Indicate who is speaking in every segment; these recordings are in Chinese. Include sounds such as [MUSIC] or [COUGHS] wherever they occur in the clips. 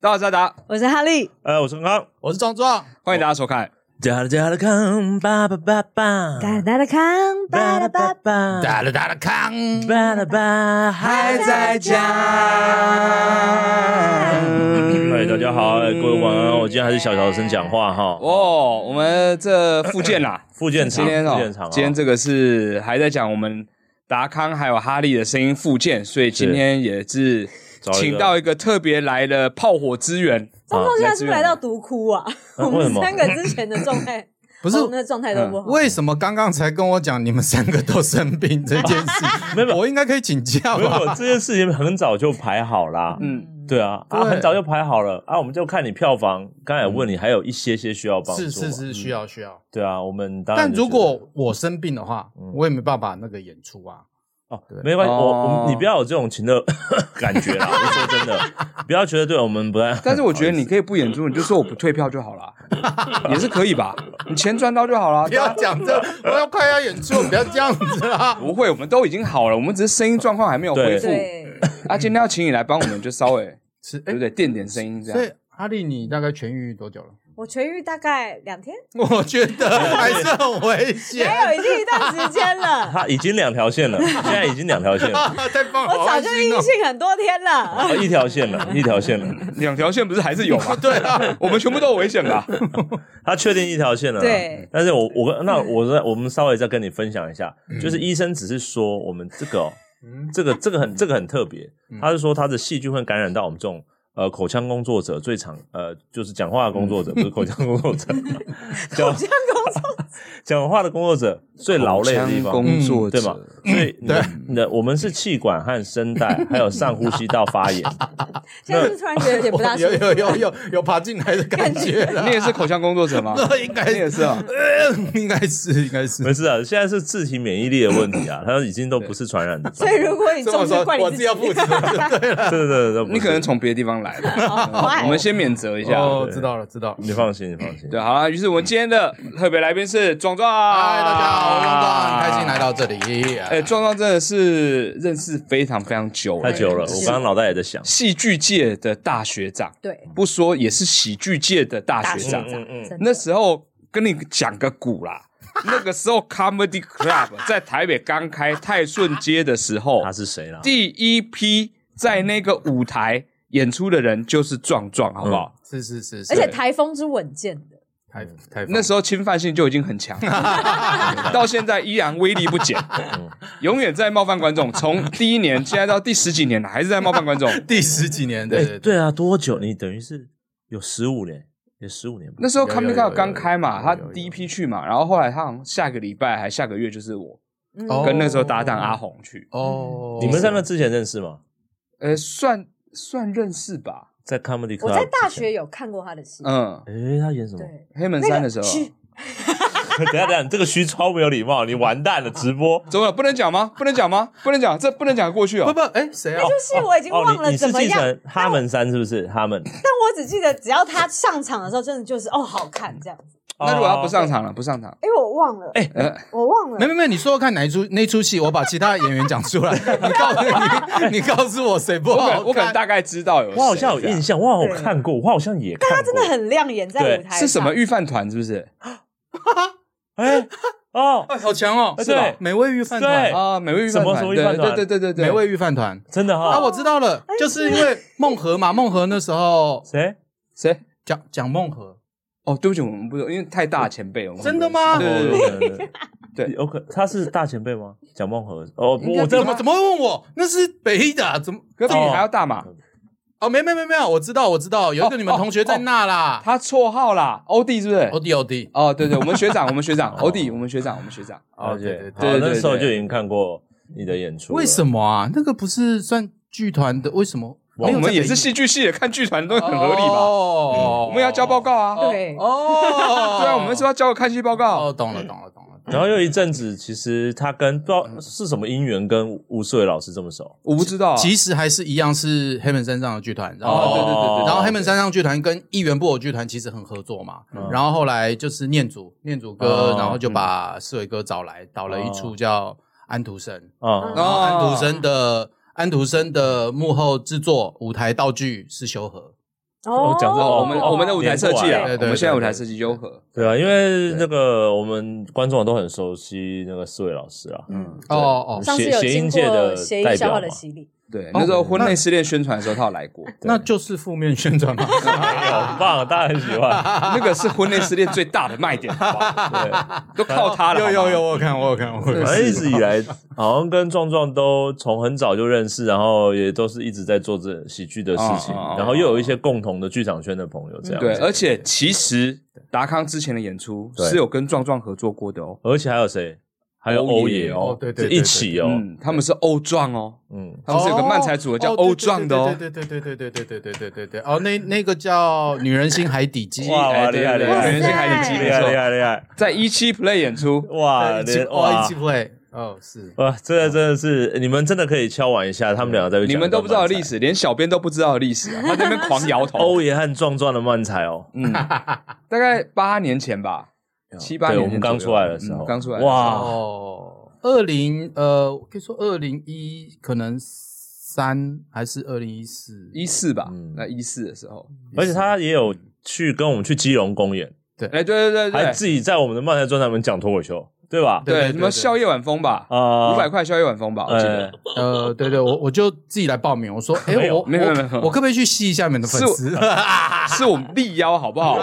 Speaker 1: 大家达，
Speaker 2: 我是哈利，
Speaker 3: 呃，我是康康，
Speaker 4: 我是壮壮，
Speaker 1: 欢迎大家收看。
Speaker 3: 加了加了康，爸爸爸爸，
Speaker 2: 哒哒哒康，哒哒哒，
Speaker 3: 爸，
Speaker 4: 哒啦哒啦康，
Speaker 3: 爸爸爸还在家。嗨，大家好， [LAUGHS] 哎各位晚安。我今天还是小小声讲话哈。
Speaker 1: 哦，我们这复健啦，
Speaker 3: 复
Speaker 1: [LAUGHS]
Speaker 3: 健
Speaker 1: 今
Speaker 3: 场，
Speaker 1: 天哦
Speaker 3: 嗯复健场，，啊
Speaker 1: 今天这个是还在讲我们达康还有哈利的声音复健，所以今天也是
Speaker 3: 找一个
Speaker 1: 请到一个特别来的炮火支
Speaker 3: [LAUGHS]
Speaker 1: 援。
Speaker 2: 张梦现在是不是
Speaker 1: 来自
Speaker 2: 来
Speaker 1: 于
Speaker 2: 到独哭啊？
Speaker 3: 啊
Speaker 2: 我
Speaker 3: 为什
Speaker 2: 们
Speaker 3: 么
Speaker 2: 三个之前的状态，哦
Speaker 4: 不是嗯
Speaker 2: 我们的状态都不好。
Speaker 4: 为什么刚刚才跟我讲你们三个都生病这件
Speaker 2: [LAUGHS]
Speaker 4: 事？
Speaker 3: 没有没有
Speaker 4: 我应该可以请假
Speaker 3: 没有没
Speaker 4: 吧
Speaker 3: 有？这件事情很早就排好啦。
Speaker 1: 嗯，
Speaker 3: 对啊，啊，
Speaker 4: 对
Speaker 3: 很早就排好了啊，我们就看你票房。刚才也问你
Speaker 1: 嗯
Speaker 3: 还有一些些需
Speaker 4: [LAUGHS]
Speaker 3: 要帮助，啊
Speaker 4: 是是，
Speaker 1: 啊
Speaker 4: 是，需要需要。
Speaker 3: 对啊，我们
Speaker 1: 嗯
Speaker 3: 当然
Speaker 4: 但
Speaker 3: 就
Speaker 4: 如
Speaker 3: 觉得
Speaker 4: 果我生病的话
Speaker 3: 嗯，
Speaker 4: 我也没办法那个演出啊。
Speaker 3: 哦
Speaker 4: 对，
Speaker 3: 没关系，我我
Speaker 1: 哦
Speaker 3: 们你不要有这种情的 [LAUGHS] 感觉啦。我说真的，不要觉得对我们
Speaker 4: [LAUGHS]
Speaker 3: 不太。
Speaker 1: 但是我觉得你可以不演出，你就说我不退票就好啦，也是可以吧？你钱赚到就好啦。
Speaker 4: 不要讲这，我要快要演出，不要这样
Speaker 1: [LAUGHS]
Speaker 4: 子啊！
Speaker 1: 不会，我们都已经好了，我们只是声音状况还没有恢
Speaker 3: 对
Speaker 1: 复。
Speaker 2: 对，
Speaker 1: [CLEARS THROAT] 啊，今天要请你来帮我们，就稍
Speaker 4: [COUGHS]
Speaker 1: 微
Speaker 4: 是，
Speaker 1: 对
Speaker 4: 哎
Speaker 1: 不，对？垫点声音这
Speaker 4: 所
Speaker 1: 样。
Speaker 4: 以阿丽，你大概痊愈多久
Speaker 1: [LAUGHS]
Speaker 4: 了？
Speaker 2: 我痊愈大概两天，
Speaker 4: [LAUGHS] 我觉得还是很危
Speaker 2: 没 [LAUGHS]
Speaker 4: 险，
Speaker 2: 有，已经一段时间
Speaker 3: [LAUGHS]
Speaker 2: 了，
Speaker 3: [LAUGHS] 他已经两条线了，现在已经两条线
Speaker 4: [LAUGHS]
Speaker 3: 了，
Speaker 4: 啊太棒了！
Speaker 2: 我早就
Speaker 4: 哦
Speaker 2: 阴性很多天了。
Speaker 3: [LAUGHS] 啊一条线了，一条线了。
Speaker 1: 两条线不是还是有吗？
Speaker 4: [LAUGHS] 对啊，
Speaker 1: [LAUGHS] 我们全部都有危险吧？
Speaker 3: 他确定一条线了啦。
Speaker 2: 对
Speaker 3: 但是我我跟那我再我们稍微再跟你分享一下，就是医生只是说我们这个哦
Speaker 4: 嗯
Speaker 3: 这个这个很这个很特别，他是说他的细菌会感染到我们这种。呃，口腔工作者最常呃，就是讲话的工作者，不是口腔工作
Speaker 4: [LAUGHS]
Speaker 3: 者，讲
Speaker 2: 这样工作，
Speaker 3: 讲话的工作者最 [LAUGHS] 劳累的地方，
Speaker 1: 工作
Speaker 3: 对
Speaker 1: 者
Speaker 3: 吗？所以你的
Speaker 4: 对
Speaker 3: 你的我们是气管和声带，还有上呼吸道发炎，
Speaker 2: 现在是不是突然觉得有点不大舒
Speaker 4: [LAUGHS] 有
Speaker 2: 服。
Speaker 4: 有有有有爬进来的感觉了 [LAUGHS]
Speaker 1: 你。也是口腔工作者吗？
Speaker 4: 应该呃
Speaker 1: 你也是啊。
Speaker 4: 应该是应该是
Speaker 3: 没事啊，现在是自体免疫力的问题啊，它已经都不是传染的状
Speaker 2: 所
Speaker 3: 态，
Speaker 2: 以如果你
Speaker 4: 这么
Speaker 2: 中，
Speaker 4: 说
Speaker 2: 是怪，
Speaker 4: 我
Speaker 2: 你
Speaker 4: 自
Speaker 2: 自
Speaker 4: 己
Speaker 2: 己。
Speaker 4: 要负责就对了。
Speaker 3: 对对对对，不是
Speaker 1: 你可能从别的地方来的，
Speaker 2: 好坏
Speaker 1: 我们先免责一下。
Speaker 4: [LAUGHS] 哦，知道了知道了。
Speaker 3: 你放心，你放心，
Speaker 1: 对，好啊了，于是我们今天的特别来宾是壮壮。
Speaker 4: 嗨，大家好，我是壮，很开心来。到这里。
Speaker 1: 哎，壮壮真的是认识非常非常久了，
Speaker 3: 太久了，
Speaker 1: 是
Speaker 3: 我刚刚脑袋也在想，
Speaker 1: 戏剧界的大学长，
Speaker 2: 对，
Speaker 1: 不说也是喜剧界的大学长
Speaker 2: 大。学长
Speaker 3: 嗯嗯嗯
Speaker 2: 真的
Speaker 1: 啊那时候跟你讲个鼓
Speaker 2: [LAUGHS]
Speaker 1: 啦，那个时候 Comedy Club 在台北刚开泰顺街的时候
Speaker 3: 他，是谁啦？
Speaker 1: 第一批在那个舞台演出的人就是壮壮，好不好？
Speaker 4: 是是是是，
Speaker 2: 而且台风是稳健的，
Speaker 4: 台台
Speaker 1: 那时候侵犯性就已经很强，
Speaker 2: [LAUGHS]
Speaker 1: 到现在依然威力不减，
Speaker 3: 嗯
Speaker 1: 永远在冒犯观众。从第一年现在到第十几年了，还是在冒犯
Speaker 2: [LAUGHS]
Speaker 1: 观众。
Speaker 4: 第十几年
Speaker 3: 哎
Speaker 4: 的，
Speaker 3: 对啊，多久？你等于是有十五年，有十五年吧，
Speaker 1: 那时候
Speaker 4: 有
Speaker 1: Comedy
Speaker 4: 有有
Speaker 1: Club 刚开嘛，
Speaker 4: 有
Speaker 1: 他
Speaker 4: 有有
Speaker 1: 第一批去嘛，然后后来他好像下个礼拜还下个月就是我
Speaker 2: 嗯
Speaker 4: 哦
Speaker 1: 跟那时候搭档阿红去，
Speaker 4: 哦，
Speaker 3: 你们在那之前认识吗？
Speaker 1: 呃，算算认识吧。
Speaker 3: 在 Comedy
Speaker 2: 我
Speaker 3: Club，
Speaker 2: 在大
Speaker 3: 之前
Speaker 2: 学，有看过他的戏，
Speaker 1: 嗯，
Speaker 3: 哎，他演什么？
Speaker 2: 对，
Speaker 1: 黑门
Speaker 2: 那
Speaker 1: 山
Speaker 2: 个
Speaker 1: 的时候，
Speaker 2: 嘘
Speaker 3: [LAUGHS] 等一下等一下，你这个虚超没有礼貌，你完蛋了，直播。
Speaker 1: 怎么了？不能讲吗？不能讲吗？不能讲，这不能讲过去
Speaker 4: 不
Speaker 1: 哦。
Speaker 4: 不，哎，谁啊？
Speaker 2: 就是我已经忘
Speaker 3: 哦，你
Speaker 2: 了
Speaker 3: 你
Speaker 2: 怎
Speaker 3: 是
Speaker 2: 么
Speaker 3: 继
Speaker 2: 样，
Speaker 3: 承哈门山是不是？哈门。
Speaker 2: 但我只记得只要他上场的时候，真的就是哦好看这样子。
Speaker 1: 那如果他不
Speaker 3: 哦嗯
Speaker 1: 上场了，不上场，
Speaker 2: 哎，我忘了，哎
Speaker 1: 呃，
Speaker 2: 我忘了
Speaker 4: 没。没没，你说说看哪一出那出戏，我把其他演员讲 [LAUGHS] 出来，你告诉你，你告诉我谁不
Speaker 1: 我可
Speaker 4: 好
Speaker 1: 能我可能大概知道有谁这
Speaker 3: 哦我
Speaker 1: 样，
Speaker 3: 好像有印象，我好像有看过，我好像也看过。
Speaker 2: 他真的很亮眼，在舞台上
Speaker 1: 是什么？预饭团，是不是？
Speaker 3: 哎哦，
Speaker 4: 哎，好强哦，
Speaker 3: 是吧
Speaker 4: 美味御饭团
Speaker 3: 对，
Speaker 1: 啊，美味预饭团，
Speaker 3: 哎什么什么
Speaker 1: 对
Speaker 3: 预饭团
Speaker 1: 对对对对对，
Speaker 4: 美味御饭团。
Speaker 3: 真的
Speaker 1: [LAUGHS]
Speaker 4: 啊，
Speaker 3: 哈。
Speaker 4: 我知道了，就是因为梦河嘛，梦河那时候
Speaker 3: 谁？
Speaker 1: 谁？
Speaker 4: 讲讲梦河，
Speaker 1: 哦，对不起，我们不知道，因为太大前辈，我们
Speaker 4: 真的吗
Speaker 1: 对对对，
Speaker 3: 对对
Speaker 1: 对
Speaker 3: 有可他是大前辈吗？蒋梦和哦，
Speaker 1: 应该
Speaker 3: 我
Speaker 1: 不
Speaker 3: 真
Speaker 4: 怎
Speaker 3: 的
Speaker 4: 么怎么会问我？那是北艺的啊，怎么？
Speaker 1: 可比
Speaker 3: 哦
Speaker 1: 你还要大嘛？
Speaker 4: 哦，没没没没有，我知道我知道，有一个你们同学在那啦，
Speaker 1: 他绰号啦，欧弟是不是
Speaker 4: 欧？弟欧弟，
Speaker 1: 哦，对对，我们学长，我们学长，欧弟，我们学长，我们学长。
Speaker 3: 哦，
Speaker 4: 对
Speaker 3: 对
Speaker 4: 对对
Speaker 3: 好
Speaker 1: 对对
Speaker 3: 那时候
Speaker 1: 对
Speaker 3: 就已经看过你的演出了。
Speaker 4: 为什么啊？那个不是算剧团的？为什么？
Speaker 1: 哦我
Speaker 4: 没有在
Speaker 1: 们也
Speaker 4: 北
Speaker 1: 是
Speaker 4: 艺
Speaker 1: 戏剧系的，看剧团都很合理吧？
Speaker 4: 哦，
Speaker 1: 我们要交报告啊，
Speaker 2: 对
Speaker 4: 哦，
Speaker 1: 对啊，我们是要交个看戏报告
Speaker 4: 哦，。懂了懂了懂了。
Speaker 3: 然后又一阵子，其实他跟不知道是什么因缘，跟吴世伟老师这么熟。
Speaker 1: 我不知道啊，
Speaker 4: 其实还是一样是黑门山上的剧团，然
Speaker 1: 哦
Speaker 4: 后
Speaker 1: 对对对对
Speaker 4: 然后黑门山上剧团跟一元布偶剧团其实很合作嘛，然后后来就是念祖念祖哥
Speaker 3: 哦，
Speaker 4: 然后就把四维哥找来导了一出叫《安徒生》，
Speaker 3: 啊，
Speaker 2: 嗯
Speaker 4: 然后安徒
Speaker 1: 哦
Speaker 4: 生的安徒生的幕后制作舞台道具是修和，
Speaker 3: 哦讲这
Speaker 1: 哦，我们我们的舞台设计啊，
Speaker 3: 连过来
Speaker 4: 对对
Speaker 1: 我们现在舞台设计优和，
Speaker 3: 对啊，因为那个我们观众都很熟悉那个四位老师啊，
Speaker 2: 嗯，
Speaker 4: 哦哦，
Speaker 2: 上次
Speaker 3: 谐
Speaker 2: 有
Speaker 3: 谐
Speaker 2: 经
Speaker 3: 音界
Speaker 2: 过
Speaker 3: 的
Speaker 2: 协
Speaker 3: 代
Speaker 2: 议消
Speaker 3: 表
Speaker 2: 化
Speaker 3: 嘛
Speaker 2: 的。洗礼，
Speaker 1: 对，那时候婚内失恋宣传的时候他有来过，
Speaker 4: 那就是负面宣传嘛。
Speaker 3: 很棒，大家很喜欢。
Speaker 1: 那个是婚内失恋最大的卖点，好不好
Speaker 3: 对，
Speaker 1: 都靠他了。
Speaker 4: 有
Speaker 1: 好
Speaker 4: 有
Speaker 1: 吗
Speaker 4: 有，，我有看我有看我有
Speaker 3: 反
Speaker 4: 看。
Speaker 3: 正一直以来，
Speaker 1: 啊
Speaker 3: 好像跟壮壮都从很早就认识，然后也都是一直在做这喜剧的事情，
Speaker 1: 哦哦哦
Speaker 3: 然后又有一些共同的剧场圈的朋友这样子。
Speaker 1: 对，而且其实达康之前的演出
Speaker 3: 对
Speaker 1: 是有跟壮壮合作过的哦，
Speaker 3: 而且还有谁？还有欧野
Speaker 4: 欧野
Speaker 3: 哦
Speaker 4: 哦，对对
Speaker 3: 是
Speaker 4: 对
Speaker 3: 一起哦，
Speaker 1: 嗯，他们是欧壮哦，
Speaker 3: 嗯，
Speaker 1: 他们是有个漫才组合叫欧壮的哦，
Speaker 4: 对对对对对对对对对对对。哦，那那个叫《女人心海底鸡》，
Speaker 3: 哇哇
Speaker 1: 哎
Speaker 3: 厉害
Speaker 1: 对
Speaker 3: 厉
Speaker 1: 对对人
Speaker 3: 害，厉
Speaker 1: 性
Speaker 3: 害
Speaker 1: 海底鸡
Speaker 3: 厉
Speaker 1: 没
Speaker 3: 害厉
Speaker 1: 错，
Speaker 3: 害厉害，
Speaker 1: 在一期 play 演出，
Speaker 3: 哇，
Speaker 4: 一起
Speaker 3: 连
Speaker 4: 哇
Speaker 3: 哇
Speaker 4: 一起 play，哦是。
Speaker 3: 哇，这个真的是你们真的可以敲碗一下，他们两个在
Speaker 1: 你们都不知道的历。史，连小编都不知道的历史啊，他在那边
Speaker 3: [LAUGHS]
Speaker 1: 狂摇头。
Speaker 3: 欧爷和壮壮的漫才哦，
Speaker 1: 嗯，大概八年前吧，七八
Speaker 3: 对
Speaker 1: 年
Speaker 3: 我
Speaker 1: 前左右
Speaker 3: 们刚出来的时候，
Speaker 1: 嗯刚出来的时候
Speaker 3: 哇，
Speaker 4: 哦，二零呃，我可以说二零一可能三还是二零一四，
Speaker 1: 一四吧
Speaker 3: 嗯，
Speaker 1: 那一四的时候，
Speaker 3: 而且他也有去跟我们去基隆公演，
Speaker 1: 哎，对对对
Speaker 3: 还
Speaker 1: 对，
Speaker 3: 自己在我们的漫才专栏里面讲脱口秀，对吧？
Speaker 4: 对对
Speaker 1: 对
Speaker 4: 对
Speaker 1: 什么宵夜晚风吧，
Speaker 3: 啊，
Speaker 1: 五百块宵夜晚风吧，我记得
Speaker 3: 呃，
Speaker 1: [LAUGHS]
Speaker 4: 呃，对对，我我就自己来报名，我说，哎、
Speaker 3: 没有
Speaker 4: 我
Speaker 1: 没有
Speaker 4: 我
Speaker 1: 没有没有
Speaker 4: 我可不可以去吸一下你们的粉丝？
Speaker 1: [LAUGHS] 是我们力邀好不
Speaker 3: [LAUGHS]
Speaker 1: 好？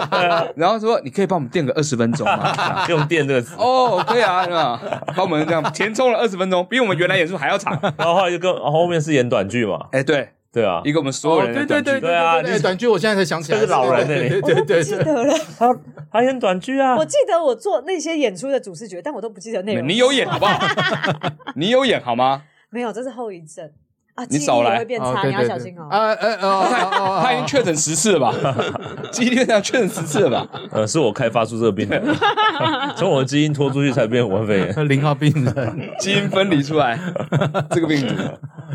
Speaker 1: 然后说你可以帮我们垫个二十分钟吗？这样
Speaker 3: 用电这个词，
Speaker 1: [LAUGHS] 哦，可以啊，是吧？帮我们这样填充了二十分钟，比我们原来演出还要长。
Speaker 3: 然后后来就跟后面是演短剧嘛，
Speaker 1: 哎，对，
Speaker 3: 对啊，
Speaker 1: 一个我们所有人的
Speaker 4: 哦对对
Speaker 1: 短剧
Speaker 4: 对
Speaker 3: 对啊
Speaker 4: 对
Speaker 3: 你
Speaker 4: 短剧我现在才想起来，
Speaker 3: 这是老人的
Speaker 4: 对对
Speaker 2: 我
Speaker 4: 对
Speaker 2: 都不
Speaker 4: 对
Speaker 2: 记
Speaker 4: 对对，
Speaker 2: 得了。
Speaker 3: 他他演短剧啊
Speaker 2: 我，记得我做那些演出的主视觉，但我都不记得内容。
Speaker 1: 你有演好不 [LAUGHS] 好？你有演好吗？
Speaker 2: 没有？这是后遗症啊！
Speaker 1: 你
Speaker 2: 记忆
Speaker 1: 少来
Speaker 2: 会变
Speaker 4: 哦
Speaker 2: 差，
Speaker 4: 对
Speaker 2: 你
Speaker 4: 对
Speaker 2: 要
Speaker 4: 对
Speaker 2: 小心哦。
Speaker 4: 啊哎哦哦哦
Speaker 1: [LAUGHS]
Speaker 4: 哦，
Speaker 1: 他已经确诊十次了吧？ [LAUGHS] 基本上确诊十次了吧？
Speaker 3: 呃，是我开发出这个病的， [LAUGHS] 从我的基因拖出去才变武汉
Speaker 1: [LAUGHS]
Speaker 3: 肺
Speaker 1: 呃
Speaker 3: 炎，
Speaker 4: 确零号病人，
Speaker 1: 基因分离出来这个病毒，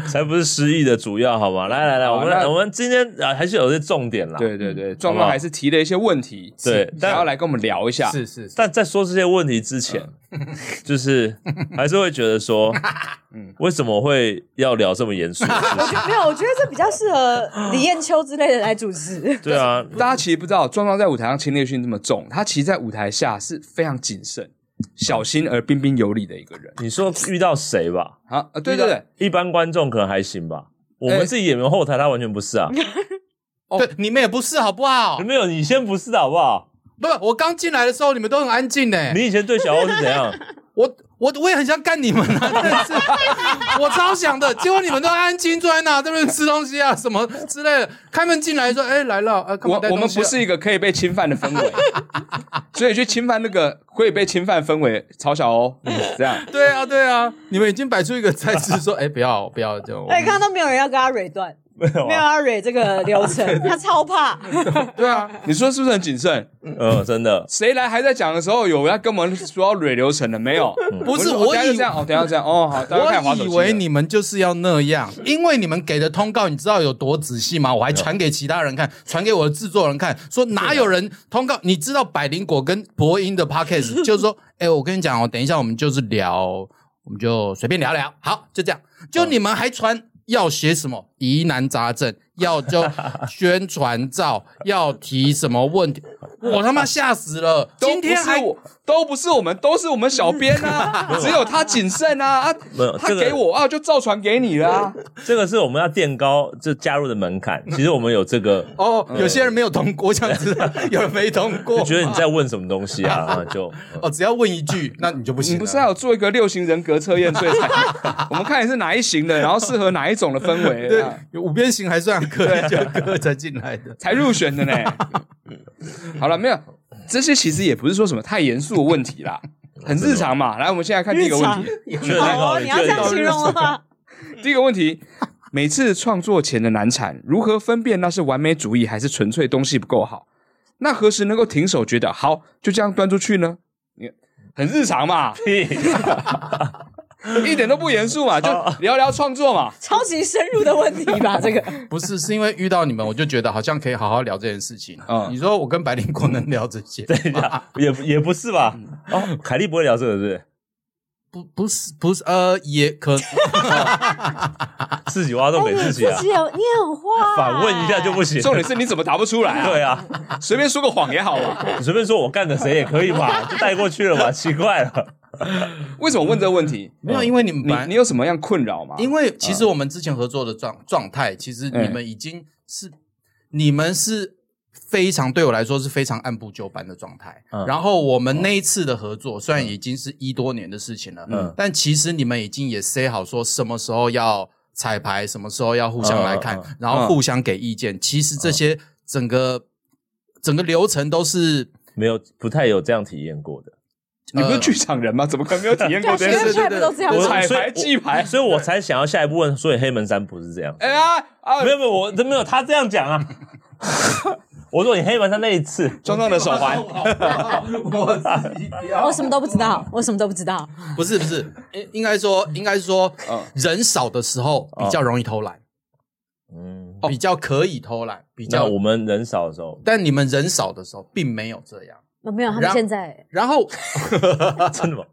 Speaker 3: 才不是失忆的主要，好吗？来来来，
Speaker 1: 好
Speaker 3: 我们来
Speaker 1: 那
Speaker 3: 我们今天啊还是有些重点啦，
Speaker 1: [LAUGHS] 对对对，
Speaker 3: 好
Speaker 1: 壮
Speaker 3: 不好
Speaker 1: 壮还是提了一些问题，
Speaker 3: 对
Speaker 1: 是
Speaker 3: 但
Speaker 1: 想要来跟我们聊一下。
Speaker 4: [LAUGHS] 是是是，
Speaker 3: 但在说这些问题之前，
Speaker 1: 嗯
Speaker 3: [LAUGHS] 就是还是会觉
Speaker 1: [LAUGHS]
Speaker 3: 得说，为什么会要聊这么严肃的事情？
Speaker 2: 没有，我觉得这比较适合李艳秋之类的来主持
Speaker 3: [LAUGHS] 。对啊，
Speaker 1: 大家其实不知道，壮壮在舞台上侵略性这么重，他其实在舞台下是非常谨慎、小心而彬彬有礼的一个人。
Speaker 3: 你说遇到谁吧？
Speaker 1: 啊，呃对对对，
Speaker 3: 一般观众可能还行吧。我们自己演员后台，他完全不是啊，
Speaker 1: 哦
Speaker 4: 对你们也不是好不好？
Speaker 3: 没有 [LAUGHS] 你先不是的好不好？
Speaker 4: 不是，我刚进来的时候你们都很安静呢、
Speaker 3: [LAUGHS] 你以前对小欧是怎 [LAUGHS] 样？
Speaker 4: 我我我也很想干你们啊，真的是，我超想的。结果你们都安安静坐在那，在那边吃东西啊什么之类的。开门进来说：“哎、来了，呃，干嘛
Speaker 1: 我
Speaker 4: 带
Speaker 1: 我们
Speaker 4: 东西
Speaker 1: 不
Speaker 4: 啊
Speaker 1: 是一个可以被侵犯的氛 [LAUGHS] 围，所以去侵犯那个可以被侵犯的氛围，曹小欧这样。
Speaker 4: 对啊，对啊，你们已经摆出一个态势，说：“哎、不要，不要这种。
Speaker 2: 哎，刚刚都没有人要跟他蕊断，
Speaker 3: 没有
Speaker 2: 没有
Speaker 3: 啊，
Speaker 2: 要蕊这个流程，他超怕。
Speaker 4: 对啊，
Speaker 1: 你说是不是很谨慎？
Speaker 3: 嗯，真的，
Speaker 1: 谁来还在讲的时候有要跟我们说要蕊流程的没有？
Speaker 3: 嗯
Speaker 4: 不是
Speaker 1: 我
Speaker 4: 我
Speaker 1: 等一下
Speaker 4: 以
Speaker 1: 就这样哦，等一下这样哦，好，大家看滑
Speaker 4: 我
Speaker 1: 手
Speaker 4: 以
Speaker 1: 机
Speaker 4: 为
Speaker 1: 了。
Speaker 4: 你们就是要那样，因为你们给的通告，你知道有多仔细吗？我还传给其他人看，传给我的制作人看，说哪有人通告？你知道百灵果跟博音
Speaker 1: [LAUGHS]
Speaker 4: 的 podcast，就是说，哎、我跟你讲哦，等一下我们就是聊，我们就随便聊聊，好，就这样。就你们还传要写什么疑难杂症，要就宣
Speaker 1: [LAUGHS]
Speaker 4: 传照，要提什么问题，我他妈吓死了！
Speaker 1: 都
Speaker 4: 今天
Speaker 1: 不是
Speaker 4: 还
Speaker 1: 我都不是我们，都是我们小编
Speaker 4: [LAUGHS]
Speaker 1: 啊，只有他谨慎啊，啊
Speaker 3: 没有
Speaker 1: 他
Speaker 3: 这个
Speaker 1: 给我啊，就照传给你啊啦。
Speaker 3: 这个是我们要垫高就加入的门 [LAUGHS] 槛。其实我们有这个，
Speaker 4: 哦，
Speaker 1: 嗯
Speaker 4: 有些人没有通过，我想知
Speaker 1: [LAUGHS]
Speaker 4: 道有人没通过
Speaker 3: 就，觉得你在问什么东西 [LAUGHS] 啊，啊就嗯
Speaker 4: 哦，只要问一句，那你就不行
Speaker 1: 你
Speaker 4: 了。
Speaker 1: 不是
Speaker 3: 啊
Speaker 1: 还有做一个六型人格测验，所以
Speaker 3: [LAUGHS]
Speaker 1: 才我们看你是哪一型的，然后适合哪一种的氛围，
Speaker 4: 对
Speaker 1: 啊，
Speaker 4: 有五边形还算可以，就哥才进来的。
Speaker 1: 才入选
Speaker 3: [LAUGHS]
Speaker 1: 的呢。好了，没有这些其实也不是说什么太严肃的问题啦，很日常嘛。来，我们现在看第一个问题，
Speaker 3: 确定
Speaker 2: 好
Speaker 3: 好
Speaker 2: 哦，你要这样形容啊吗？
Speaker 1: 第一个问题。每次创作前的难产，如何分辨那是完美主义还是纯粹东西不够好？那何时能够停手，觉得好就这样端出去呢？你很日常
Speaker 4: [LAUGHS]
Speaker 1: 嘛，
Speaker 3: 嗯 [LAUGHS]
Speaker 1: 一点都不严肃嘛，就聊聊创作嘛。
Speaker 2: 超级深入的问题吧，这个。
Speaker 4: 不是，是因为遇到你们，我就觉得好像可以好好聊这件事情。
Speaker 1: 嗯
Speaker 4: 你说我跟白灵果能聊这些？对
Speaker 3: 也也不是吧？哦，凯莉不会聊这个，是不是？
Speaker 1: [LAUGHS]
Speaker 4: 不不是不是，呃，也可
Speaker 3: 自己挖洞给自己啊
Speaker 2: 哎自，己有你很坏，
Speaker 3: 反问一下就不行。
Speaker 1: 重点是你怎么答不出
Speaker 4: [LAUGHS]
Speaker 1: 来啊？
Speaker 3: 对啊，
Speaker 1: 随便说个谎也好啊。
Speaker 3: 你随便说我干的谁也可以嘛，就带过去了嘛，奇怪了。
Speaker 1: 为什么问这个问题？
Speaker 4: 没有，因为你们
Speaker 1: 你
Speaker 4: 本来
Speaker 1: 你有什嗯么样困扰吗？
Speaker 4: 因为其实我们之前合作的状状态，其实
Speaker 1: 嗯
Speaker 4: 你们已经是、你们是非常对我来说是非常按部就班的状态。
Speaker 3: 嗯
Speaker 4: 然后我们那一次的合作，
Speaker 1: 嗯
Speaker 4: 虽然已经是一多年的事情了，
Speaker 3: 嗯
Speaker 4: 但其实你们已经也 say 好说什么时候要彩排，什么时候要互相来看，
Speaker 3: 嗯嗯嗯
Speaker 4: 然后互相给意见。其实这些整个整个流程都是。
Speaker 3: 没有，不太有这样体验过的。
Speaker 1: 你不是
Speaker 4: 呃
Speaker 1: 剧场人吗？怎么可能没有体验过
Speaker 2: 对，啊
Speaker 1: 这件事？
Speaker 2: 学院
Speaker 4: [LAUGHS]
Speaker 2: 派
Speaker 4: 对
Speaker 2: 不
Speaker 4: 对
Speaker 2: 都这样
Speaker 1: 我
Speaker 2: 吗？
Speaker 1: 彩
Speaker 3: 所以
Speaker 1: 排
Speaker 3: 我
Speaker 1: 记牌
Speaker 3: 所以我才想要下一步问，所以黑门山不是这样。
Speaker 1: 哎呀啊
Speaker 3: 没！有没有，我这没有他这样讲啊。 [LAUGHS] 我说你黑门山那一次，
Speaker 1: 壮壮的手环，
Speaker 2: 我什么都不知道，我什么都不知道。
Speaker 4: 不是不是，
Speaker 3: [LAUGHS]
Speaker 4: 应应该说应该说
Speaker 1: 嗯，
Speaker 4: 人少的时候比较容易偷懒，
Speaker 3: 嗯，
Speaker 4: 比较可以偷懒，比
Speaker 3: 那
Speaker 4: 较
Speaker 3: 我们人少的时
Speaker 4: [LAUGHS]
Speaker 3: 候，
Speaker 4: 但你们人少的时候并没有这样。
Speaker 2: 哦没有，他们
Speaker 4: 然后
Speaker 2: 现在
Speaker 4: 然后，
Speaker 3: 真的吗？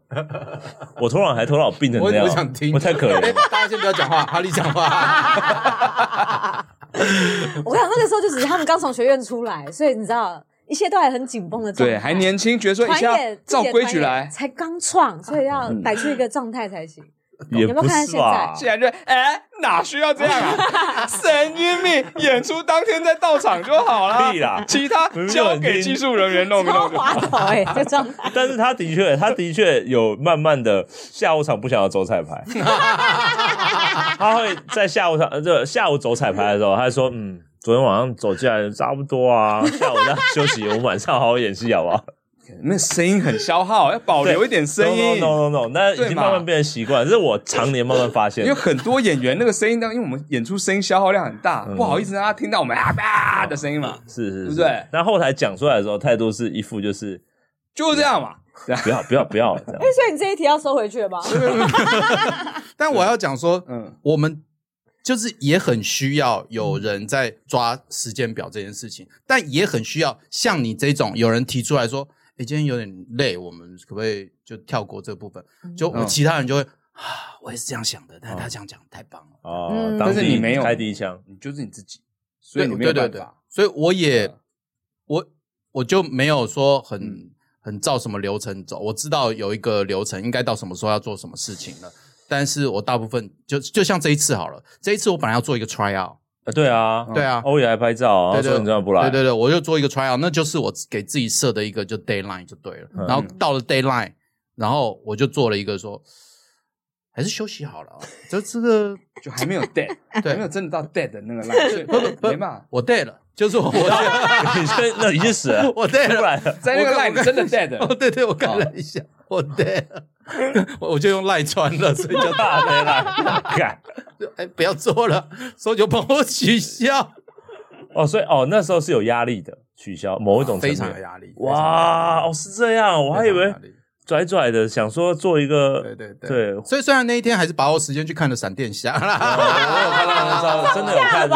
Speaker 3: 我偷懒还偷懒病成
Speaker 4: 我
Speaker 3: 那样，
Speaker 4: 我想听
Speaker 3: 不太可
Speaker 4: 哎
Speaker 3: 能。
Speaker 4: [LAUGHS] 大家先不要讲话，哈利讲
Speaker 3: [LAUGHS]
Speaker 4: 话。
Speaker 2: 我跟你讲，那个时候就只是他们刚从学院出来，所以你知道，一切都还很紧绷的状态。
Speaker 1: 对，还年轻，觉得说一
Speaker 2: 团
Speaker 1: 下
Speaker 2: 也
Speaker 1: 照
Speaker 2: 自己的
Speaker 1: 规
Speaker 2: 团
Speaker 1: 矩
Speaker 2: 也
Speaker 1: 来，
Speaker 2: 才刚创，所以要摆出一个状态才行。
Speaker 3: 也
Speaker 2: 有没有
Speaker 3: 不
Speaker 2: 看
Speaker 3: 是
Speaker 2: 到
Speaker 3: 吧？
Speaker 1: 竟然就哎哪需要这样啊？神经病！演出当天在到场就好了，
Speaker 3: 屁啦
Speaker 1: 其他
Speaker 3: 明明就
Speaker 1: 交
Speaker 3: 很
Speaker 1: 给
Speaker 3: 听
Speaker 1: 技术人员弄一
Speaker 2: 超
Speaker 1: 弄就好。
Speaker 2: 滑头哎、这状
Speaker 1: [LAUGHS]
Speaker 2: 态。
Speaker 3: 但是他的确，他的确有慢慢的下午场不想要走彩排，他会在下午场呃，这下午走彩排的时候，他就说嗯。昨天晚上走进来差不多啊，下午再休息，我们晚上好好演戏好不好？
Speaker 1: 那声音很消耗，要保哦留一点声音。
Speaker 3: no no no no，那已
Speaker 1: 对
Speaker 3: 经
Speaker 1: 嘛
Speaker 3: 慢慢变成习惯，这是我常年慢慢发现
Speaker 1: 因
Speaker 3: 的
Speaker 1: 为。很多演员那个声音，当因为我们演出声音消耗量很大，不好意思让他听到我们啊吧的声音嘛，
Speaker 3: 是是
Speaker 1: 对不
Speaker 3: 是，
Speaker 1: 对
Speaker 3: 那后台讲出来的时候，态度是一副就是
Speaker 1: 就是这样嘛。对啊
Speaker 3: 不要不要不要
Speaker 1: [LAUGHS]
Speaker 3: 这样
Speaker 2: 哎、。所以你这一题要收回去了吗？
Speaker 4: 但我要讲说，
Speaker 1: 嗯，
Speaker 4: 我们就是也很需要有人在抓时间表这件事情，但也很需要像你这种有人提出来说，哎，今天有点累，我们可不可以就跳过这部分？就我
Speaker 1: 嗯
Speaker 4: 其他人就会啊，我也是这样想的，但是他这样讲太棒了。
Speaker 3: 哦
Speaker 2: 嗯，
Speaker 3: 当
Speaker 1: 但是
Speaker 3: 地
Speaker 1: 你没有
Speaker 3: 开第一枪，
Speaker 1: 你就是你自己，所
Speaker 4: 对
Speaker 1: 以你没有办
Speaker 4: 对对对
Speaker 1: 法。，
Speaker 4: 所以我也
Speaker 1: 对
Speaker 4: 我我就没有说很、
Speaker 1: 嗯
Speaker 4: 很照什么流程走，我知道有一个流程应该到什么时候要做什么事情了，但是我大部分就就像这一次好了，这一次我本来要做一个 try out，、
Speaker 3: 啊对啊，
Speaker 4: 对啊。
Speaker 3: 欧也来拍照啊，
Speaker 4: 对对
Speaker 3: 说你怎么不来？
Speaker 4: 对对对，我就做一个 try out，那就是我给自己设的一个就 deadline 就对了。
Speaker 3: 嗯
Speaker 4: 然后到了 deadline，然后我就做了一个说，还是休息
Speaker 3: [LAUGHS]
Speaker 4: 好了、哦，就这个
Speaker 1: 就还没有 dead，还
Speaker 3: 哎
Speaker 1: 没有真的到 dead 的那个 line，所以没办法。
Speaker 4: 我 dead 了，就是我我，
Speaker 3: [LAUGHS] 你这那已经死了
Speaker 4: 我 dead
Speaker 3: [LAUGHS] 不
Speaker 4: 了， [LAUGHS]
Speaker 3: 然
Speaker 1: 在那个
Speaker 4: 我跟
Speaker 1: line 你真的 dead，
Speaker 4: 哦，对对，我看了一下，我对， [LAUGHS] 我我就用赖穿了，所以就
Speaker 3: 大没了。干
Speaker 4: 就哎不要做了，所以就帮我取消，
Speaker 3: 哦，所以哦那时候是有压力的，取消某一种层
Speaker 4: 非常有
Speaker 3: 面。
Speaker 4: 压力，
Speaker 3: 哇，哦是这样，我
Speaker 4: 非
Speaker 3: 还
Speaker 4: 常
Speaker 3: 以
Speaker 4: 有
Speaker 3: 为
Speaker 4: 压力，
Speaker 3: 拽拽的，想说做一个
Speaker 4: 对对对
Speaker 3: 对。
Speaker 4: 所以虽然那一天还是把我时间去看了闪电侠啦，
Speaker 3: 哦真的有看，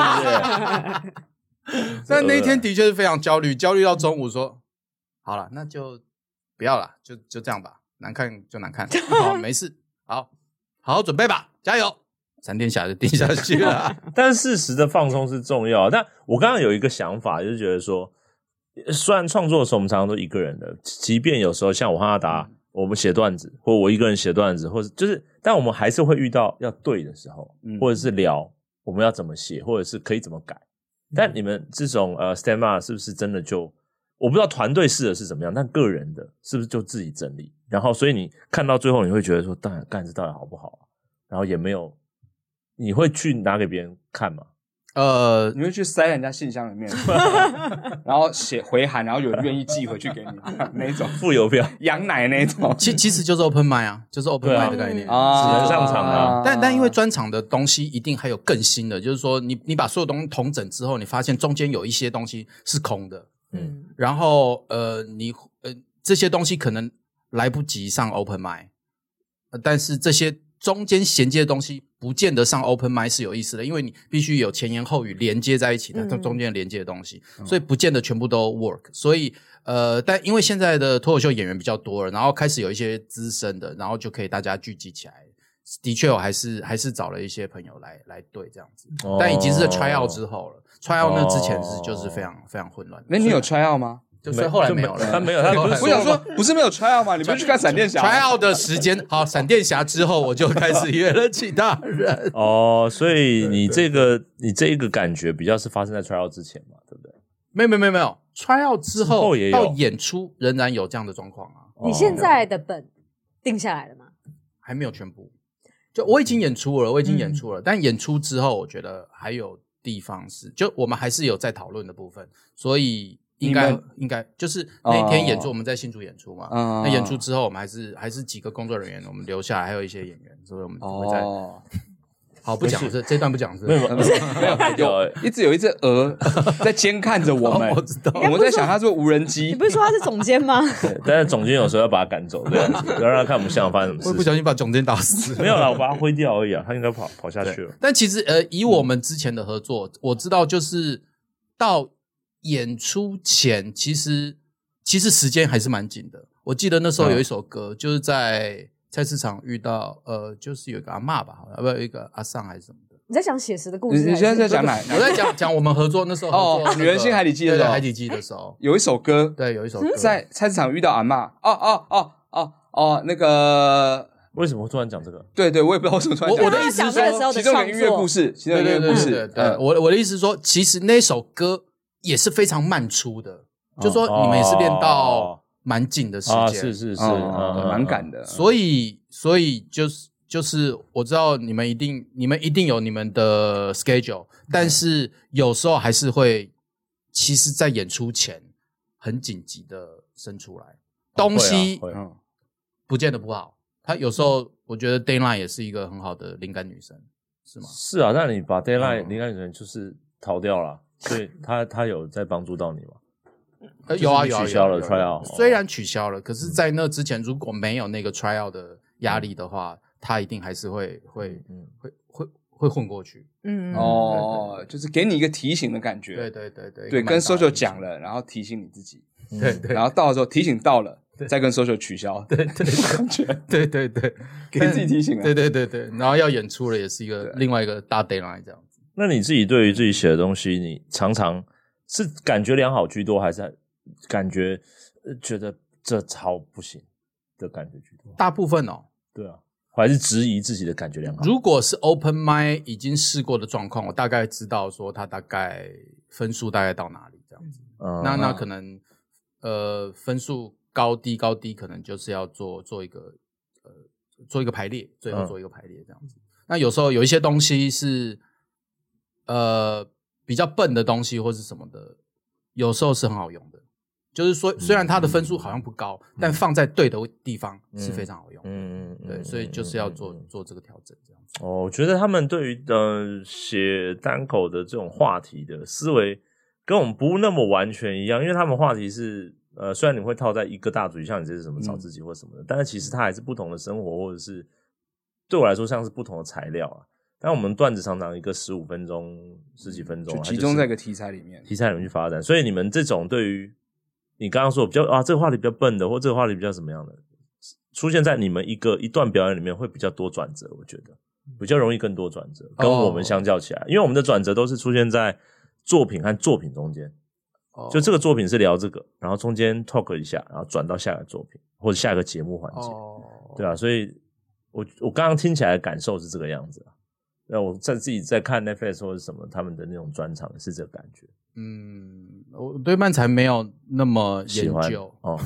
Speaker 3: 是 [LAUGHS]
Speaker 4: 但那一天的确是非常焦虑，焦虑到中午说，好了，那就不要了，就就这样吧，难看就难看，好没事，好好好准备吧，加油，闪电侠就定下去
Speaker 3: [LAUGHS]
Speaker 4: 了，
Speaker 3: 不是？但适时的放松是重要。但我刚刚有一个想法，就是觉得说，呃虽然创作的时候我们常常都一个人的，即便有时候像我和阿达，我们写段子，或我一个人写段子，或者就是，但我们还是会遇到要对的时候，
Speaker 1: 嗯
Speaker 3: 或者是聊我们要怎么写，或者是可以怎么改。但你们这种呃 stand up 是不是真的就我不知道团队式的是怎么样，但个人的是不是就自己整理？然后所以你看到最后，你会觉得说，干干这到底好不好啊？然后也没有，你会去拿给别人看吗？
Speaker 4: 呃，
Speaker 1: 你会去塞人家信箱里面，然后写回函，然后有人愿意寄回去给你那种
Speaker 3: 付邮票，
Speaker 1: 羊奶那种
Speaker 4: 其其实就是 open mind 啊，就是 open
Speaker 3: 对啊
Speaker 4: mind 的概念。
Speaker 3: 只能上场啊
Speaker 4: 但但因为专场的东西一定还有更新的，就是说你你把所有东西统整之后，你发现中间有一些东西是空的，
Speaker 3: 嗯
Speaker 4: 然后呃你呃这些东西可能来不及上 open mind，、呃但是这些中间衔接的东西不见得上 open mind 是有意思的，因为你必须有前言后语连接在一起的，
Speaker 2: 嗯
Speaker 4: 它中间连接的东西，
Speaker 1: 嗯
Speaker 4: 所以不见得全部都 work，所以。呃，但因为现在的脱口秀演员比较多了，然后开始有一些资深的，然后就可以大家聚集起来的确我还是还是找了一些朋友来来对这样子，
Speaker 3: 哦
Speaker 4: [LAUGHS] 但已经是 try out 之后了，try out 那之前是就是非常非常混乱的。
Speaker 1: 哦那你有
Speaker 4: 所
Speaker 1: try out 吗？
Speaker 4: 以就所以后来
Speaker 3: 就
Speaker 4: 没有
Speaker 3: 他
Speaker 4: 了。
Speaker 3: 没有，他不是
Speaker 1: 我想说，不是没有 try out 吗？你不是去看闪电侠啊吗
Speaker 4: try out 的时间好，闪电侠之后我就开始约了其他人。
Speaker 3: 哦，所以你这个你这一个感觉比较是发生在 trial 之前嘛，对不对？
Speaker 4: 没有没有没有没有，try out 之
Speaker 3: 之
Speaker 4: 后
Speaker 3: 后也有
Speaker 4: 到演出仍然有这样的状况啊，
Speaker 2: 你
Speaker 3: 哦
Speaker 2: 现在的本定下来了吗？
Speaker 4: 还没有全部。就我已经演出了，我已经演出了，但演出之后，我觉得还有地方是，就我们还是有在讨论的部分，所以应
Speaker 1: 你
Speaker 4: 该
Speaker 1: 们
Speaker 4: 应该就是那一天演
Speaker 1: 哦
Speaker 4: 出，我们在新竹演出嘛，
Speaker 1: 嗯
Speaker 4: 那演出之后，我们还是还是几个工作人员，我们留下来，还有一些演员，所以我们会在
Speaker 1: 哦，
Speaker 4: 好不讲
Speaker 3: 没事
Speaker 4: 这这段不讲是
Speaker 3: 没
Speaker 4: [LAUGHS]
Speaker 3: 有，
Speaker 1: 没有有一直有一只鹅在监看着我们
Speaker 4: 哦我，知道，
Speaker 1: 我们在想它是不是无人机
Speaker 2: 你不。是说他是总监吗？
Speaker 3: 对但是总监有时候要把他赶走，这样子，不要让他看不像发生什
Speaker 4: 我
Speaker 3: 么事
Speaker 4: 不
Speaker 3: 情。
Speaker 4: 小心把总监打死了。
Speaker 1: 啊
Speaker 3: 没有啦，我把他挥掉而已啊，他应该跑跑下去
Speaker 4: 对
Speaker 3: 了。
Speaker 4: 但其实呃，以我们之前的合作，我知道就是到演出前，其实其实时间还是蛮紧的。我记得那时
Speaker 1: 嗯
Speaker 4: 候有一首歌，就是在菜市场遇到呃，就是有一个阿嬷吧，好像不有一个阿尚还是什么的。
Speaker 2: 你在讲写实的故
Speaker 1: 你
Speaker 2: 事？
Speaker 1: 你现在在讲哪？
Speaker 4: 我在讲讲我们合作那时候合作
Speaker 1: 哦
Speaker 4: 那个
Speaker 1: 女人心海底记的时
Speaker 4: 对
Speaker 1: 候
Speaker 4: 对海底记的时候，
Speaker 1: 有一首歌
Speaker 4: 对有一首歌
Speaker 1: 在菜市场遇到阿嬷，哦哦哦哦哦，那个
Speaker 3: 为什么会突然讲这个？
Speaker 1: 对对，我也不知道为什么突然
Speaker 4: 我
Speaker 1: 讲
Speaker 4: 我的
Speaker 1: 这个
Speaker 4: 意思是
Speaker 2: 他要讲那个时候
Speaker 1: 其中
Speaker 2: 的
Speaker 1: 有
Speaker 2: 创
Speaker 1: 一个音乐故
Speaker 2: 作，
Speaker 1: 事，其中有
Speaker 4: 对
Speaker 1: 一个
Speaker 4: 对对
Speaker 1: 故
Speaker 4: 对
Speaker 1: 事，
Speaker 4: 对，
Speaker 1: 嗯
Speaker 4: 我我的意思是说，其实那首歌也是非常慢出的，就说你们也是练
Speaker 3: 哦
Speaker 4: 到蛮紧的时
Speaker 3: 啊，
Speaker 4: 间，
Speaker 3: 是是是，
Speaker 1: 哦
Speaker 3: 嗯
Speaker 1: 蛮赶。的，
Speaker 4: 所以，所以就是就是，我知道你们一定你们一定有你们的 schedule，但
Speaker 3: 嗯
Speaker 4: 是有时候还是会，其实，在演出前很紧急的生出来东西，
Speaker 3: 会啊会啊
Speaker 1: 嗯
Speaker 4: 不见得不好。他有时候我觉得 d a y l i n e 也是一个很好的灵感女神，是吗？
Speaker 3: 是啊，那你把 deadline
Speaker 4: 嗯
Speaker 3: 灵感人就是逃掉了，所以他他有在帮助到你吗？
Speaker 4: 呃，
Speaker 3: 就是
Speaker 4: 有啊
Speaker 3: 你
Speaker 4: 有啊，
Speaker 3: 取消了
Speaker 4: 有啊有啊
Speaker 3: tryout
Speaker 1: 哦
Speaker 4: 虽然取消了，
Speaker 1: 嗯
Speaker 4: 可是，在那之前如果没有那个 tryout 的压力的话，他一定还是会会
Speaker 3: 嗯，
Speaker 4: 会会会混过去。
Speaker 2: 嗯，
Speaker 1: 哦，就是给你一个提醒的感觉，
Speaker 4: 对对对对，
Speaker 1: 对，跟 social 讲
Speaker 4: 了。
Speaker 1: 了，然后提醒你自己，
Speaker 4: 对对
Speaker 1: 然后到的时候提醒到了，再跟 social 取消，对对，感觉
Speaker 4: [LAUGHS] 对对对，
Speaker 1: [LAUGHS] 给自己提醒啊
Speaker 4: 对，对对对，然后要演出了，也是一个另外一个大 deadline 这样子。
Speaker 3: 那你自己对于自己写的东西，你常常是感觉良好居多，还是感觉呃觉得这超不行的感觉居多？
Speaker 4: 大部分哦，
Speaker 3: 对啊，还是质疑自己的感觉良好？
Speaker 4: 如果是 open mic 已经试过的状况，我大概知道说他大概分数大概到哪里这样子。
Speaker 3: 嗯
Speaker 4: 那那可能呃分数高低高低，可能就是要做做一个呃做一个排列，最后
Speaker 3: 嗯
Speaker 4: 做一个排列这样子。那有时候有一些东西是呃比较笨的东西或是什么的，有时候是很好用的。就是说，虽然它的分数
Speaker 3: 嗯
Speaker 4: 好像不高，但放在对的地方是非常好用的。
Speaker 3: 嗯嗯嗯
Speaker 4: 对，
Speaker 3: 嗯
Speaker 4: 所以就是要做
Speaker 3: 嗯嗯嗯
Speaker 4: 做这个调整，这样子。
Speaker 3: 哦，我觉得他们对于呃写单口的这种话题的思维，跟我们不那么完全一样，因为他们话题是呃，虽然你会套在一个大主题，像你这是什么
Speaker 1: 嗯
Speaker 3: 找自己或什么的，但是其实它还是不同的生活，或者是对我来说像是不同的材料啊。但我们段子常常一个十五分钟、十几分
Speaker 1: 嗯
Speaker 3: 钟，
Speaker 1: 就
Speaker 3: 它
Speaker 1: 集中在一个
Speaker 3: 是
Speaker 1: 题材里面，
Speaker 3: 题材里面去发展。所以你们这种对于你刚刚说比较啊，这个话题比较笨的，或这个话题比较怎么样的，出现在你们一个一段表演里面会比较多转折，我觉得比较容易更多转折，跟我们相较起来，因为我们的转折都是出现在作品和作品中间，就这
Speaker 4: 个
Speaker 3: 个作品是聊这个，然后中间 talk 一下，然后转到下个作品或者下个节目环节，
Speaker 4: 哦，
Speaker 3: 对啊，所以我我刚刚听起来的感受是这个样子啊。那我在自己在看 Netflix 或者什么他们的那种专场是这个感觉，
Speaker 4: 嗯，我对漫才没有那么
Speaker 3: 喜
Speaker 4: 研
Speaker 3: 欢
Speaker 4: 究，
Speaker 3: 哦，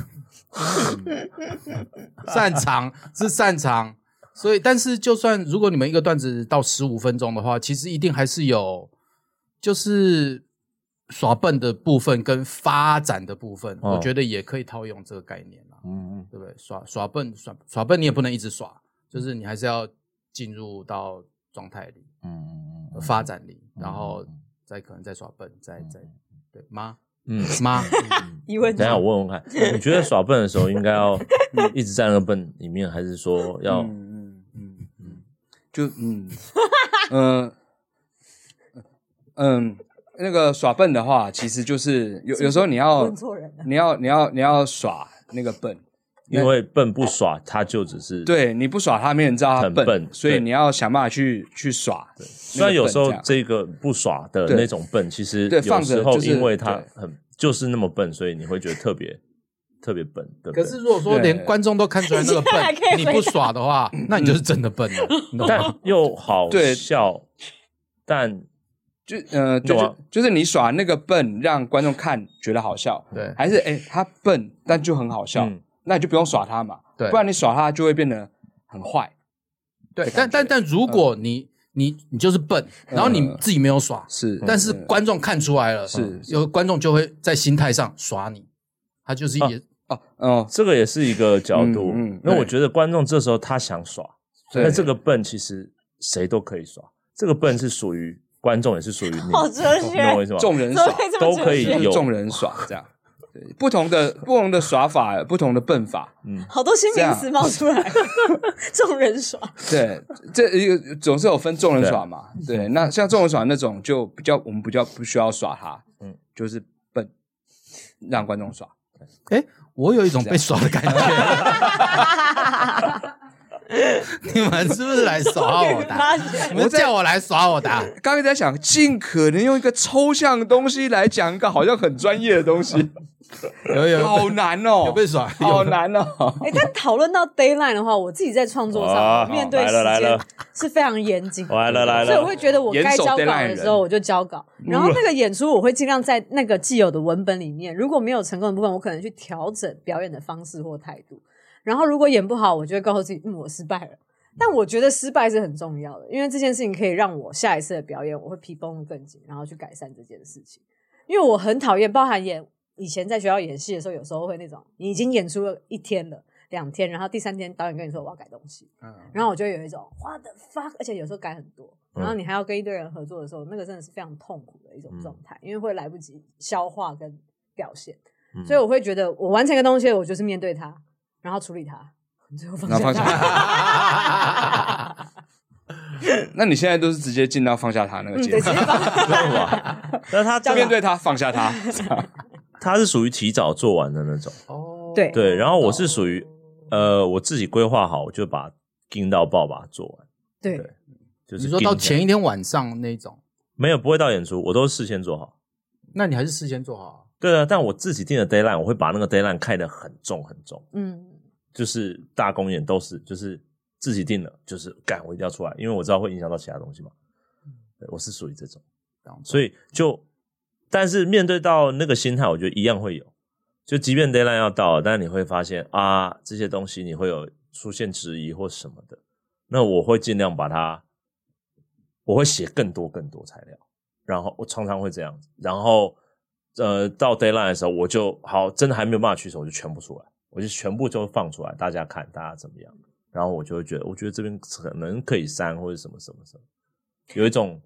Speaker 3: [LAUGHS]
Speaker 4: 擅长是擅长，所以但是就算如果你们一个段子到十五分钟的话，其实一定还是有就是耍笨的部分跟发展的部分，
Speaker 3: 哦
Speaker 4: 我觉得也可以套用这个概念啦，
Speaker 3: 嗯，
Speaker 4: 对不对？耍耍笨耍耍笨你也不能一直耍，就是你还是要进入到状态里、
Speaker 3: 嗯嗯
Speaker 4: 发展里，然后
Speaker 3: 嗯
Speaker 4: 再可能再耍笨，再再
Speaker 3: 嗯
Speaker 4: 对妈
Speaker 1: [LAUGHS]
Speaker 3: 嗯， [LAUGHS]
Speaker 4: 妈。
Speaker 2: 疑问句
Speaker 3: 等一下我问问看，你觉得耍笨的时候应该
Speaker 1: [LAUGHS]
Speaker 3: 要一直在那个笨里面，还是说要
Speaker 1: 嗯嗯嗯嗯，就嗯 [LAUGHS] 嗯嗯，那个耍笨的话，其实就是有有时候你要
Speaker 2: 问错人了。
Speaker 1: 你要你要你要耍那个笨，
Speaker 3: 因为笨不耍，他就只是。
Speaker 1: 对，你不耍他，没人知道他
Speaker 3: 很
Speaker 1: 笨，
Speaker 3: 笨
Speaker 1: 所以
Speaker 3: 对
Speaker 1: 你要想办法去去耍。
Speaker 3: 虽然有时
Speaker 1: 那
Speaker 3: 候
Speaker 1: 个笨这
Speaker 3: 这个不耍的
Speaker 1: 对
Speaker 3: 那种笨，其实
Speaker 1: 对
Speaker 3: 有
Speaker 1: 放着
Speaker 3: 时候
Speaker 1: 就是
Speaker 3: 因为他很就是那么笨，所以你会觉得特别特别笨，对不
Speaker 4: 可
Speaker 3: 对？
Speaker 4: 是如果说连
Speaker 1: 对
Speaker 4: 观众都看出来那个
Speaker 2: 你现在还可以回答
Speaker 4: 笨，你不耍的话，那你就是真的笨了。你
Speaker 3: [LAUGHS]
Speaker 4: 懂吗
Speaker 3: 但又好
Speaker 1: 对
Speaker 3: 笑，但
Speaker 1: 样就呃，就
Speaker 3: 懂
Speaker 1: 就
Speaker 3: 啊
Speaker 1: 就是你耍那个笨，让观众看觉得好笑，
Speaker 4: 对
Speaker 1: 还是哎、他笨，但就很好笑，
Speaker 3: 嗯
Speaker 1: 那你就不用耍他嘛，
Speaker 4: 对
Speaker 1: 不然你耍他就会变得很坏。
Speaker 4: 对，但但但
Speaker 1: 嗯
Speaker 4: 如果你你你就是笨，然后你自己没有耍，
Speaker 1: 是，
Speaker 4: 但是
Speaker 1: 嗯
Speaker 4: 观众看出来了，
Speaker 1: 是
Speaker 4: 有观众就会在心态上耍你，他就是也
Speaker 1: 哦哦，
Speaker 3: 这个也是一个角度
Speaker 1: 嗯嗯。
Speaker 3: 那我
Speaker 1: 对
Speaker 3: 觉得观众这时候他想耍，
Speaker 1: 对
Speaker 3: 那这个笨其实谁都可以耍，这个笨是属于观众，也是属于你，
Speaker 2: [LAUGHS] 好哲
Speaker 3: 你
Speaker 2: 学，
Speaker 3: 懂我意思吗？
Speaker 1: 众人
Speaker 2: 怎么
Speaker 1: 耍
Speaker 2: 可以这
Speaker 3: 都
Speaker 2: 么
Speaker 3: 可
Speaker 2: 哲
Speaker 3: 以
Speaker 1: 就
Speaker 2: 学？
Speaker 1: 是
Speaker 3: 有
Speaker 1: 众人耍这样，对，不同的不同的耍法，不同的笨法，
Speaker 2: 好多新
Speaker 1: 这
Speaker 2: 名
Speaker 1: 样
Speaker 2: 词冒出来，众人耍，
Speaker 1: [LAUGHS] 对，这一个总是有分众人耍嘛，对，那像众人耍那种就比较我们比较不需要耍他，嗯
Speaker 3: 嗯，
Speaker 1: 就是笨，让观众耍，
Speaker 4: 哎，我有一
Speaker 1: 啊
Speaker 4: 种被耍的感觉。 [LAUGHS] 你们是不是来耍我的？啊
Speaker 2: 发觉
Speaker 4: 你们叫我来耍我的？啊
Speaker 1: 刚刚在想，尽可能用一个抽象的东西来讲一个好像很专业的东
Speaker 3: [LAUGHS]
Speaker 1: 西，
Speaker 4: 有有有
Speaker 1: 好难哦，
Speaker 4: 有被耍？
Speaker 1: 好难哦，
Speaker 2: 哎，但讨论到 d a y l i n e 的话，我自己在创作
Speaker 3: 哇
Speaker 2: 上面对
Speaker 3: 来
Speaker 2: 时
Speaker 3: 了来
Speaker 2: 间
Speaker 3: 了
Speaker 2: 是非常严谨的，
Speaker 3: 来了来
Speaker 2: 所以我
Speaker 3: 了
Speaker 2: 会，觉得我该交稿的时候我就交稿，
Speaker 3: 嗯
Speaker 2: 然后那个演出我会尽量在那个既有的文本里面，如果没有成功的部分，我可能去调整表演的方式或态度。然后如果演不好，我就会告诉自己，嗯，我失败了。但我觉得失败是很重要的，因为这件事情可以让我下一次的表演我会皮绷得更紧，然后去改善这件事情。因为我很讨厌，包含演以前在学校演戏的时候，有时候会那种你已经演出了一天了。两天，然后第三天导演跟你说我要改东西，然后我就会有一种 what the fuck，而且有时候改很多，然后你还要跟一堆人合作的时候，那个真的是非常痛苦的一种状态，因为会来不及消化跟表现，
Speaker 3: 嗯
Speaker 2: 所以我会觉得我完成一个东西，我就是面对它，然后处理它， [LAUGHS] 最后放
Speaker 1: 然后
Speaker 2: 下
Speaker 1: 放
Speaker 2: 它。
Speaker 4: [LAUGHS] 哦
Speaker 1: [LAUGHS] 那你现在都是直接进到放下他那个
Speaker 2: 嗯，
Speaker 1: 阶
Speaker 2: 对，直
Speaker 1: 段，
Speaker 2: 接放下。
Speaker 3: 真的吗？
Speaker 2: [LAUGHS]
Speaker 3: 但他这
Speaker 1: 面
Speaker 3: 个
Speaker 1: 对他放下他，
Speaker 3: 他是属于提早做完的那种，
Speaker 4: 哦
Speaker 2: 对
Speaker 3: 对。然后我是属于呃，我自己规划好，我就把盯到爆把它做完。
Speaker 2: 对
Speaker 3: 对就是
Speaker 4: 你说到
Speaker 3: 盯起来
Speaker 4: 前一天晚上那种，
Speaker 3: 没有不会到演出，我都是事先做好。
Speaker 4: 那你还是事先做好啊。
Speaker 3: 对啊，但我自己定的 d a y l i n e 我会把那个 d a y l i n e 看得很重很重，
Speaker 2: 嗯，
Speaker 3: 就是大公演都是，就是自己定了，就是干我一定要出来，因为我知道会影响到其他东西嘛。对，我是属于这种，所以就，但是面对到那个心态，我觉得一样会有，就即便 d a y l i n e 要到了，但你会发现啊，这些东西你会有出现质疑或什么的，那我会尽量把它，我会写更多更多材料。然后我常常会这样子，然后呃到 d a y l i n e 的时候，我就好真的还没有办法取舍，我就全部出来，我就全部就放出来，大家看大家怎么样，然后我就会觉得，我觉得这边可能可以删或者什么什么什么，有一种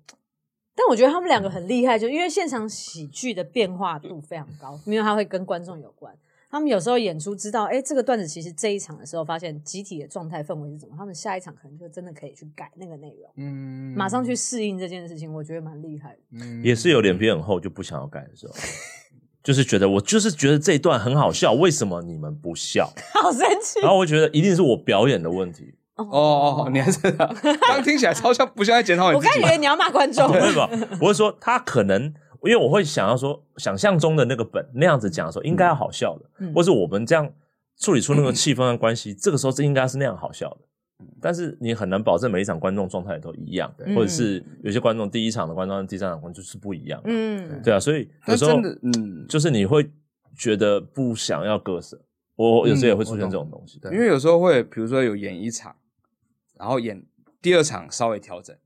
Speaker 2: 但我觉得他们两个很厉害，就因为现场喜剧的变化度非常高，因为它会跟观众有关。他们有时候演出知道，哎、这个段子其实这一场的时候，发现集体的状态氛围是怎么，他们下一场可能就真的可以去改那个内容，
Speaker 4: 嗯
Speaker 2: 马上去适应这件事情，我觉得蛮厉害的。 [LAUGHS]
Speaker 4: 嗯
Speaker 3: 也是有脸皮很厚就不想要改的时候， [LAUGHS] 就是觉得我就是觉得这一段很好笑，为什么你们不笑？
Speaker 2: 好神奇
Speaker 3: 然后我觉得一定是我表演的问题，
Speaker 1: 哦哦，你还
Speaker 2: [LAUGHS]
Speaker 1: 是刚听起来超像不像在检讨你
Speaker 2: 我
Speaker 1: 自
Speaker 2: 刚
Speaker 1: 己啊
Speaker 2: 以，为你要骂观众，
Speaker 3: [LAUGHS] 不是吧？我是说他可能，因为我会想要说，想象中的那个本那样子讲的时候，应该要好笑的，
Speaker 2: 嗯
Speaker 3: 或是我们这样处理出那个气氛的关系，这个时候这应该是那样好笑的。但是你很难保证每一场观众状态都一样，
Speaker 2: 嗯
Speaker 3: 或者是有些观众第一场的观众、第三场的观众就是不一样，
Speaker 2: 嗯，
Speaker 3: 对啊，所以有
Speaker 1: 但
Speaker 3: 时候
Speaker 1: 真的，嗯，
Speaker 3: 就是你会觉得不想要割舍，我有时候也会出现
Speaker 4: 嗯
Speaker 3: 这种东西，
Speaker 1: 因为有时候会，比如说有演一场，然后演第二场稍微调整，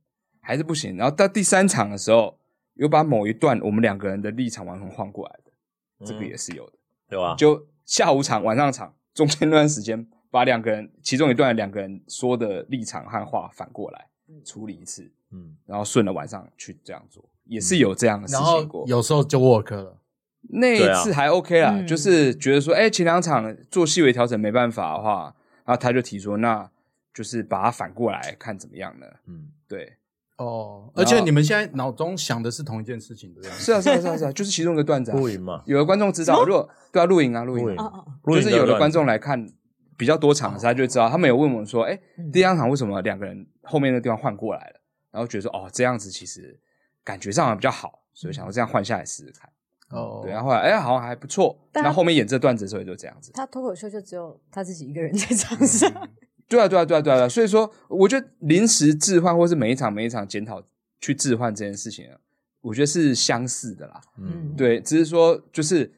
Speaker 1: 还是不行，然后到第三场的时候，有把某一段我们两个人的立场完全换过来的，这个
Speaker 3: 嗯
Speaker 1: 也是有的。
Speaker 3: 对吧？
Speaker 1: 就下午场、晚上场中间那段时间，把两个人其中一段两个人说的立场和话反过来处理一次，
Speaker 3: 嗯，
Speaker 1: 然后顺着晚上去这样做，也是有这样的事
Speaker 4: 嗯然后
Speaker 1: 情过。
Speaker 4: 有时候就 work 了。
Speaker 1: 那一次还 OK 啦，
Speaker 2: 对啊嗯
Speaker 1: 就是觉得说，哎、前两场做细微调整没办法的话，然后他就提说，那就是把它反过来看怎么样呢？
Speaker 3: 嗯，
Speaker 1: 对，
Speaker 4: 哦，
Speaker 1: 然后
Speaker 4: 而且你们现在脑中想的是同一件事情，对不对？
Speaker 1: 是啊，是啊，是啊，是啊，就是其中一个段子、啊。
Speaker 3: 露营嘛，
Speaker 1: 有的观众知道，如果对啊，录影啊，录
Speaker 3: 录
Speaker 1: 影
Speaker 3: 影
Speaker 1: 啊，
Speaker 2: 哦哦
Speaker 1: 就
Speaker 3: 录影
Speaker 1: 是有的
Speaker 3: 段
Speaker 1: 观
Speaker 3: 子
Speaker 1: 众来看比较多场的时候，他就会知道。他们有问我们说，哎、
Speaker 2: 嗯
Speaker 1: 第三场为什么两个人后面那个地方换过来了？然后觉得说，哦，这样子其实感觉上比较好，所以想要这样换下来试试看。
Speaker 4: 哦
Speaker 1: 对，然后后来哎、好像还不错。
Speaker 2: 但
Speaker 1: 然
Speaker 2: 他
Speaker 1: 后后面演这段子的时候也就这样子。
Speaker 2: 他脱口秀就只有他自己一个人在场上，
Speaker 1: 对啊，对啊，对啊，对啊。对啊所以说，我觉得临时置换或是每一场每一场检讨去置换这件事情啊，我觉得是相似的啦。
Speaker 2: 嗯，
Speaker 1: 对，只是说就是，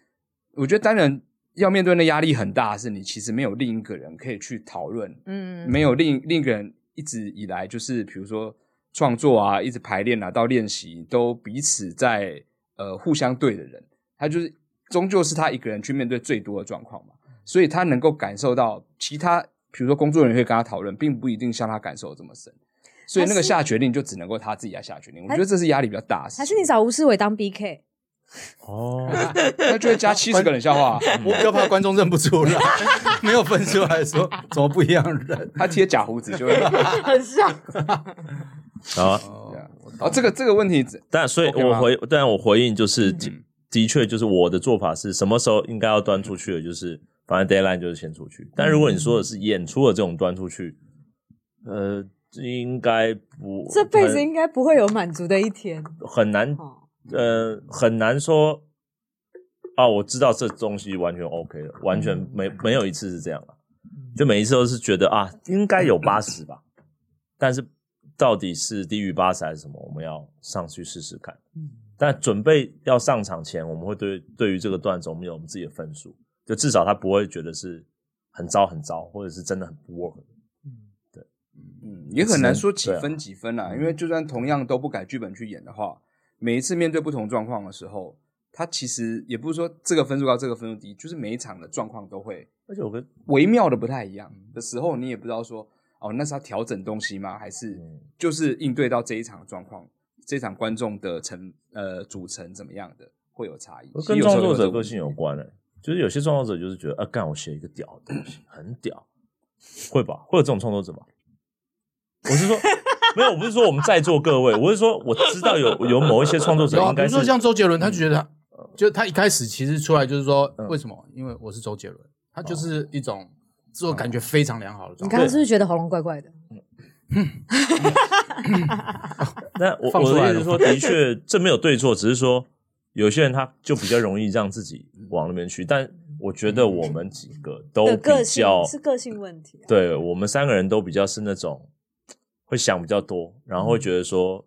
Speaker 1: 我觉得当然要面对的压力很大，是你其实没有另一个人可以去讨论，
Speaker 2: 嗯，
Speaker 1: 没有另另一个人一直以来就是比如说创作啊，一直排练啊，到练习都彼此在呃互相对的人，他就是终究是他一个人去面对最多的状况嘛，所以他能够感受到其他比如说工作人员会跟他讨论，并不一定像他感受的这么深。所以那个
Speaker 2: 还是
Speaker 1: 下决定就只能够他自己来下决定，我觉得这是压力比较大的事情。
Speaker 2: 还是你找吴思伟当 BK，
Speaker 3: 哦，
Speaker 1: 那就会
Speaker 2: [LAUGHS]
Speaker 1: 加七十个冷笑话、啊
Speaker 4: 我比较怕观众认不出 [LAUGHS] 来，没有分出来说怎么不一样人。
Speaker 1: 他贴假胡子就会。
Speaker 2: 很像。
Speaker 3: 好啊，
Speaker 1: 哦，这个这个问题，
Speaker 3: 但所以
Speaker 1: OK
Speaker 3: 我
Speaker 1: 吗嗯
Speaker 3: 回，但我回应就是，的的确就是我的做法是什么时候应该要端出去的，就是反正 deadline 就是先出去。但如果你说的是
Speaker 1: 嗯
Speaker 3: 演出的这种端出去，呃，应该不
Speaker 2: 这辈子
Speaker 3: 很
Speaker 2: 应该不会有满足的一天。
Speaker 3: 很难，
Speaker 2: 哦，
Speaker 3: 呃，很难说啊，我知道这东西完全 OK 了，完全没没有一次是这样了，就每一次都是觉得啊，应该有八十吧，但是到底是低于八十还是什么，我们要上去试试看。但准备要上场前，我们会对对于这个段子，我们有我们自己的分数，就至少他不会觉得是很糟很糟，或者是真的很不 work。
Speaker 1: 嗯，也很难说几
Speaker 3: 对啊
Speaker 1: 分几分啊，因为就算同样都不改剧本去演的话，每一次面对不同状况的时候，他其实也不是说这个分数高，这个分数低，就是每一场的状况都会
Speaker 3: 而且我跟
Speaker 1: 微妙的不太一样
Speaker 3: 嗯
Speaker 1: 的时候，你也不知道说，哦，那是要调整东西吗？还是
Speaker 3: 嗯
Speaker 1: 就是应对到这一场的状况，这一场观众的成呃组成怎么样的会有差异？
Speaker 3: 跟
Speaker 1: 有时候
Speaker 3: 创作
Speaker 1: 有这
Speaker 3: 者
Speaker 1: 个
Speaker 3: 个
Speaker 1: 问
Speaker 3: 性
Speaker 1: 题
Speaker 3: 有关诶、就是有些创作者就是觉得，啊，干，我写一个屌的东西，很屌，会吧？会有这种创作者吗？我是说，没有，我不是说我们在座各位，我是说我知道有有某一些创作者
Speaker 4: 有啊，
Speaker 3: 应
Speaker 4: 比
Speaker 3: 该
Speaker 4: 如
Speaker 3: 是嗯
Speaker 4: 说像周杰伦，他就觉得他，就他一开始其实出来就是说，为什么？因为我是周杰伦，他就是一种自我感觉非常良好的
Speaker 2: 你
Speaker 4: 状态
Speaker 2: 刚。刚是不是觉得喉咙怪怪的？
Speaker 3: 那我
Speaker 4: 放出
Speaker 3: 我
Speaker 4: 来
Speaker 3: 的意思
Speaker 4: 了
Speaker 3: 是说，
Speaker 4: [LAUGHS]
Speaker 3: 的确这没有对错，只是说有些人他就比较容易让自己往那边去。但我觉得我们几个都
Speaker 2: 的
Speaker 3: 比
Speaker 2: 个性
Speaker 3: 较，
Speaker 2: 是个性问题、啊。
Speaker 3: 对我们三个人都比较是那种会想比较多，然
Speaker 4: 嗯
Speaker 3: 后会觉得说，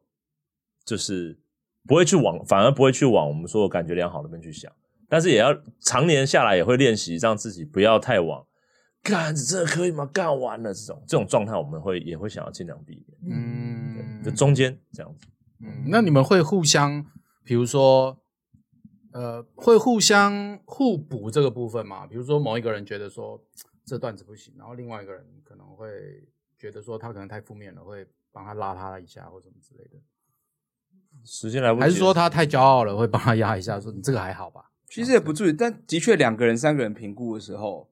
Speaker 3: 就是不会去往，反而不会去往我们说感觉良好那边去想。但是也要常年下来，也会练习让自己不要太往干，这可以吗？干完了这种这种状态，我们会也会想要尽量避免，
Speaker 4: 嗯
Speaker 3: 就中间这样子。
Speaker 4: 嗯，那你们会互相，比如说，呃，会互相互补这个部分吗？比如说某一个人觉得说这段子不行，然后另外一个人可能会觉得说他可能太负面了，会帮他拉他一下或什么之类的，
Speaker 3: 时间来不及，
Speaker 4: 还是说他太骄傲了，会帮他压一下，说你这个还好吧？
Speaker 1: 其实也不至于，但的确两个人、三个人评估的时候，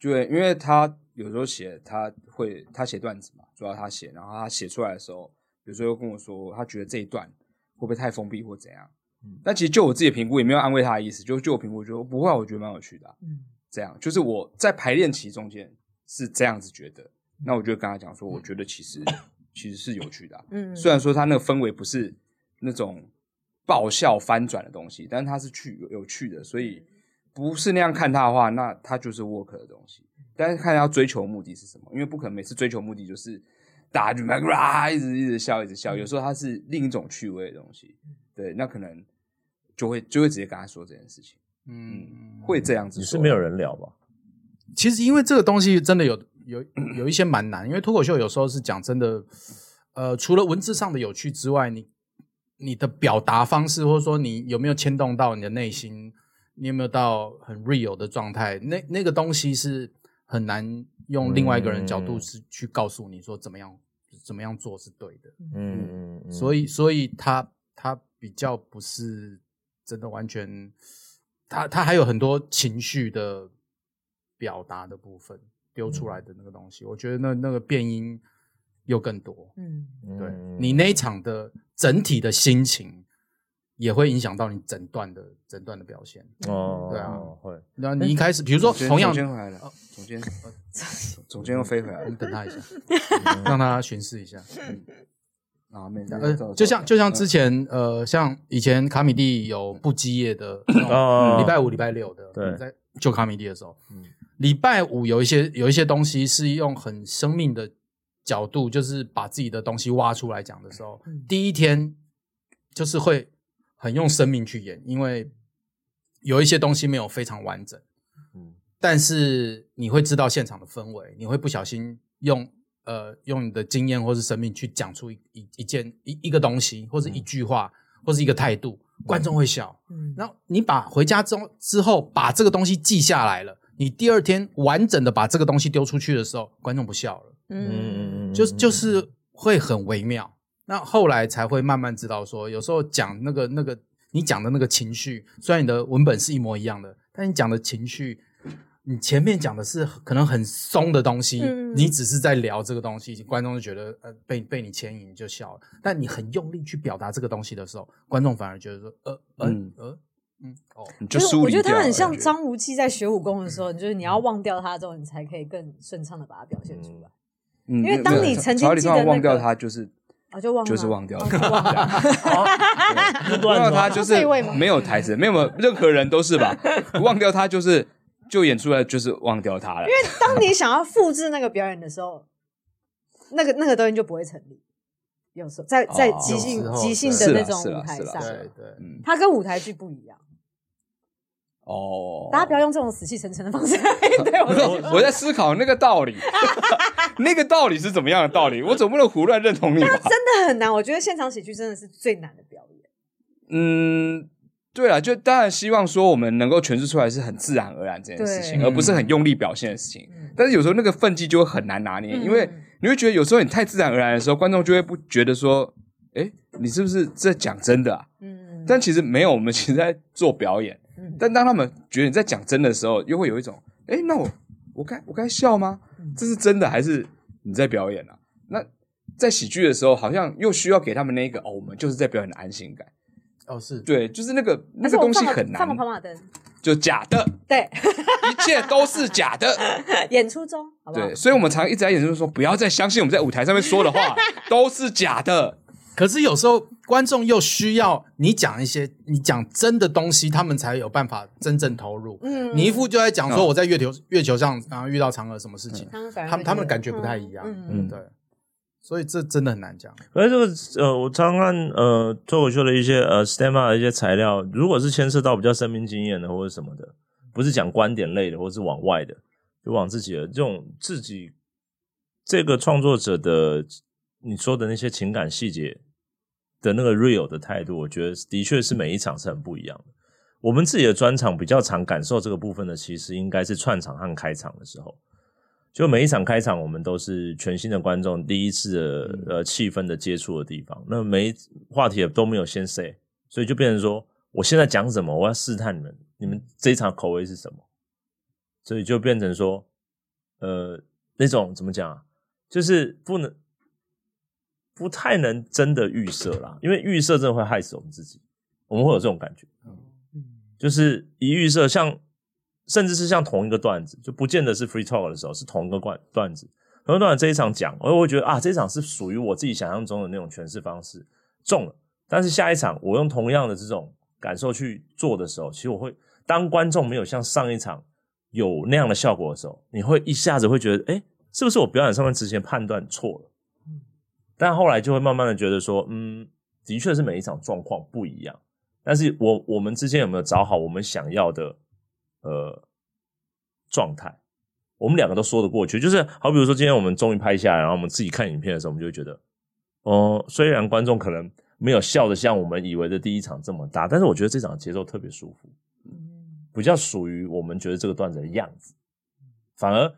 Speaker 1: 就会因为他有时候写他会他写段子嘛，主要他写，然后他写出来的时候，有时候又跟我说他觉得这一段会不会太封闭或怎样。但其实就我自己的评估，也没有安慰他的意思，就就我评估，我觉得不会啊，我觉得蛮有趣的啊、
Speaker 2: 嗯
Speaker 1: 这样就是我在排练期中间是这样子觉得，那我就跟他讲说，我觉得其实其实是有趣的啊、
Speaker 2: 嗯，
Speaker 1: 虽然说它那个氛围不是那种爆笑翻转的东西，但是它是趣有有趣的，所
Speaker 2: 嗯
Speaker 1: 以不是那样看它的话，那它就是 work 的东西。
Speaker 2: 嗯
Speaker 1: 但是看要追求的目的是什么，因为不可能每次追求目的就是打就麦克啦，一直一直笑一直笑，
Speaker 2: 嗯
Speaker 1: 有时候它是另一种趣味的东西。对，那可能就会就会直接跟他说这件事情，
Speaker 4: 嗯，
Speaker 1: 会这样子
Speaker 3: 你
Speaker 1: 说。啊
Speaker 3: 是没有人聊吧？
Speaker 4: 其实因为这个东西真的有有有一些蛮难，因为脱口秀有时候是讲真的，呃，除了文字上的有趣之外，你你的表达方式，或者说你有没有牵动到你的内心，你有没有到很 real 的状态，那那个东西是很难用另外一个人的角度
Speaker 3: 嗯
Speaker 4: 是去告诉你说怎么样怎么样做是对的，
Speaker 3: 嗯，嗯
Speaker 4: 所以所以他他比较不是真的完全，他他还有很多情绪的表达的部分丢出来的那个东西，我觉得那那个变音又更多。
Speaker 2: 嗯，
Speaker 4: 对你那一场的整体的心情也会影响到你整段的整段的表现。
Speaker 1: 嗯
Speaker 3: 哦，
Speaker 4: 对啊
Speaker 3: 会。
Speaker 4: 那你一开始，比如说
Speaker 1: 总监
Speaker 4: 同样哦
Speaker 1: 总，监回来了，总监，总总监又飞回来
Speaker 4: 我 [LAUGHS]
Speaker 1: 了
Speaker 4: 们等他一下，嗯让他巡视一下。
Speaker 1: 啊！没，
Speaker 4: 呃，就像
Speaker 1: 嗯
Speaker 4: 就像之前呃，像以前卡米蒂有不基业的那种
Speaker 3: 哦
Speaker 4: 礼拜五、礼拜六的，
Speaker 3: 对
Speaker 4: 在就卡米蒂的时候
Speaker 3: 嗯，
Speaker 4: 礼拜五有一些有一些东西是用很生命的角度，就是把自己的东西挖出来讲的时候，第一天就是会很用生命去演，因为有一些东西没有非常完整，
Speaker 3: 嗯
Speaker 4: 但是你会知道现场的氛围，你会不小心用呃用你的经验或是生命去讲出一一一件一一个东西，或是一句话，或是一个态度，观众会笑。
Speaker 2: 嗯，
Speaker 4: 然后你把回家之后之后把这个东西记下来了，你第二天完整的把这个东西丢出去的时候，观众不笑了，
Speaker 2: 嗯，
Speaker 4: 就就是会很微妙。那后来才会慢慢知道说，有时候讲那个那个你讲的那个情绪，虽然你的文本是一模一样的，但你讲的情绪，你前面讲的是可能很松的东西，
Speaker 2: 嗯
Speaker 4: 你只是在聊这个东西，观众就觉得呃被被你牵引就笑了。但你很用力去表达这个东西的时候，观众反而觉得说呃呃
Speaker 1: 嗯
Speaker 4: 呃嗯哦
Speaker 1: 你就
Speaker 2: 就
Speaker 1: 是嗯梳
Speaker 2: 我
Speaker 1: 理
Speaker 2: 觉
Speaker 1: 掉
Speaker 2: 得
Speaker 1: 了，
Speaker 2: 他很像
Speaker 1: 感觉
Speaker 2: 张无忌在学武功的时候，就是你要忘掉他之后，你才可以更顺畅的把它表现出来。
Speaker 1: 嗯
Speaker 2: 因为当你曾经
Speaker 1: 朝里
Speaker 2: 记
Speaker 1: 通常
Speaker 2: 得那
Speaker 1: 忘掉
Speaker 2: 个
Speaker 1: 他，就是
Speaker 2: 啊，就忘了，
Speaker 1: 就是忘掉了
Speaker 2: 哦就忘
Speaker 1: [LAUGHS]
Speaker 2: 了。
Speaker 1: 忘掉他
Speaker 3: 乱他
Speaker 1: 就
Speaker 5: 他这
Speaker 1: 是
Speaker 5: 一位吗
Speaker 1: 没有台词，没有任何人都是
Speaker 2: [LAUGHS]
Speaker 1: 吧？忘掉他就是就演出来就是忘掉他了，
Speaker 2: 当你想要复制那个表演的时候，那个那个东西就不会成立。有时候在在
Speaker 1: 哦
Speaker 2: 即兴
Speaker 4: 有时候
Speaker 2: 即兴
Speaker 1: 是
Speaker 2: 的
Speaker 1: 啦
Speaker 2: 那种
Speaker 1: 是啦
Speaker 2: 舞台
Speaker 1: 是啦
Speaker 2: 上，
Speaker 1: 是
Speaker 4: 对对
Speaker 1: 嗯
Speaker 2: 它跟舞台剧不一样。
Speaker 1: 哦，
Speaker 2: 大家不要用这种死气沉沉的方式来 [LAUGHS]
Speaker 1: [LAUGHS]
Speaker 2: 对我
Speaker 1: 不是。我我在思考那个道
Speaker 2: [LAUGHS]
Speaker 1: 理，那个道理是怎么样的道理？我总不能胡乱认同你吧？
Speaker 2: 真的很难。我觉得现场喜剧真的是最难的表演。
Speaker 1: 嗯，对了，就当然希望说我们能够诠释出来是很自然而然这件事情，
Speaker 2: 对
Speaker 1: 而不是很用力表现的事情。
Speaker 2: 嗯
Speaker 1: 但是有时候那个分际就会很难拿捏，因为你会觉得有时候你太自然而然的时候，观众就会不觉得说，哎，你是不是在讲真的啊？
Speaker 2: 嗯，
Speaker 1: 但其实没有，我们其实在做表演。
Speaker 2: 嗯
Speaker 1: 但当他们觉得你在讲真的时候，又会有一种，哎，那我我该我该笑吗？
Speaker 2: 嗯
Speaker 1: 这是真的还是你在表演啊？那在喜剧的时候，好像又需要给他们那个哦，我们就是在表演的安心感。
Speaker 4: 哦是
Speaker 1: 对，就是那个那
Speaker 2: 还是
Speaker 1: 个
Speaker 2: 我
Speaker 1: 东西
Speaker 2: 放了
Speaker 1: 很
Speaker 2: 放
Speaker 1: 难
Speaker 2: 个，跑马灯，
Speaker 1: 就假的，
Speaker 2: 对， [LAUGHS]
Speaker 1: 一切都是假的。
Speaker 2: 演出中，好不好
Speaker 1: 对，？所以我们常一直在演，就是说不要再相信我们在舞台上面说的话都是假的。
Speaker 4: 可是有时候观众又需要你讲一些你讲真的东西，他们才有办法真正投入。
Speaker 2: 嗯
Speaker 4: 你一副就在讲说
Speaker 1: 嗯
Speaker 4: 我在月球月球上，然后遇到嫦娥什么事情，
Speaker 2: 他们
Speaker 4: 他们他们感觉不太一样。
Speaker 2: 嗯
Speaker 4: 对，所以这真的很难讲。
Speaker 3: 可是这个呃，我常看呃脱口秀的一些呃 stand up 的一些材料，如果是牵涉到比较生命经验的或者什么的，不是讲观点类的，或是往外的，就往自己的这种自己这个创作者的你说的那些情感细节的那个 real 的态度，我觉得的确是每一场是很不一样的。我们自己的专场比较常感受这个部分的，其实应该是串场和开场的时候。就每一场开场，我们都是全新的观众，第一次的呃气氛的接触的地方。那每一话题也都没有先 say，所以就变成说，我现在讲什么，我要试探你们，你们这一场口味是什么？所以就变成说，呃，那种怎么讲、啊，就是不能不太能真的预设啦，因为预设真的会害死我们自己，我们会有这种感觉。就是一预设像，甚至是像同一个段子，就不见得是 free talk 的时候是同一个段段子。同一个段子这一场讲，我会觉得啊，这一场是属于我自己想象中的那种诠释方式中了。但是下一场我用同样的这种感受去做的时候，其实我会当观众没有像上一场有那样的效果的时候，你会一下子会觉得，哎，是不是我表演上面之前判断错了？但后来就会慢慢的觉得说，嗯，的确是每一场状况不一样。但是我我们之间有没有找好我们想要的呃状态？我们两个都说得过去，就是好比如说今天我们终于拍下来，然后我们自己看影片的时候，我们就会觉得，哦、虽然观众可能没有笑的像我们以为的第一场这么大，但是我觉得这场节奏特别舒服，比较属于我们觉得这个段子的样子。反而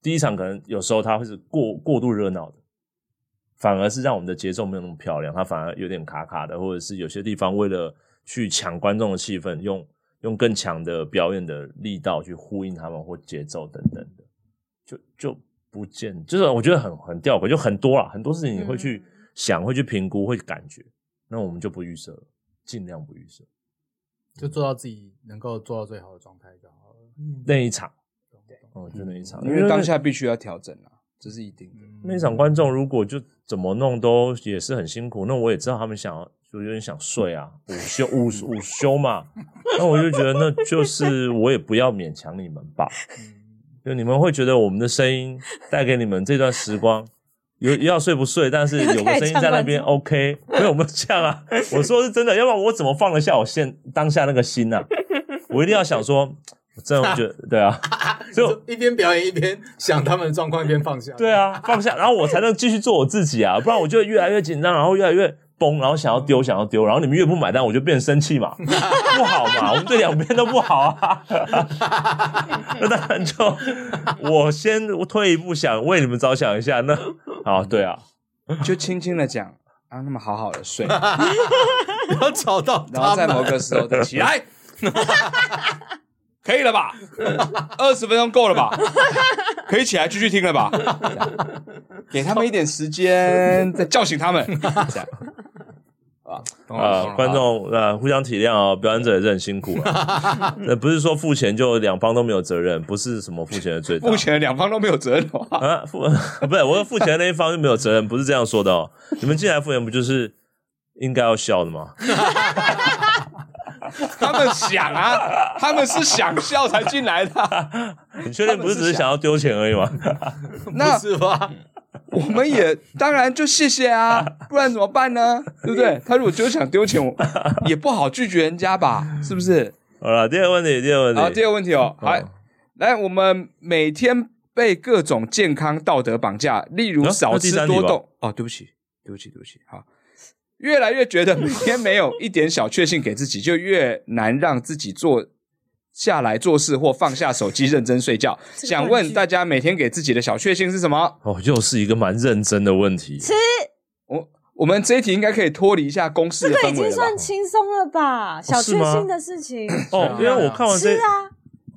Speaker 3: 第一场可能有时候它会是过过度热闹的，反而是让我们的节奏没有那么漂亮，它反而有点卡卡的，或者是有些地方为了去抢观众的气氛，用用更强的表演的力道去呼应他们或节奏等等的，就就不见，就是我觉得很很吊诡，就很多啦，很多事情你会去想，会去评估，会去感觉，那我们就不预设了，尽量不预设
Speaker 5: 就做到自己能够做到最好的状态就好了。
Speaker 3: 那一场。哦，就那一场，
Speaker 1: 嗯因为当下必须要调整啊，这是一定的。
Speaker 3: 那一场观众如果就怎么弄都也是很辛苦，那我也知道他们想要就有点想睡啊，午休
Speaker 1: [LAUGHS]
Speaker 3: 午午休嘛，那我就觉得那就是我也不要勉强你们吧，
Speaker 4: 嗯
Speaker 3: 就你们会觉得我们的声音带给你们这段时光。 [LAUGHS] 有要睡不睡，但是
Speaker 1: [LAUGHS]
Speaker 3: 有个声音在那边 OK，没有没有这样啊？我说是真的，要不然我怎么放得下我现当下那个心呢、啊？我一定要想说，我真的觉得对啊，所以我
Speaker 5: 就一边表演一边想他们的状况，一边放下。
Speaker 3: 对啊，放下，然后我才能继续做我自己啊，不然我就越来越紧张，然后越来越崩，然后想要丢，想要丢，然后你们越不买单，我就变生气嘛，不好嘛，我们对两边都不好啊。那当然就我先退一步想为你们着想一下，那啊对啊，
Speaker 1: 就轻轻的讲啊，那么好好的睡，
Speaker 4: 然后找到
Speaker 1: 然后
Speaker 4: 他
Speaker 1: 在
Speaker 4: 们
Speaker 1: 某个时候再起来，可以了吧？二十分钟够了吧？可以起来继续听了吧？这样给他们一点时间，再叫醒他们。这样
Speaker 4: 懂了懂
Speaker 3: 啊
Speaker 4: 了，
Speaker 3: 观众呃互相体谅哦，表演者也是很辛苦啊，
Speaker 4: [LAUGHS]
Speaker 3: 那不是说付钱就两方都没有责任，不是什么付钱的最大
Speaker 1: 目。前两方都没有责任的话，
Speaker 3: 啊，付 [LAUGHS] 不是我说付钱的那一方就没有责任，不是这样说的哦。你们进来付钱不就是应该要笑的吗？
Speaker 1: 他们想啊，他们是想笑才进来的啊、
Speaker 3: 你确定不是只是想要丢钱而已吗？
Speaker 1: 那
Speaker 4: 不是吧？
Speaker 1: 嗯我们也当然就谢谢
Speaker 3: [LAUGHS]
Speaker 1: 啊，不然怎么办呢？对不对？他如果就想丢钱，我也不好拒绝人家吧，是不是？
Speaker 3: 好了，第二个问题，第二个
Speaker 1: 好，
Speaker 3: 问
Speaker 1: 第
Speaker 3: 题，
Speaker 1: 二个问题哦，
Speaker 3: 嗯
Speaker 1: 来来，我们每天被各种健康道德绑架，例如
Speaker 3: 啊
Speaker 1: 少
Speaker 3: 那第
Speaker 1: 吃
Speaker 3: 三题
Speaker 1: 多
Speaker 3: 吧
Speaker 1: 动。哦，对不起，对不起，对不起，好。越来越觉得每天没有一点小确幸给自己，就越难让自己做下来做事或放下手机认真睡觉。
Speaker 2: 这个
Speaker 1: 想
Speaker 2: 断
Speaker 1: 问
Speaker 2: 句
Speaker 1: 大家每天给自己的小确幸是什么？
Speaker 3: 哦，又是一个蛮认真的问题。
Speaker 1: 我我们这一题应该可以脱离一下公式
Speaker 2: 这
Speaker 1: 的
Speaker 2: 个已
Speaker 1: 氛围了吧哦
Speaker 2: 经算？轻松了吧？小
Speaker 3: 是
Speaker 2: 确
Speaker 3: 吗
Speaker 2: 幸的事情，
Speaker 3: 哦，因为我看完
Speaker 2: 吃
Speaker 3: 这，
Speaker 2: 啊，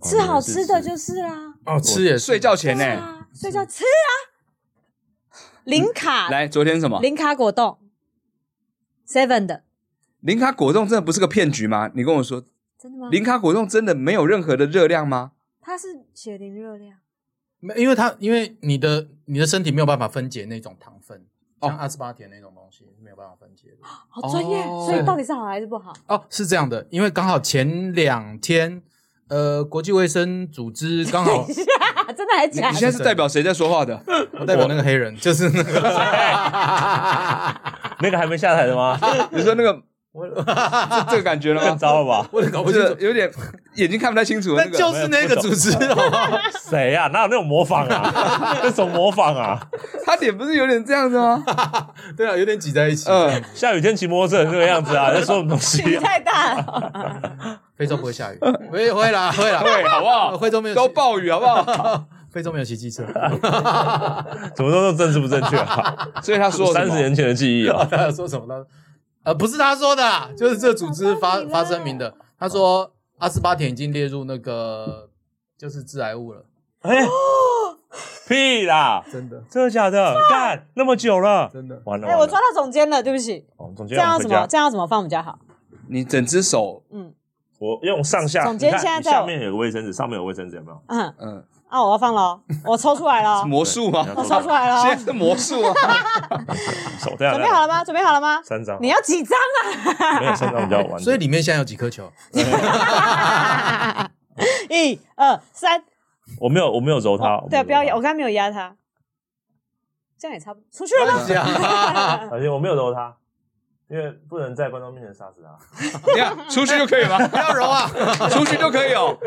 Speaker 2: 吃好吃的
Speaker 3: 是
Speaker 2: 就是啦，
Speaker 5: 哦，吃也
Speaker 1: 睡觉前呢、
Speaker 2: 对啊，睡觉吃啊，零卡
Speaker 1: 来，昨天什么？
Speaker 2: 零卡果冻，seven 的，
Speaker 1: 零卡果冻真的不是个骗局吗？你跟我说，
Speaker 2: 真的吗？
Speaker 1: 零卡果冻真的没有任何的热量吗？
Speaker 2: 它是血零热量，
Speaker 4: 没，因为它因为你的你的身体没有办法分解那种糖分，像阿斯巴甜那种东西是没有办法分解的。
Speaker 2: 好专业。
Speaker 1: 哦
Speaker 2: 所以到底是好还是不好？ [LAUGHS]
Speaker 4: 哦，是这样的，因为刚好前两天，呃，国际卫生组织刚 [LAUGHS] 好
Speaker 2: 真的还
Speaker 1: 你
Speaker 2: 假
Speaker 1: 你现在
Speaker 2: 的？ [LAUGHS]
Speaker 1: 是代表谁在说话的？
Speaker 4: 我代表那个黑人，就是那个，
Speaker 3: 那个还没下台
Speaker 1: [LAUGHS]
Speaker 3: 的吗？
Speaker 1: 你说那个这这个感觉了
Speaker 3: [LAUGHS] 更
Speaker 1: 吗？
Speaker 3: 糟了吧？
Speaker 4: [LAUGHS] 我也搞不清
Speaker 1: 这
Speaker 4: 楚
Speaker 1: 个，有点眼睛看不太清楚。那
Speaker 4: 但就
Speaker 1: 个
Speaker 4: 是那个组织，哦好不好？
Speaker 3: 谁呀、哪有那种模
Speaker 1: [LAUGHS]
Speaker 3: 仿啊？那种模仿啊？
Speaker 1: 他脸不是有点这样子吗？
Speaker 4: [LAUGHS] 对啊，有点挤在一起。
Speaker 3: [LAUGHS]
Speaker 1: 嗯，
Speaker 3: 下雨天骑摩托车这个样子啊？在说什么东西、
Speaker 2: 你
Speaker 3: 啊？
Speaker 1: [LAUGHS]
Speaker 2: 太大了，
Speaker 4: 非洲不会下雨， [LAUGHS] 会会啦，会啦，
Speaker 1: 对，哎好不
Speaker 4: 呃
Speaker 1: 好？
Speaker 4: 非洲没有
Speaker 1: 都暴雨好不好？
Speaker 4: 非洲没有骑机车，
Speaker 3: 怎么都是政治不正确啊？
Speaker 1: 所以他说
Speaker 3: [LAUGHS] 三十年前的记忆啊，
Speaker 4: 他说什么？他说呃，不是他说的啦，就是这组织发发声明的。他说阿斯巴甜已经列入那个就是致癌物了，
Speaker 3: 哎，屁啦！
Speaker 5: 真的
Speaker 3: 真的假的？干那么久了，
Speaker 5: 真的
Speaker 3: 完了！
Speaker 2: 哎，
Speaker 3: 完
Speaker 2: 我
Speaker 3: 了
Speaker 2: 抓到总监了，对不起。
Speaker 3: 哦总
Speaker 2: 这
Speaker 3: 监
Speaker 2: 样
Speaker 3: 让
Speaker 2: 要
Speaker 3: 我
Speaker 2: 怎
Speaker 3: 回
Speaker 2: 么
Speaker 3: 家，
Speaker 2: 这样要怎么放比较好？
Speaker 1: 你整只手，
Speaker 2: 嗯
Speaker 3: 我用上下，
Speaker 2: 总监
Speaker 3: 你看
Speaker 2: 现在
Speaker 3: 你
Speaker 2: 在
Speaker 3: 下
Speaker 2: 我
Speaker 3: 面有个卫生纸，上面有卫生纸，有没有？
Speaker 2: 嗯，
Speaker 1: 嗯，
Speaker 2: 啊，我要放了哦，我抽出来
Speaker 3: [LAUGHS]
Speaker 2: 了哦，
Speaker 1: 魔术吗
Speaker 3: 对？
Speaker 2: 我抽出来了哦，
Speaker 1: 现在是魔术啊！
Speaker 3: 手这
Speaker 2: [LAUGHS]
Speaker 3: 样
Speaker 2: 准备好了吗？准备好了吗？
Speaker 3: 三张，
Speaker 2: 你要几张啊？ [LAUGHS]
Speaker 3: 没有三张比较完整。
Speaker 4: 所以里面现在有几颗球？
Speaker 2: 一二三，
Speaker 3: 我没有，我没有揉它。
Speaker 2: 哦对，不要压，我刚
Speaker 3: 压，
Speaker 2: 刚没有压他，这样也差不多，出去了
Speaker 3: [LAUGHS]
Speaker 2: 吗？
Speaker 3: 而且我没有揉它，因为不能在观众面前杀死
Speaker 1: [LAUGHS]
Speaker 3: 它。
Speaker 1: 你看出去就可以吗？
Speaker 4: [LAUGHS] 不要揉啊！
Speaker 1: 出去就可以哦。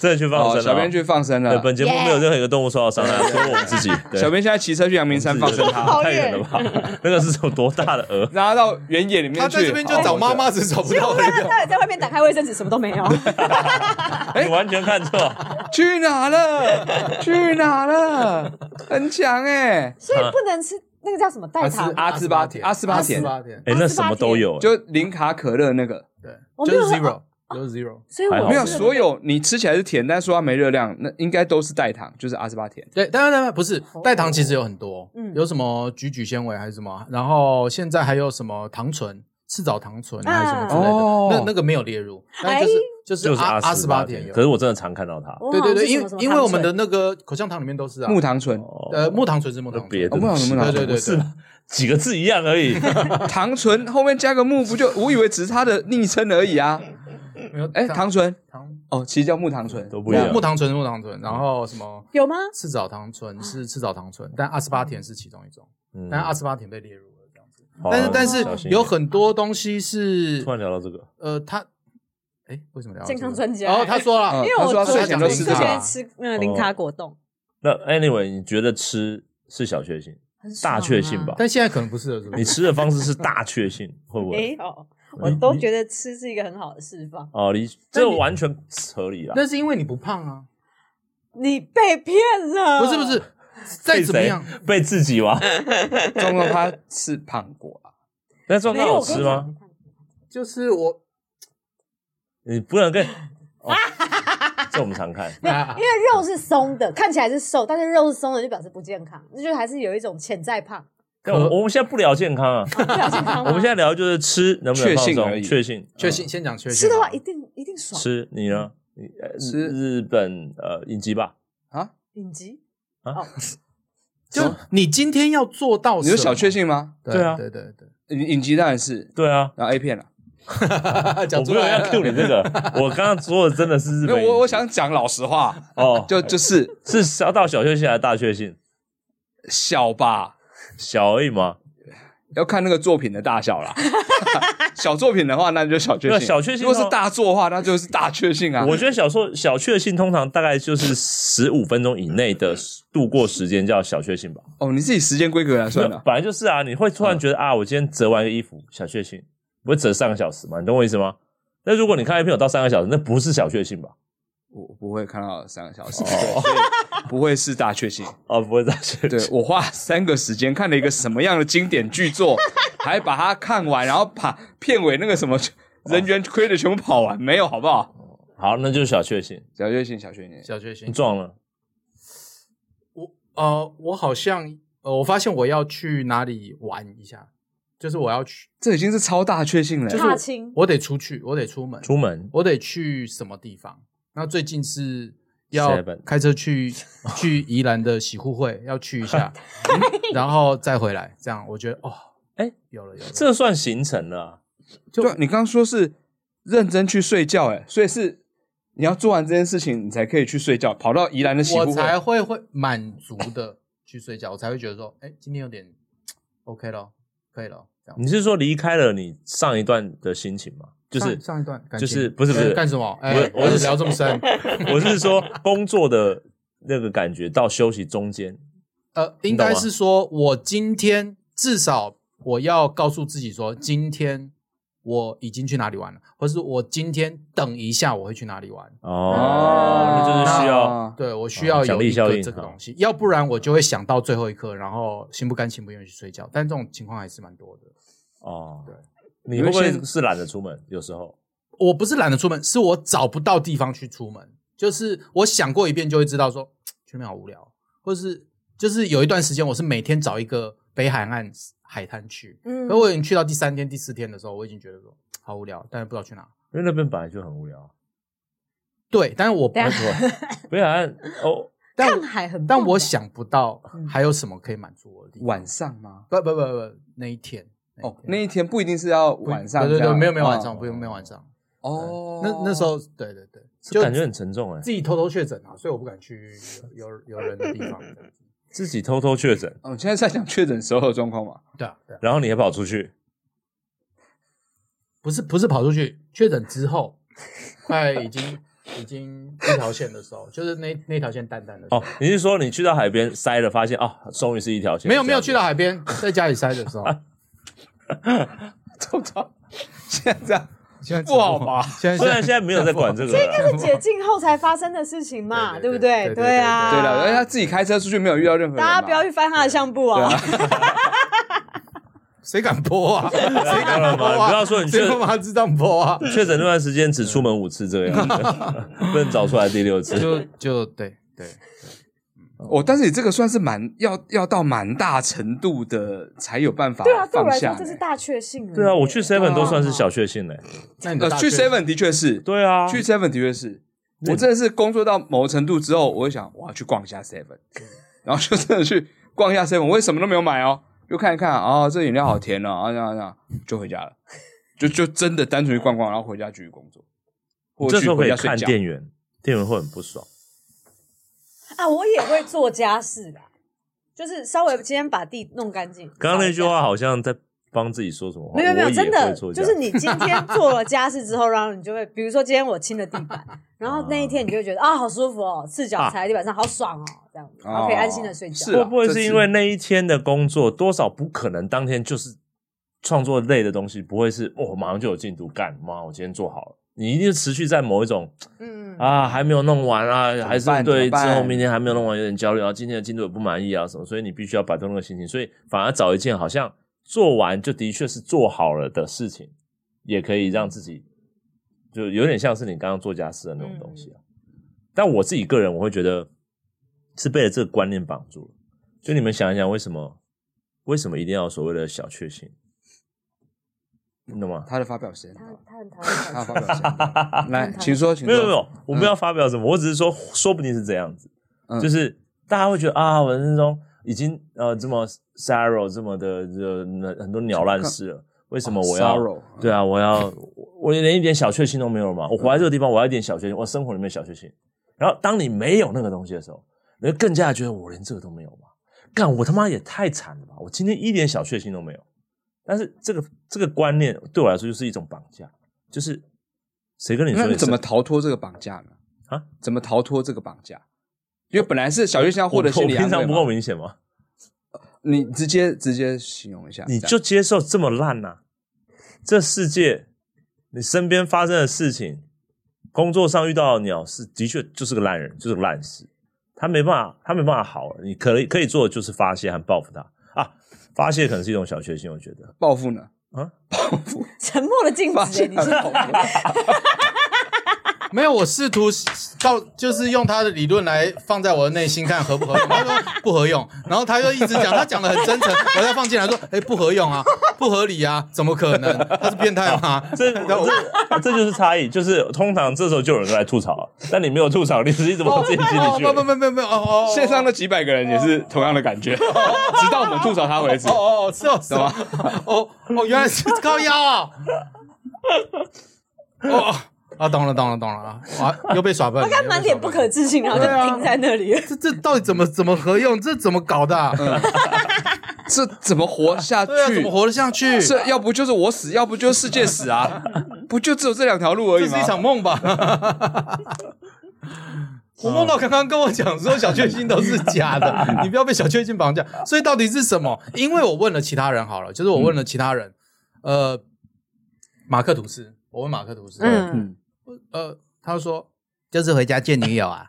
Speaker 3: 真的去放
Speaker 1: 哦，
Speaker 3: 生
Speaker 1: 小
Speaker 3: 了
Speaker 1: 编
Speaker 3: 哦。
Speaker 1: 去放生
Speaker 3: 对，
Speaker 1: 了。
Speaker 3: 本节目没有任何一个动物受到伤害，除了我们自己。
Speaker 1: [LAUGHS]
Speaker 3: 对
Speaker 1: 小编现在骑车去阳明山放生 [LAUGHS]
Speaker 3: 自己
Speaker 1: 它，
Speaker 2: 好
Speaker 3: 太
Speaker 2: 远
Speaker 3: 远
Speaker 2: [LAUGHS]
Speaker 3: 了吧？那个是有多大的鹅？
Speaker 1: 拿到原野里面
Speaker 4: 他
Speaker 1: 去。哦
Speaker 4: 在这边就找妈妈，只找不到而
Speaker 2: 他
Speaker 4: 已。
Speaker 2: 到底在外面打开卫生纸，什么都没
Speaker 3: [LAUGHS] 啊
Speaker 2: 有。哎
Speaker 3: 你完全看错。哎
Speaker 1: 去哪
Speaker 3: [LAUGHS]
Speaker 1: 了？去哪了？很强哎、
Speaker 2: 所以不能吃那个叫什么代糖，
Speaker 3: 啊
Speaker 1: 阿斯巴阿斯巴甜
Speaker 5: 阿斯巴甜，
Speaker 3: 哎，那什么都有。哎
Speaker 1: 就零卡可乐那个，
Speaker 4: 对，
Speaker 2: 我没
Speaker 4: 就
Speaker 2: 有
Speaker 4: 是 zero，就是 zero。
Speaker 2: 所以
Speaker 3: 还
Speaker 2: 我
Speaker 3: 好
Speaker 1: 没有
Speaker 3: 是
Speaker 1: 所有你吃起来是甜，但说它没热量，那应该都是代糖，就是阿斯巴甜。
Speaker 4: 对，当然当然不是
Speaker 2: 哦
Speaker 4: 代糖，其实有很多，
Speaker 2: 嗯
Speaker 4: 有什么菊苣纤维还是什么，然后现在还有什么糖醇，赤藻糖醇
Speaker 2: 啊
Speaker 4: 还是什么之类的，
Speaker 1: 哦
Speaker 4: 那那个没有列入，但就是就是
Speaker 3: 就是
Speaker 4: 阿
Speaker 3: 阿
Speaker 4: 阿斯巴
Speaker 3: 甜
Speaker 4: 甜，油
Speaker 3: 可，是我真的常看到它，
Speaker 2: 我
Speaker 4: 对
Speaker 2: 好像
Speaker 4: 对对，
Speaker 2: 是
Speaker 4: 因
Speaker 2: 什么什么
Speaker 4: 因为
Speaker 2: 糖
Speaker 4: 我们的
Speaker 2: 水
Speaker 4: 那个口香糖里面都是啊，
Speaker 1: 木糖醇，
Speaker 3: 哦
Speaker 4: 呃木糖醇是木
Speaker 3: 那
Speaker 4: 糖
Speaker 3: 别
Speaker 4: 醇，
Speaker 3: 的
Speaker 1: 哦不然
Speaker 3: 西
Speaker 1: 能不能
Speaker 4: 对对对
Speaker 3: 不是
Speaker 4: 对
Speaker 3: 吧几个字一样而已，
Speaker 1: 糖醇后面加个木，不就我以为只是它的昵称而已啊？
Speaker 4: 没有
Speaker 1: 哎，糖醇
Speaker 4: 糖
Speaker 1: 哦，其实叫木糖醇，
Speaker 3: 都不一样嗯
Speaker 4: 木木。糖醇是木糖醇，然后什么
Speaker 2: 有吗？
Speaker 4: 赤藻糖醇是赤藻糖醇，但阿斯巴甜是其中一种，
Speaker 3: 嗯
Speaker 4: 但阿斯巴甜被列入了这样子。
Speaker 3: 好
Speaker 4: 但是
Speaker 3: 啊
Speaker 4: 但
Speaker 3: 小心
Speaker 4: 是
Speaker 3: 一点
Speaker 4: 有很多东西是
Speaker 3: 突然聊到这个，
Speaker 4: 呃，他哎为什么聊到这
Speaker 2: 健
Speaker 4: 个
Speaker 2: 康专家
Speaker 4: 哦，他说
Speaker 1: 嗯
Speaker 3: 呃
Speaker 4: 了
Speaker 2: 因为我
Speaker 1: 他说他
Speaker 2: 昨
Speaker 1: 睡前都
Speaker 2: 天
Speaker 1: 吃
Speaker 2: 睡前
Speaker 1: 它，
Speaker 2: 吃
Speaker 3: 哦
Speaker 2: 嗯零卡果冻，
Speaker 3: 那 anyway，你觉得吃是小确幸，
Speaker 2: 很爽啊
Speaker 3: 大确幸吧？
Speaker 4: [LAUGHS] 但现在可能不是了，是不
Speaker 3: 你
Speaker 4: 是？
Speaker 3: 吃的方式是大确幸，会不
Speaker 2: 没
Speaker 3: 会？
Speaker 2: 有，我
Speaker 3: 哎
Speaker 2: 都觉得吃是一个很好的释放。
Speaker 3: 哦，你
Speaker 4: 但
Speaker 3: 这
Speaker 4: 你
Speaker 3: 完全合理啊！
Speaker 4: [LAUGHS] 那是因为你不胖啊，
Speaker 2: 你被骗了，
Speaker 4: 不是不是，再
Speaker 3: 被
Speaker 4: 怎么
Speaker 3: 谁
Speaker 4: 样，
Speaker 3: 被自己吗？
Speaker 1: 壮壮他是 [LAUGHS] 胖过啊，
Speaker 3: 那状
Speaker 2: 没
Speaker 3: 态
Speaker 2: 有
Speaker 3: 好
Speaker 2: 我跟
Speaker 3: 吃
Speaker 2: 你
Speaker 3: 吗？
Speaker 2: 讲
Speaker 4: 就是我
Speaker 3: 你不能跟，哦这我们常看。
Speaker 4: 啊
Speaker 2: 因为肉是松的，看起来是瘦，但是肉是松的就表示不健康，那就还是有一种潜在胖，
Speaker 3: 但我我们现在不聊健康啊，
Speaker 2: 不了健康吗。
Speaker 3: 我们现在聊就是吃能不能
Speaker 1: 确
Speaker 3: 放
Speaker 1: 幸而
Speaker 3: 松，
Speaker 1: 已
Speaker 3: 确幸，
Speaker 4: 缺陷先讲缺
Speaker 2: 吃
Speaker 4: 陷
Speaker 2: 的
Speaker 4: 好
Speaker 2: 话
Speaker 4: 了，
Speaker 2: 一定一定爽，
Speaker 3: 吃你呢？你呃
Speaker 1: 吃
Speaker 3: 日本呃影集吧，
Speaker 2: 顶级
Speaker 3: 啊
Speaker 2: 哦，
Speaker 4: 就你今天要做到，
Speaker 1: 你有小确，幸吗？
Speaker 3: 对啊
Speaker 4: 对对对，
Speaker 1: 影影集当然是，
Speaker 3: 对啊，
Speaker 1: 然后 A 片了。
Speaker 4: 讲
Speaker 3: 我
Speaker 4: 出
Speaker 3: 没有
Speaker 4: 来
Speaker 3: 要
Speaker 4: 了
Speaker 3: Q 你这
Speaker 1: [LAUGHS]
Speaker 3: 个，我刚刚说的真的是日
Speaker 1: 没有，
Speaker 3: 本影集，
Speaker 1: 我我想讲老实
Speaker 3: [LAUGHS]
Speaker 1: 话，
Speaker 3: 哦，
Speaker 1: 就就是
Speaker 3: 是小到小确幸还是大确幸？
Speaker 1: 小吧，
Speaker 3: 小而已吗？
Speaker 1: 要看那个作品的大小
Speaker 3: [LAUGHS]
Speaker 1: 啦。小作品的话，那就小确
Speaker 3: 对
Speaker 1: 幸。
Speaker 3: 小确幸
Speaker 1: 如果是
Speaker 3: 哦
Speaker 1: 大作的话，那就是大确幸啊。
Speaker 3: 我觉得小说小确幸通常大概就是十五分钟以内的度过时间叫小确幸吧。
Speaker 1: 哦，你自己时间规格来算的。
Speaker 3: 本来就是啊，你会突然觉得、啊，我今天折完一个衣服，小确幸，不会折三个小时嘛？你懂我意思吗？那如果你看一篇有到三个小时，那不是小确幸吧？
Speaker 1: 我我不会看到三个小时，对所以不会是大确幸。
Speaker 3: 哦，不会大确
Speaker 1: 对
Speaker 3: 幸。
Speaker 1: 我花三个时间看了一个什么样的经典巨
Speaker 3: [LAUGHS]
Speaker 1: 作，还把它看完，然后把片尾那个什么人员亏的全部跑完，没有好不好？
Speaker 3: 好，那就是小确幸，
Speaker 1: 小确幸，小确幸，
Speaker 4: 小确
Speaker 3: 你
Speaker 4: 幸。
Speaker 3: 撞了
Speaker 4: 我呃，我好像呃，我发现我要去哪里玩一下，就是我要去，
Speaker 1: 这已经是超大确幸了。
Speaker 2: 踏青
Speaker 4: 我得出去，我得出门，
Speaker 3: 出门，
Speaker 4: 我得去什么地方？那最近是要
Speaker 3: Seven
Speaker 4: 开车去 [LAUGHS] 去宜兰的喜护会，要去
Speaker 3: [LAUGHS]
Speaker 4: 一下，嗯然后再回来，这样我觉得哦，
Speaker 3: 哎
Speaker 4: 有了有了，
Speaker 3: 这算行程了啊、
Speaker 4: 就
Speaker 1: 对啊，你刚刚说是认真去睡觉，哎，所以是你要做完这件事情，你才可以去睡觉，跑到宜兰的喜
Speaker 4: 我
Speaker 1: 湖
Speaker 4: 才会会满足的去睡觉，我才会觉得说，哎，今天有点 OK 咯，可以咯，这样。
Speaker 3: 你是说离开了你上一段的心情吗？就是
Speaker 4: 上上一段感
Speaker 3: 就
Speaker 4: 情，
Speaker 3: 是不是不
Speaker 4: 哎
Speaker 3: 是
Speaker 4: 干什么？哎
Speaker 3: 我，我
Speaker 4: 我
Speaker 3: 是
Speaker 4: 聊这么深，
Speaker 3: 我是说工作的那个感觉到休息中间，
Speaker 4: 呃，应
Speaker 3: 懂
Speaker 4: 该
Speaker 3: 吗
Speaker 4: 是说我今天至少我要告诉自己说，今天我已经去哪里玩了，或是我今天等一下我会去哪里玩。
Speaker 3: 哦，那就是需要
Speaker 4: 对我需
Speaker 3: 哦
Speaker 4: 要
Speaker 3: 奖
Speaker 4: 有
Speaker 3: 励
Speaker 4: 一
Speaker 3: 效
Speaker 4: 个
Speaker 3: 应
Speaker 4: 这个
Speaker 3: 好
Speaker 4: 东西，要不然我就会想到最后一刻，然后心不甘情不愿去睡觉。但这种情况还是蛮多的。
Speaker 3: 哦
Speaker 4: 对。
Speaker 3: 你会不
Speaker 1: 有一些
Speaker 3: 会是懒得出门？有时候
Speaker 4: 我不是懒得出门，是我找不到地方去出门。就是我想过一遍，就会知道说去那边好无聊，哦或是就是有一段时间，我是每天找一个北海岸海滩去。
Speaker 2: 嗯
Speaker 4: 可我已经去到第三天、第四天的时候，我已经觉得说好无聊，但是不知道去哪。
Speaker 3: 因为那边本来就很无聊，
Speaker 4: 对，但是我
Speaker 2: 等一下
Speaker 4: [LAUGHS]
Speaker 3: 北海岸哦，
Speaker 4: 但
Speaker 2: 看海很棒
Speaker 4: 但
Speaker 2: 吧，嗯
Speaker 4: 我想不到还有什么可以满足我的地方。
Speaker 1: 晚上吗？
Speaker 4: 不不不不，那一天
Speaker 1: 哦，
Speaker 4: 一
Speaker 1: 那
Speaker 4: 哎天啊
Speaker 1: 一天不一定是要晚上这
Speaker 4: 对
Speaker 1: 样，
Speaker 4: 对对，没有没有晚
Speaker 1: 哦
Speaker 4: 上，不用没有晚上。
Speaker 1: 哦。
Speaker 4: 那那时候对对对，
Speaker 3: 这感觉很沉重哎
Speaker 4: 自，己偷偷确诊啊，所以我不敢去有有有人的地
Speaker 1: [LAUGHS]
Speaker 4: 方。这样子
Speaker 3: 自己偷偷确诊，
Speaker 1: 哦，你现在在讲确诊时候的状况 [LAUGHS] 嘛？
Speaker 4: 对啊，对啊，
Speaker 3: 然后你还跑出去，
Speaker 4: 不是不是跑出去确诊之后，快已经已经一条线的时候，就是那那条线淡淡的时候
Speaker 3: 哦，你是说你去到海边塞了，发现啊，终于是一条线，
Speaker 4: 没有没有
Speaker 3: 这
Speaker 4: 去
Speaker 3: 样
Speaker 4: 到海边，在家里塞的
Speaker 1: [LAUGHS]
Speaker 4: 时候，
Speaker 1: 啊周遭现在这样
Speaker 4: 现在
Speaker 1: 不好吧？
Speaker 4: 现
Speaker 3: 子，虽然现在没有在管这个了，
Speaker 2: 这是解禁后才发生的事情嘛，对
Speaker 4: 对
Speaker 2: 不
Speaker 4: 对
Speaker 2: 对？
Speaker 4: 对对
Speaker 2: 对啊，
Speaker 1: 对了，而且他自己开车出去没有遇到任何人嘛，
Speaker 2: 大家不要去翻他的相簿
Speaker 1: 对
Speaker 2: 啊！
Speaker 1: 啊，
Speaker 4: 谁敢播啊？谁
Speaker 3: 当然
Speaker 4: 敢播
Speaker 3: 嘛
Speaker 4: 啊？
Speaker 3: 你不要说你确
Speaker 4: 谁他妈知道播啊？
Speaker 3: [LAUGHS] 确诊那段时间只出
Speaker 1: [LAUGHS]
Speaker 3: 门五次这个样子，不能找出来第六次。
Speaker 4: 就就对对，
Speaker 1: [LAUGHS] 哦，但是你这个算是蛮要要到蛮大程度的才有办法
Speaker 2: 对啊，对我
Speaker 1: 放
Speaker 2: 来
Speaker 1: 下欸
Speaker 2: 说
Speaker 1: 呢。
Speaker 2: 这是大确幸了耶。
Speaker 3: 对啊，我去 Seven 都算是
Speaker 2: 对啊
Speaker 3: 小确幸嘞、
Speaker 5: 那你的
Speaker 1: 呃，
Speaker 5: 大
Speaker 1: 去
Speaker 5: 学
Speaker 1: Seven 的确是，
Speaker 3: 对啊，
Speaker 1: 去 Seven 的确是，
Speaker 3: 对
Speaker 1: 我真的是工作到某程度之后，我就想我要去逛一下
Speaker 3: [LAUGHS]
Speaker 1: Seven，然后就真的去逛一下 Seven，我也什么都没有买哦，就看一看哦，这饮料好甜哦，啊这样这样就回家了，就就真的单纯去逛逛，然后回家继续工作，或
Speaker 3: 这
Speaker 1: 者
Speaker 3: 时候可
Speaker 1: 回
Speaker 3: 以
Speaker 1: 家
Speaker 3: 看
Speaker 1: 睡觉。
Speaker 3: 店员，店员会很不爽。
Speaker 2: 啊，我也会做家事啦，就是稍微今天把地弄干净。
Speaker 3: 刚刚那句
Speaker 2: 扫一
Speaker 3: 话好像在帮自己说什么话？
Speaker 2: 下。没有没有，
Speaker 3: 我也
Speaker 2: 真的
Speaker 3: 会做这
Speaker 2: 就
Speaker 3: 样
Speaker 2: 是你今天做了家事之后，然后你就会，比如说今天我清了地
Speaker 3: [LAUGHS]
Speaker 2: 板，然后那一天你就会觉得啊，好舒服哦，赤
Speaker 3: 啊
Speaker 2: 脚踩在地板上，好爽哦，这样子，然后可以安心的睡觉。
Speaker 1: 是啊
Speaker 3: 会不会
Speaker 1: 这
Speaker 3: 是因
Speaker 1: 是
Speaker 3: 为那一天的工作多少不可能当天就是创作类的东西，不会是哦马上就有进度干，妈我今天做好了。你一定持续在某一种
Speaker 2: 嗯，
Speaker 3: 啊还没有弄完啊，还是
Speaker 1: 怎么办嗯
Speaker 3: 对
Speaker 1: 怎么
Speaker 3: 之
Speaker 1: 办
Speaker 3: 后明天还没有弄完有点焦虑啊，今天的进度也不满意啊什么，所以你必须要摆脱那个心情，所以反而找一件好像做完就的确是做好了的事情，也可以让自己就有点像是你刚刚做家事的那种东西啊。但我自己个人，我会觉得是被了这个观念绑住了。就你们想一想，为什么为什么一定要有所谓的小确幸？你懂吗？
Speaker 1: 他的发表时间
Speaker 2: 他
Speaker 1: 到了，
Speaker 2: 他很讨
Speaker 1: 他的
Speaker 2: 厌
Speaker 1: 发表时
Speaker 3: [LAUGHS]
Speaker 1: 间到了来，请说，请
Speaker 3: 没
Speaker 1: 说，
Speaker 3: 有没有，我不要发表什么，我只是说，说不定是这样子，
Speaker 1: 嗯
Speaker 3: 就是大家会觉得啊，我人生中已经呃这么 sorrow 这么的呃很多鸟烂事了，为什么我要、
Speaker 1: sorrow
Speaker 3: 对啊，我要我我连一点小确幸都没有嘛，我活在这个地方，我要一点小确幸，我生活里面的小确幸。然后当你没有那个东西的时候，你就更加觉得我连这个都没有嘛，干我他妈也太惨了吧，我今天一点小确幸都没有。但是这个这个观念对我来说就是一种绑架，就是谁跟你说
Speaker 1: 那你
Speaker 3: 生
Speaker 1: 怎么逃脱这个绑架呢？
Speaker 3: 啊，
Speaker 1: 怎么逃脱这个绑架？因为本来是小月香获得
Speaker 3: 我
Speaker 1: 心理
Speaker 3: 我
Speaker 1: 安
Speaker 3: 平
Speaker 1: 慰
Speaker 3: 常不
Speaker 1: 嘛
Speaker 3: 够明显吗？
Speaker 1: 你直接直接形容一下，
Speaker 3: 你
Speaker 1: 这样
Speaker 3: 就接受这么烂呐、这世界，你身边发生的事情，工作上遇到的鸟是的确就是个烂人，就是个烂事，他没办法，他没办法好了。你可以可以做的就是发泄和报复他啊，发泄可能是一种小确幸，我觉得。
Speaker 1: 报复呢？
Speaker 3: 啊，
Speaker 1: 报复，
Speaker 2: 沉默的镜
Speaker 1: 发
Speaker 2: 子耶，
Speaker 1: 现
Speaker 2: 你
Speaker 1: 他
Speaker 2: 是
Speaker 1: 的报复，
Speaker 4: 没有，我试图到就是用他的理论来放在我的内心看合不合用，他说不合用，然后他又一直讲，他讲的很真诚，我再放进来 [LAUGHS] 说，哎，不合用啊，不合理啊，怎么可能？ [LAUGHS] 他是变态吗？
Speaker 3: 这这这就是差异，就是通常这时候就有人来吐槽了，但你没有吐槽，你是一直往自己心里
Speaker 4: 哦，
Speaker 3: 去
Speaker 4: 不不不不不，哦哦，
Speaker 1: 线上的几百个人也是同样的 [LAUGHS] 感觉，直到我们吐槽他为止
Speaker 4: 哦。哦哦，是哦是
Speaker 1: 懂吗
Speaker 4: 哦，哦哦，原来是高腰啊，哦啊，懂了懂了懂了啊，哇，又被耍笨了，
Speaker 2: 他满脸不可置信，然后就停在那里了。
Speaker 4: 这这到底怎么怎么合用？这怎么搞的啊？
Speaker 1: 这怎么活下嗯去
Speaker 4: 对啊，？怎么活得下去？
Speaker 1: 这要不就是我死，要不就是世界死 [LAUGHS] 啊！不就只有这两条路而
Speaker 4: 这
Speaker 1: 已
Speaker 4: 是一
Speaker 1: 吗？
Speaker 4: 场梦吧？
Speaker 1: [LAUGHS]
Speaker 4: 我梦到
Speaker 1: 嗯
Speaker 4: 刚刚跟我讲说小确幸都是假
Speaker 1: [LAUGHS]
Speaker 4: 的，你不要被小确幸绑架。所以到底是什么？因为我问了其他人好了，就是我问了其他人，
Speaker 1: 嗯
Speaker 4: 呃，马克吐斯，我问马克吐斯，
Speaker 2: 嗯，
Speaker 4: 呃，他说就是回家见女友啊，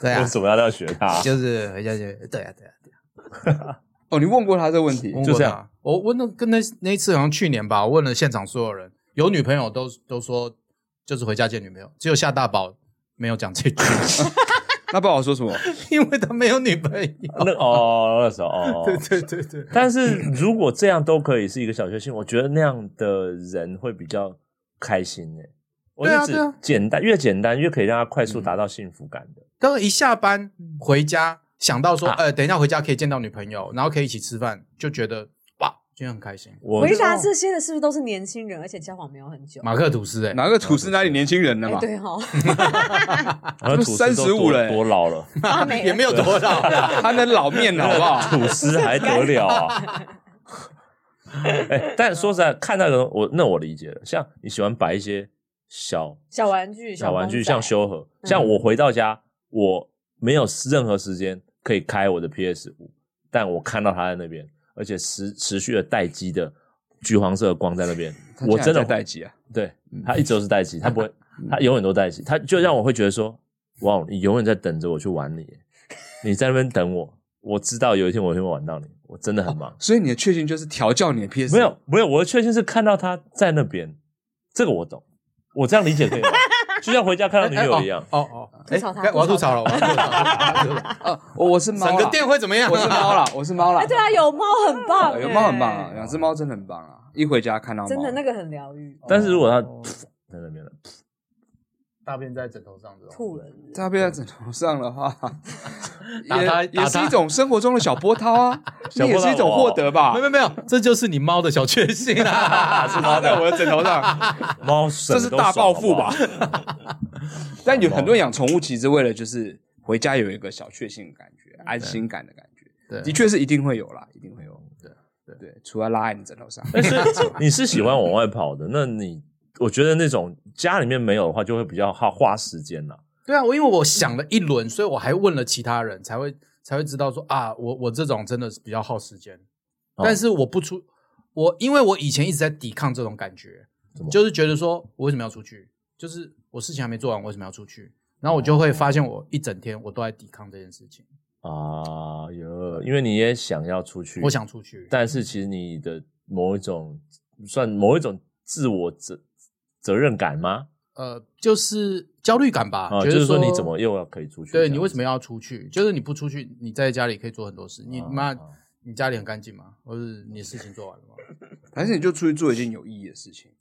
Speaker 4: 对
Speaker 3: 为
Speaker 4: 啊，
Speaker 3: 什么要要学他？
Speaker 4: 就是回家见，对啊，对啊，对啊，
Speaker 1: 哦，你问过他这个问题，
Speaker 3: 就这样。
Speaker 4: 我问了跟那那一次好像去年吧，我问了现场所有人，有女朋友都都说就是回家见女朋友，只有夏大宝没有讲这句。 [LAUGHS]
Speaker 1: 那不好说什么。
Speaker 4: 因为他没有女朋友。
Speaker 3: 那哦，那时候哦，
Speaker 4: 对对对对，
Speaker 3: 但是如果这样都可以是一个小确幸，我觉得那样的人会比较开心诶、我
Speaker 4: 对啊
Speaker 3: 是指
Speaker 4: 对啊嗯
Speaker 3: 简单，越简单越可以让他快速达到幸福感的。
Speaker 4: 刚刚一下班回家，想到说，
Speaker 3: 啊
Speaker 4: 呃，等一下回家可以见到女朋友，然后可以一起吃饭，就觉得哇，今天很开心。
Speaker 3: 我
Speaker 2: 回答这些的是不是都是年轻人，而且交往没有很久？
Speaker 4: 马克吐斯、欸，哎，
Speaker 1: 哪个吐司哪里年轻人了
Speaker 2: 哎，
Speaker 1: 嘛？
Speaker 2: 对哦，
Speaker 3: 然后吐司都多
Speaker 1: 35了欸
Speaker 3: 多老
Speaker 4: [LAUGHS]
Speaker 3: 了，
Speaker 2: 阿美
Speaker 4: 也没有
Speaker 3: [LAUGHS]
Speaker 4: 多少啦，
Speaker 1: 他能老面啊了，好不 [LAUGHS] 好？
Speaker 3: 吐
Speaker 4: 啊
Speaker 3: 司还得了
Speaker 4: [LAUGHS]
Speaker 3: 啊？哎，但说实在，看那个我那我理解了。像你喜欢摆一些小
Speaker 2: 小玩具、
Speaker 3: 小玩具，
Speaker 2: 公仔嗯
Speaker 3: 像修和，像我回到家，我没有任何时间可以开我的 PS 五，但我看到它在那边，而且持持续的待机的橘黄色的光在
Speaker 1: [LAUGHS]
Speaker 3: 那边，
Speaker 1: 他
Speaker 3: 我
Speaker 1: 现在
Speaker 3: 真的
Speaker 1: 在待嗯机啊！
Speaker 3: 对它一直都是待机，
Speaker 1: [LAUGHS]
Speaker 3: 它不会，它永远都待机，它就让我会觉得说，哇，你永远在等着我去玩你
Speaker 1: [LAUGHS]
Speaker 3: 耶，你在那边等我，我知道有一天我会玩到你，我真的很忙。
Speaker 1: 所以你的确信哦就是调教你的 PS， [LAUGHS]
Speaker 3: 没有没有，我的确信是看到他在那边，这个我懂，我这样理解可以吗？就像回家看到女友一样。
Speaker 6: 哦哦，
Speaker 2: 吐槽他
Speaker 6: 哎我要
Speaker 2: 吐
Speaker 6: 吐
Speaker 2: 槽
Speaker 6: 槽了，我要吐槽了
Speaker 2: [LAUGHS]
Speaker 1: 呃，我我是猫啦，
Speaker 6: 整个店会怎么样？
Speaker 1: 我是猫啦，我是猫啦
Speaker 2: 哎，，对啊，有猫很棒
Speaker 1: 呃
Speaker 2: 欸，
Speaker 1: 有猫很棒啊，两只猫真的很棒啊！一回家看到猫，
Speaker 2: 真的那个很疗愈，
Speaker 1: 哦
Speaker 3: 但是如果他
Speaker 4: 哦
Speaker 3: 在那边
Speaker 4: [LAUGHS]
Speaker 3: 了，
Speaker 4: 大便在枕头上的，
Speaker 2: 吐了。
Speaker 1: 大便在枕头上的
Speaker 3: [LAUGHS]
Speaker 1: 话，
Speaker 6: 打他
Speaker 1: 也也
Speaker 6: 打
Speaker 1: 是
Speaker 6: 他
Speaker 1: 一种生活中的小波涛啊，
Speaker 3: [LAUGHS] 小波涛哦
Speaker 1: 也是一种获得吧
Speaker 6: 没。有没有，这就是你猫的小确幸啊！
Speaker 1: 是猫在我的枕头
Speaker 3: [LAUGHS]
Speaker 1: 上，
Speaker 3: 猫神
Speaker 1: 这是
Speaker 3: 都
Speaker 1: 大
Speaker 3: 爽
Speaker 1: 报复吧？
Speaker 3: [LAUGHS] 好不
Speaker 1: [LAUGHS]
Speaker 3: 好
Speaker 1: 但有很多人养宠物其实为了就是回家有一个小确幸的感
Speaker 3: 嗯
Speaker 1: 觉、安心感的感觉，
Speaker 6: 对
Speaker 1: 的确是一定会有啦，一定会有。
Speaker 6: 对对
Speaker 1: 对，除了拉在你枕头上，
Speaker 3: 但是你是喜欢往外跑的，那你我觉得那种家里面没有的话，就会比较耗花时间啦。
Speaker 4: 对啊，我因为我想了一轮，所以我还问了其他人，才会才会知道说啊，我我这种真的是比较耗时间，
Speaker 3: 哦
Speaker 4: 但是我不出我，因为我以前一直在抵抗这种感觉
Speaker 3: 怎么，
Speaker 4: 就是觉得说我为什么要出去，就是我事情还没做完，我为什么要出去？然后我就会发现我一整天我都在抵抗这件事情，
Speaker 3: 啊哟，因为你也想要出去，
Speaker 4: 我想出去，
Speaker 3: 但是其实你的某一种算某一种自我责责任感吗？
Speaker 4: 呃，就是焦虑感吧，
Speaker 3: 啊，
Speaker 4: 觉得
Speaker 3: 就是说你怎么又要可以出去这样
Speaker 4: 对
Speaker 3: 子？
Speaker 4: 你为什么要出去？就是你不出去，你在家里可以做很多事。你
Speaker 3: 啊
Speaker 4: 妈
Speaker 3: 啊，
Speaker 4: 你家里很干净吗？或是你事情做完了吗？
Speaker 1: [LAUGHS] 还是你就出去做一件有意义的事情，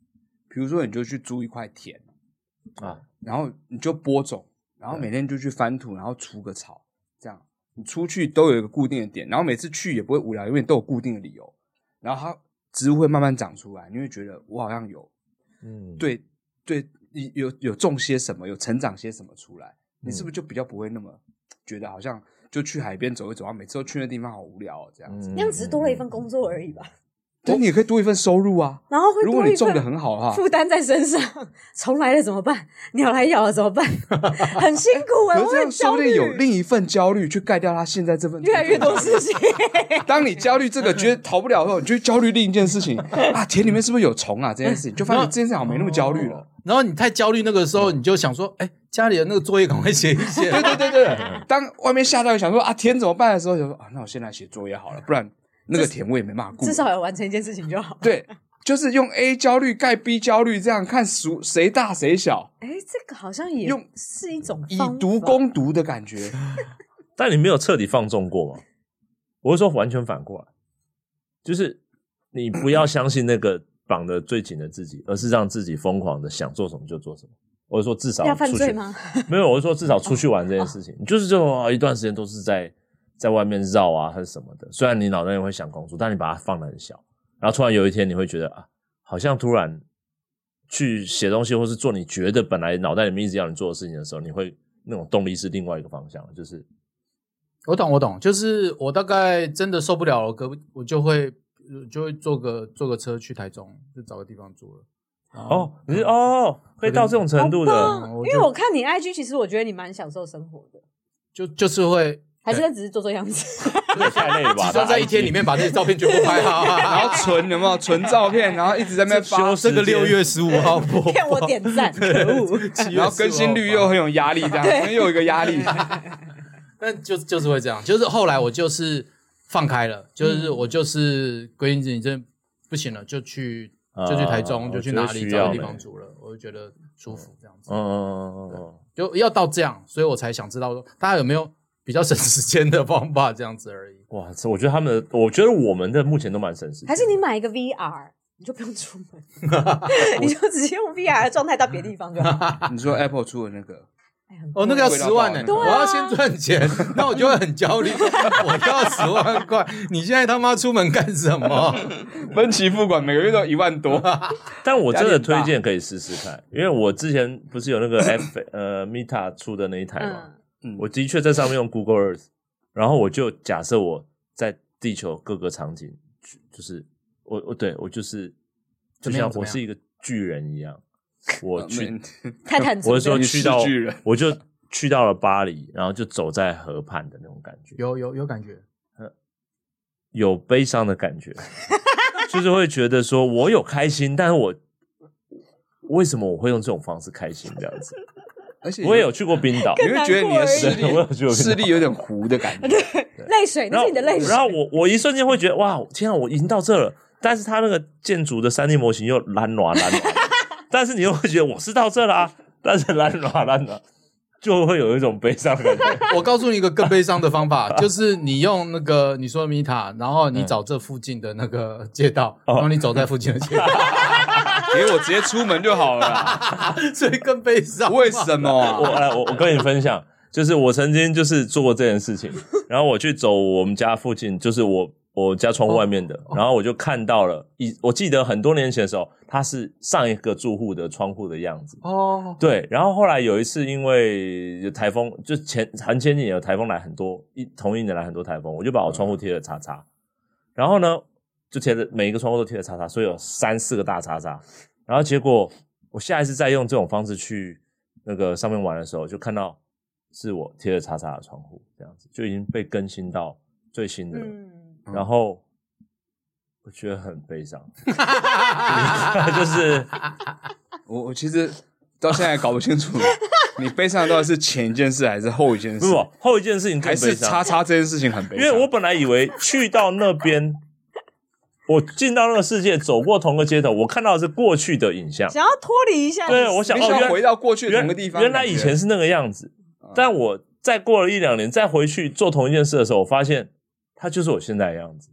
Speaker 1: 比如说你就去租一块田
Speaker 3: 啊，
Speaker 1: 然后你就播种，然后每天就去翻土，然后除个草，这样你出去都有一个固定的点，然后每次去也不会无聊，因为你都有固定的理由，然后它植物会慢慢长出来，你会觉得我好像有
Speaker 3: 嗯，
Speaker 1: 对对有有种些什么，有成长些什么出来，你是不是就比较不会那么觉得好像就去海边走一走，啊然后每次都去那地方好无聊、哦、这样子，
Speaker 3: 嗯，
Speaker 2: 那样只是多了一份工作而已吧，
Speaker 1: 对，你也可以多一份收入啊。
Speaker 2: 然后会
Speaker 1: 如果
Speaker 2: 多一
Speaker 1: 你种的
Speaker 2: 份
Speaker 1: 很好的话，
Speaker 2: 负担在身上，虫来了怎么
Speaker 1: [LAUGHS]
Speaker 2: 办？鸟来咬了怎么办？很辛苦哎，
Speaker 1: 可
Speaker 2: 我
Speaker 1: 是这
Speaker 2: 很
Speaker 1: 样说
Speaker 2: 焦
Speaker 1: 不定
Speaker 2: 虑，
Speaker 1: 有另一份焦虑去盖掉他现在这份啊
Speaker 2: 越来越多
Speaker 1: [LAUGHS]
Speaker 2: 事情，
Speaker 1: 当你焦虑这个觉得逃不了的时候，你就焦虑另一件事
Speaker 2: [LAUGHS]
Speaker 1: 情啊，田里面是不是有虫啊？这件事情就发现你这件事情好像没那么焦
Speaker 2: 哦
Speaker 1: 虑了。
Speaker 4: 然后你太焦虑那个时候，你就想说，哎，家里的那个作业赶快写一写。
Speaker 1: 嗯 [LAUGHS] 对对对对，当外面下大雨想说啊田怎么办的时候，想说啊那我先来写作业好了，不然那个田我也没办法顾。
Speaker 2: 至少有完成一件事情就好。
Speaker 1: [LAUGHS] 对，就是用 A 焦虑盖 B 焦虑，这样看孰谁大谁小，
Speaker 2: 哎，这个好像也
Speaker 1: 用
Speaker 2: 是一种
Speaker 1: 以
Speaker 2: 方法
Speaker 1: 毒攻毒的感
Speaker 2: [LAUGHS]
Speaker 1: 觉。
Speaker 3: 但你没有彻底放纵过吗？我是说完全反过来，就是你不要相信那个绑得最紧的自己，而是让自己疯狂的想做什么就做什么。我是说至少
Speaker 2: 要犯
Speaker 3: 出去
Speaker 2: 罪吗？
Speaker 3: [LAUGHS]
Speaker 2: 哦
Speaker 3: 没有，我是说至少出去玩这件事情，你就是这种啊，一段时间都是在在外面绕啊还是什么的。虽然你脑袋里会想工作，但你把它放得很小，然后突然有一天你会觉得啊，好像突然去写东西，或是做你觉得本来脑袋里面一直要你做的事情的时候，你会那种动力是另外一个方向，就是
Speaker 4: 我懂，我懂，就是我大概真的受不了了，隔我就会呃就会坐个坐个车去台中，就找个地方住了。嗯
Speaker 3: 哦，你是哦，会到这种程
Speaker 2: 好
Speaker 3: 度的，
Speaker 2: 棒啊
Speaker 4: 我
Speaker 2: 因
Speaker 4: 就
Speaker 2: 为我看你 IG，其实我觉得你蛮享受生活的，
Speaker 4: 就就是会
Speaker 2: 还是在只是做做样
Speaker 3: [LAUGHS]
Speaker 2: 子。
Speaker 3: 太累了
Speaker 4: [LAUGHS]
Speaker 3: 吧？
Speaker 4: 集中在一天里面把这些照片全部拍
Speaker 1: [LAUGHS]
Speaker 4: 好，然
Speaker 1: 然
Speaker 4: 后
Speaker 1: 后存有没有存照片，然后一直在那边发，
Speaker 3: 这个六月
Speaker 4: 十五号播
Speaker 2: 骗
Speaker 4: [LAUGHS]
Speaker 2: 我点赞，可
Speaker 3: [LAUGHS]
Speaker 2: 恶！
Speaker 1: [LAUGHS] 然后更新率又很有压力，这样又有一个压
Speaker 2: [LAUGHS]
Speaker 1: 力。
Speaker 4: 但就就是会这样，就是后来我就是放开了，就是
Speaker 3: 嗯
Speaker 4: 我就是规定自己真的不行了，就去
Speaker 3: 啊
Speaker 4: 就去台中，
Speaker 3: 我
Speaker 4: 就去
Speaker 3: 觉得
Speaker 4: 哪里
Speaker 3: 需
Speaker 4: 找
Speaker 3: 要
Speaker 4: 个地
Speaker 3: 呢
Speaker 4: 方住了，我就觉得舒服这样子
Speaker 3: 嗯，嗯嗯嗯嗯，
Speaker 4: 就要到这样，所以我才想知道说大家有没有比较省 [LAUGHS] 时间的方法这样子而已。
Speaker 3: 哇，这我觉得他们的，我觉得我们的目前都蛮省事，
Speaker 2: 还是你买一个 VR，你就不用出门，
Speaker 3: [LAUGHS]
Speaker 2: 你就直接用 VR 的状态到别的地方就好。
Speaker 1: 你说 Apple 出的那个，
Speaker 2: 哎
Speaker 3: [LAUGHS]
Speaker 2: 很
Speaker 4: 哦，那个要
Speaker 1: 贵到
Speaker 4: 十万呢、
Speaker 1: 爆
Speaker 4: 我
Speaker 1: 那个
Speaker 4: 要先赚钱，那我就会很焦虑。 [LAUGHS] 我要十万块，你现在他妈出门干
Speaker 3: [LAUGHS]
Speaker 4: 什么？
Speaker 1: 分期付款每个月都一万
Speaker 2: [LAUGHS]
Speaker 1: 多，
Speaker 3: 但我真
Speaker 1: 压
Speaker 3: 的
Speaker 1: 力很大
Speaker 3: 推荐可以试试看，因为我之前不是有
Speaker 2: [COUGHS]
Speaker 3: 那个 F 呃 Meta 出的那一台嘛，
Speaker 2: 嗯，
Speaker 3: 我的确在上面用 Google Earth，然后我就假设我在地球各个场景，去就是我我对我就是就
Speaker 4: 怎么样
Speaker 3: 像
Speaker 4: 怎么
Speaker 3: 我
Speaker 4: 样呃
Speaker 3: 是一个巨人一样，我
Speaker 1: 嗯
Speaker 3: 去
Speaker 2: 泰坦
Speaker 3: 我是说
Speaker 1: 你
Speaker 3: 去
Speaker 1: 是
Speaker 3: 到
Speaker 1: 巨人
Speaker 3: 我就去到了巴黎，然后就走在河畔的那种感觉，
Speaker 4: 有有有感觉，
Speaker 3: 有悲伤的感
Speaker 1: [LAUGHS]
Speaker 3: 觉，就是会觉得说我有开心，但是我为什么我会用这种方式开心这样
Speaker 1: [LAUGHS]
Speaker 3: 子？
Speaker 1: 而且
Speaker 3: 我也有，去过冰岛，
Speaker 1: 你会觉得你的视
Speaker 3: 对 [LAUGHS] 我有
Speaker 1: 力
Speaker 3: 觉得
Speaker 1: 视力有点糊的
Speaker 4: [LAUGHS]
Speaker 1: 感觉，
Speaker 2: 泪水，
Speaker 3: 然
Speaker 2: 那
Speaker 3: 后
Speaker 2: 是你的泪水。
Speaker 3: 然后我我一瞬间会觉得哇，天啊，我已经到这了，但是
Speaker 1: [LAUGHS]
Speaker 3: 它那个建筑的三 D 模型又懒暖懒暖，但是你又会觉得我是到这了啊，烂成烂了烂了，就会有一种悲伤的感觉。
Speaker 4: 我告诉你一个更悲伤的方法，就是你用那个你说米塔，然后你找这附近的那个街道，然后你走在附近的街道，
Speaker 1: 给我直接出门就好了
Speaker 3: [LAUGHS]
Speaker 1: 啦。
Speaker 4: 所以更悲伤。
Speaker 1: 为什么啊、
Speaker 3: 我来，我我跟你分享，就是我曾经就是做过这件事情，然后我去走我们家附近，就是我我家窗户外面的，然后我就看到了，一我记得很多年前的时候，它是上一个住户的窗户的样子，
Speaker 4: 哦，
Speaker 3: 对，然后后来有一次因为有台风，就前前前几年有台风来很多，一同一年来很多台风，我就把我
Speaker 1: 嗯
Speaker 3: 窗户贴了叉叉，然后呢就贴了每一个窗户都贴了叉叉，所以有三四个大叉叉，然后结果我下一次再用这种方式去那个上面玩的时候，就看到是我贴了叉叉的窗户这样子，就已经被更新到最新的了，
Speaker 2: 嗯，
Speaker 3: 然后。我觉得很悲伤，就是
Speaker 1: 我我其实到现在搞不清楚，你悲伤到底是前一件事还是后一件事
Speaker 3: 不，不后一件事情更
Speaker 1: 还
Speaker 3: 悲
Speaker 1: 是
Speaker 3: 伤
Speaker 1: 叉叉这件事情很悲
Speaker 3: 因
Speaker 1: 伤？
Speaker 3: 为我本来以为去到
Speaker 1: [LAUGHS]
Speaker 3: 那边，我进到那个世界，走过同个街头，我看到的是过去的影像。
Speaker 2: 想要脱离一下，
Speaker 3: 对，我想
Speaker 1: 你
Speaker 3: 哦，
Speaker 1: 想要
Speaker 3: 原
Speaker 1: 回到过去的
Speaker 3: 原
Speaker 1: 同个地方，
Speaker 3: 原来以前
Speaker 1: 感觉啊
Speaker 3: 是那个样子，但我再过了一两年再回去做同一件事的时候，我发现它就是我现在的样子。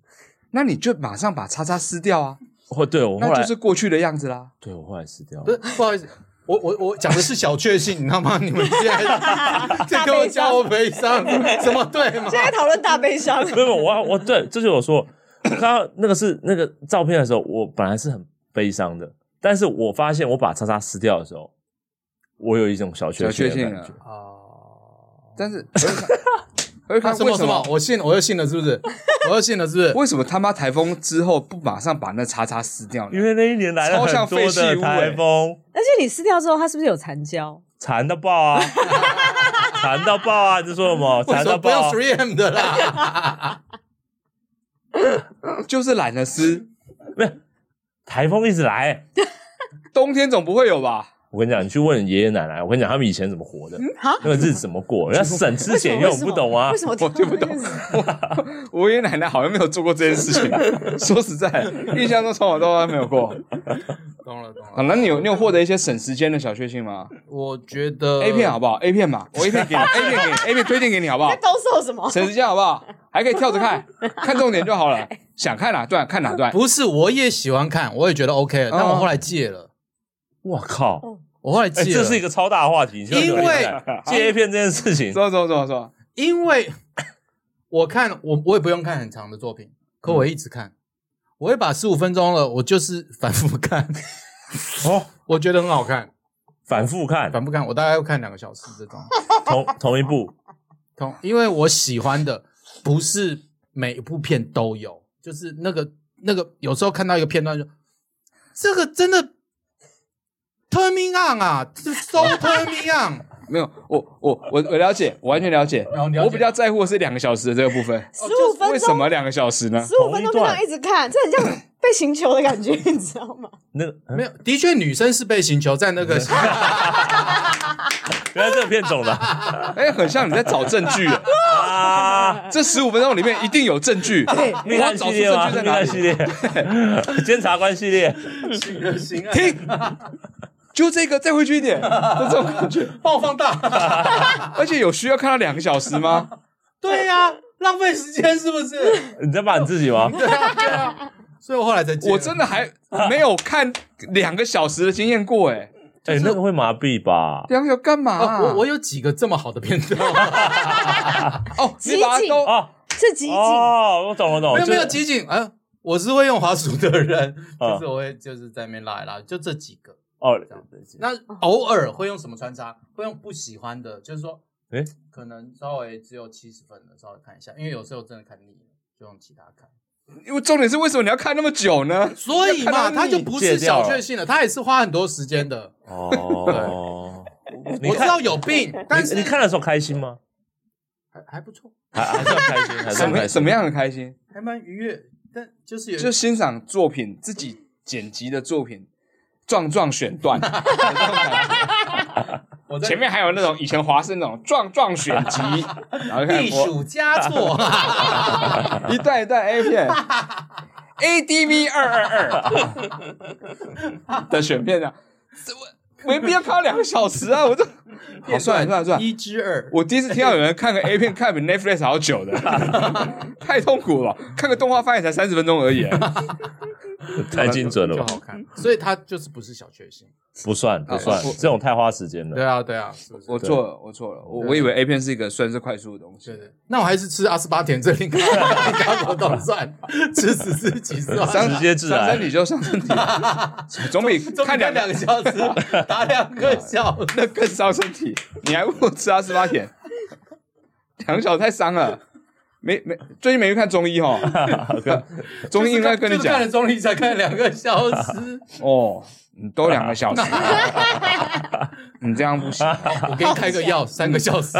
Speaker 1: 那你就马上把叉叉撕掉啊，
Speaker 3: 哦，对我后
Speaker 1: 那
Speaker 3: 来
Speaker 1: 就是过去的样子啦。
Speaker 3: 对我后来死掉
Speaker 4: 不是
Speaker 3: 了。
Speaker 4: 不好意思，我我我讲的是小确幸，你知道吗？你们现在在跟我叫我悲伤，什么对吗？
Speaker 2: 现在讨论大悲
Speaker 3: [LAUGHS]
Speaker 2: 伤，
Speaker 3: 啊没有，没有我我对，这就是我说，我看到那个是那个照片的时候，我本来是很悲伤的，但是我发现我把叉叉撕掉的时候，我有一种小确
Speaker 1: 小确
Speaker 3: 幸的
Speaker 1: 幸
Speaker 3: 感
Speaker 1: 啊
Speaker 3: 觉。
Speaker 4: 哦，
Speaker 1: 但是我就看，我就
Speaker 4: 啊
Speaker 1: 看
Speaker 4: 什
Speaker 1: 为
Speaker 4: 么
Speaker 1: 什
Speaker 4: 什么？我信，我又信了，是不是？我又信了，是不是？
Speaker 1: 为什么他妈台风之后不马上把那叉叉撕掉呢？
Speaker 3: 因为那一年来了
Speaker 1: 超像
Speaker 3: 很多
Speaker 1: 废弃
Speaker 3: 的
Speaker 1: 物欸
Speaker 3: 台风，
Speaker 2: 而且你撕掉之后，它是不是有残胶？
Speaker 3: 惨到爆啊，惨到爆啊！你说什么？
Speaker 4: 为
Speaker 3: 惨
Speaker 4: 什
Speaker 3: 到
Speaker 4: 么不
Speaker 3: 爆
Speaker 4: 用
Speaker 3: 啊！
Speaker 4: three M 的啦？
Speaker 1: 就是懒得撕，
Speaker 3: 台风一直来，
Speaker 1: 冬天总不会有吧？
Speaker 3: 我跟你讲，你去问爷爷奶奶，我跟你讲，他们以前怎么活的，
Speaker 2: 哈
Speaker 3: 那个日子怎么过？人家省吃俭用，不懂啊
Speaker 2: 为？
Speaker 3: [LAUGHS]
Speaker 2: 什么
Speaker 1: 我听不懂。我我爷爷奶奶好像没有做过这件事情。
Speaker 2: [LAUGHS]
Speaker 1: 说实在，印象中从小到大没有过。
Speaker 4: 懂了懂
Speaker 1: 好，
Speaker 4: 了。
Speaker 1: 那你有你有获得一些省时间的小确幸吗
Speaker 4: 我觉得
Speaker 2: 呃
Speaker 1: ？A 片好不好？A 片嘛，
Speaker 2: [LAUGHS]
Speaker 1: 我 A 片给你，A 片给你，A 片推荐给你好不好
Speaker 2: 在？兜售什
Speaker 3: [LAUGHS]
Speaker 2: 么？
Speaker 1: 省时间好不好？还可以跳着
Speaker 2: [LAUGHS]
Speaker 1: 看，看重点就好了。想看哪段看哪段。
Speaker 4: 不是，我也喜欢看，我也觉得 OK，但我
Speaker 1: 哦
Speaker 4: 后来戒了，
Speaker 3: 我靠！
Speaker 4: 我后来
Speaker 3: 哎，
Speaker 4: 戒
Speaker 3: 这
Speaker 4: 了，
Speaker 3: 是一个超大话题，
Speaker 4: 因为
Speaker 3: 戒 A 片这件事
Speaker 1: [LAUGHS]
Speaker 3: 情，
Speaker 1: 说说说说，
Speaker 4: 因为 [COUGHS] 我看我我也不用看很长的作品，可我一直看，我会把十五分钟了，我就是 [LAUGHS] 反复看，
Speaker 3: 哦，
Speaker 4: 我觉得很好看，
Speaker 3: 反复看
Speaker 4: 反复看，我大概会看两个小时这种。
Speaker 3: 同同一部，
Speaker 4: 同，因为我喜欢的不是每一部片都有，就是那个那个有时候看到一个片段就，这个真的 turn me on 啊，这 so turn me on，
Speaker 1: 没有，我我我我了解，我完全了解。
Speaker 4: 哦你了解
Speaker 1: 我比较在乎的是两个小时的这个部分。哦
Speaker 2: 十五分
Speaker 1: 为什
Speaker 2: 钟，
Speaker 1: 么两个小时呢？
Speaker 2: 十五分钟就这样一直看，这很像被刑求的感觉，你知道吗？
Speaker 3: 那个
Speaker 4: 没有，的确女生是被刑求在那个
Speaker 3: 原来这个片种的
Speaker 1: 哎，很像你在找证据。
Speaker 3: 啊！
Speaker 1: 这十五分钟里面一定有证据，我
Speaker 3: 密
Speaker 1: 要
Speaker 3: 探
Speaker 1: 找
Speaker 3: 系
Speaker 1: 出
Speaker 3: 列
Speaker 1: 证
Speaker 3: 吗？
Speaker 1: 据在
Speaker 3: 密
Speaker 1: 哪
Speaker 3: 探系
Speaker 1: 里。
Speaker 3: 列，监察官系列，
Speaker 4: 行啊，
Speaker 1: 停，就这个，再回去一点，就这种感觉。
Speaker 4: 帮我放大，
Speaker 1: 而且有需要看到两个小时
Speaker 3: [LAUGHS]
Speaker 1: 吗？
Speaker 4: 对呀、浪费时间是不是？
Speaker 3: 你在骂你自己吗？
Speaker 4: 对啊，对啊， [LAUGHS] 所以我后来才戒了
Speaker 1: 我真的还没有看两个小时的经验过，哎，
Speaker 3: 哎，那个会麻痹吧？
Speaker 1: 两个小时干嘛啊？
Speaker 4: 啊我我有几个这么好的片段。
Speaker 1: 哦，你把它都
Speaker 3: 啊
Speaker 2: 是集锦，
Speaker 3: 哦，我懂我懂，
Speaker 4: [LAUGHS] 没有没有
Speaker 3: 就是
Speaker 4: 集锦，啊，我是会用滑鼠的 [LAUGHS] 人，
Speaker 3: 啊
Speaker 4: 就是我会就是在那边拉一拉，就这几个。
Speaker 3: 哦，
Speaker 4: 那偶尔会用什么穿插？会用不喜欢的，就是说，
Speaker 3: 诶
Speaker 4: 可能稍微只有七十分的稍微看一下，因为有时候真的看腻了，就用其他看。
Speaker 1: 因为重点是为什么你要看那么久呢？
Speaker 4: 所以嘛，
Speaker 1: 要看到腻
Speaker 4: 他就不是
Speaker 3: 戒掉
Speaker 4: 小
Speaker 3: 了
Speaker 4: 确幸了，他也是花很多时间的。
Speaker 3: 哦，你
Speaker 4: 我知道有 [LAUGHS] 病，但是
Speaker 3: 你看的时候开心吗？
Speaker 4: 还还不错，
Speaker 3: 还还算开心，还
Speaker 1: 什
Speaker 3: 算开
Speaker 1: 么
Speaker 3: 心。
Speaker 1: 什么？样的开心？
Speaker 4: 还蛮愉悦，但就是有
Speaker 1: 就欣赏作品，自己剪辑的作品，壮壮选段。
Speaker 4: 我在
Speaker 1: 前面还有那种以前华视那种壮壮选 [LAUGHS] 集，然
Speaker 4: [LAUGHS]
Speaker 1: 后就开
Speaker 4: 避
Speaker 1: 始播
Speaker 4: 暑佳 [LAUGHS] 措。
Speaker 1: 一段一段 A [LAUGHS] 片 [LAUGHS] ，ADV 二二二的选片啊。没必要看到两个小时啊！我这好算了算了算了，
Speaker 4: 一之二，
Speaker 1: 我第一次听到有人看个 A 片看比 Netflix 还要久的， [LAUGHS] 太痛苦了吧。看个动画发现才三十分钟而已，
Speaker 3: 太精准了
Speaker 4: 就
Speaker 3: 吧？
Speaker 4: 好看， [LAUGHS] 所以它就是不是小确幸。
Speaker 3: 不算不算
Speaker 1: 啊我，
Speaker 3: 这种太花时间
Speaker 4: 对
Speaker 3: 了。
Speaker 4: 啊，对啊，是不是？
Speaker 1: 我错了，我错了，我我以为 A 片是一个算是快速的东西
Speaker 4: 对。对，那我还是吃阿斯巴甜这令，刚不懂 [LAUGHS] 算，吃十四集
Speaker 1: 伤
Speaker 4: 算，
Speaker 3: 直接致癌
Speaker 1: 伤身体就伤 [LAUGHS] 身体，总比
Speaker 4: 中
Speaker 1: 看
Speaker 4: 间
Speaker 1: 两
Speaker 4: 两
Speaker 1: 个
Speaker 4: 个小时，打两个小时，
Speaker 1: 那更伤身体。你还问我吃阿斯巴
Speaker 4: [LAUGHS]
Speaker 1: 甜？两个小时太伤了。没没，最近没去看中医哦。 [LAUGHS] 中医应该跟你
Speaker 4: 就是看
Speaker 1: 讲
Speaker 4: 了中立才看两个小时，
Speaker 1: 哦，你都两个小时，你这样不行。
Speaker 4: [LAUGHS] 我给你开个药，三个小时。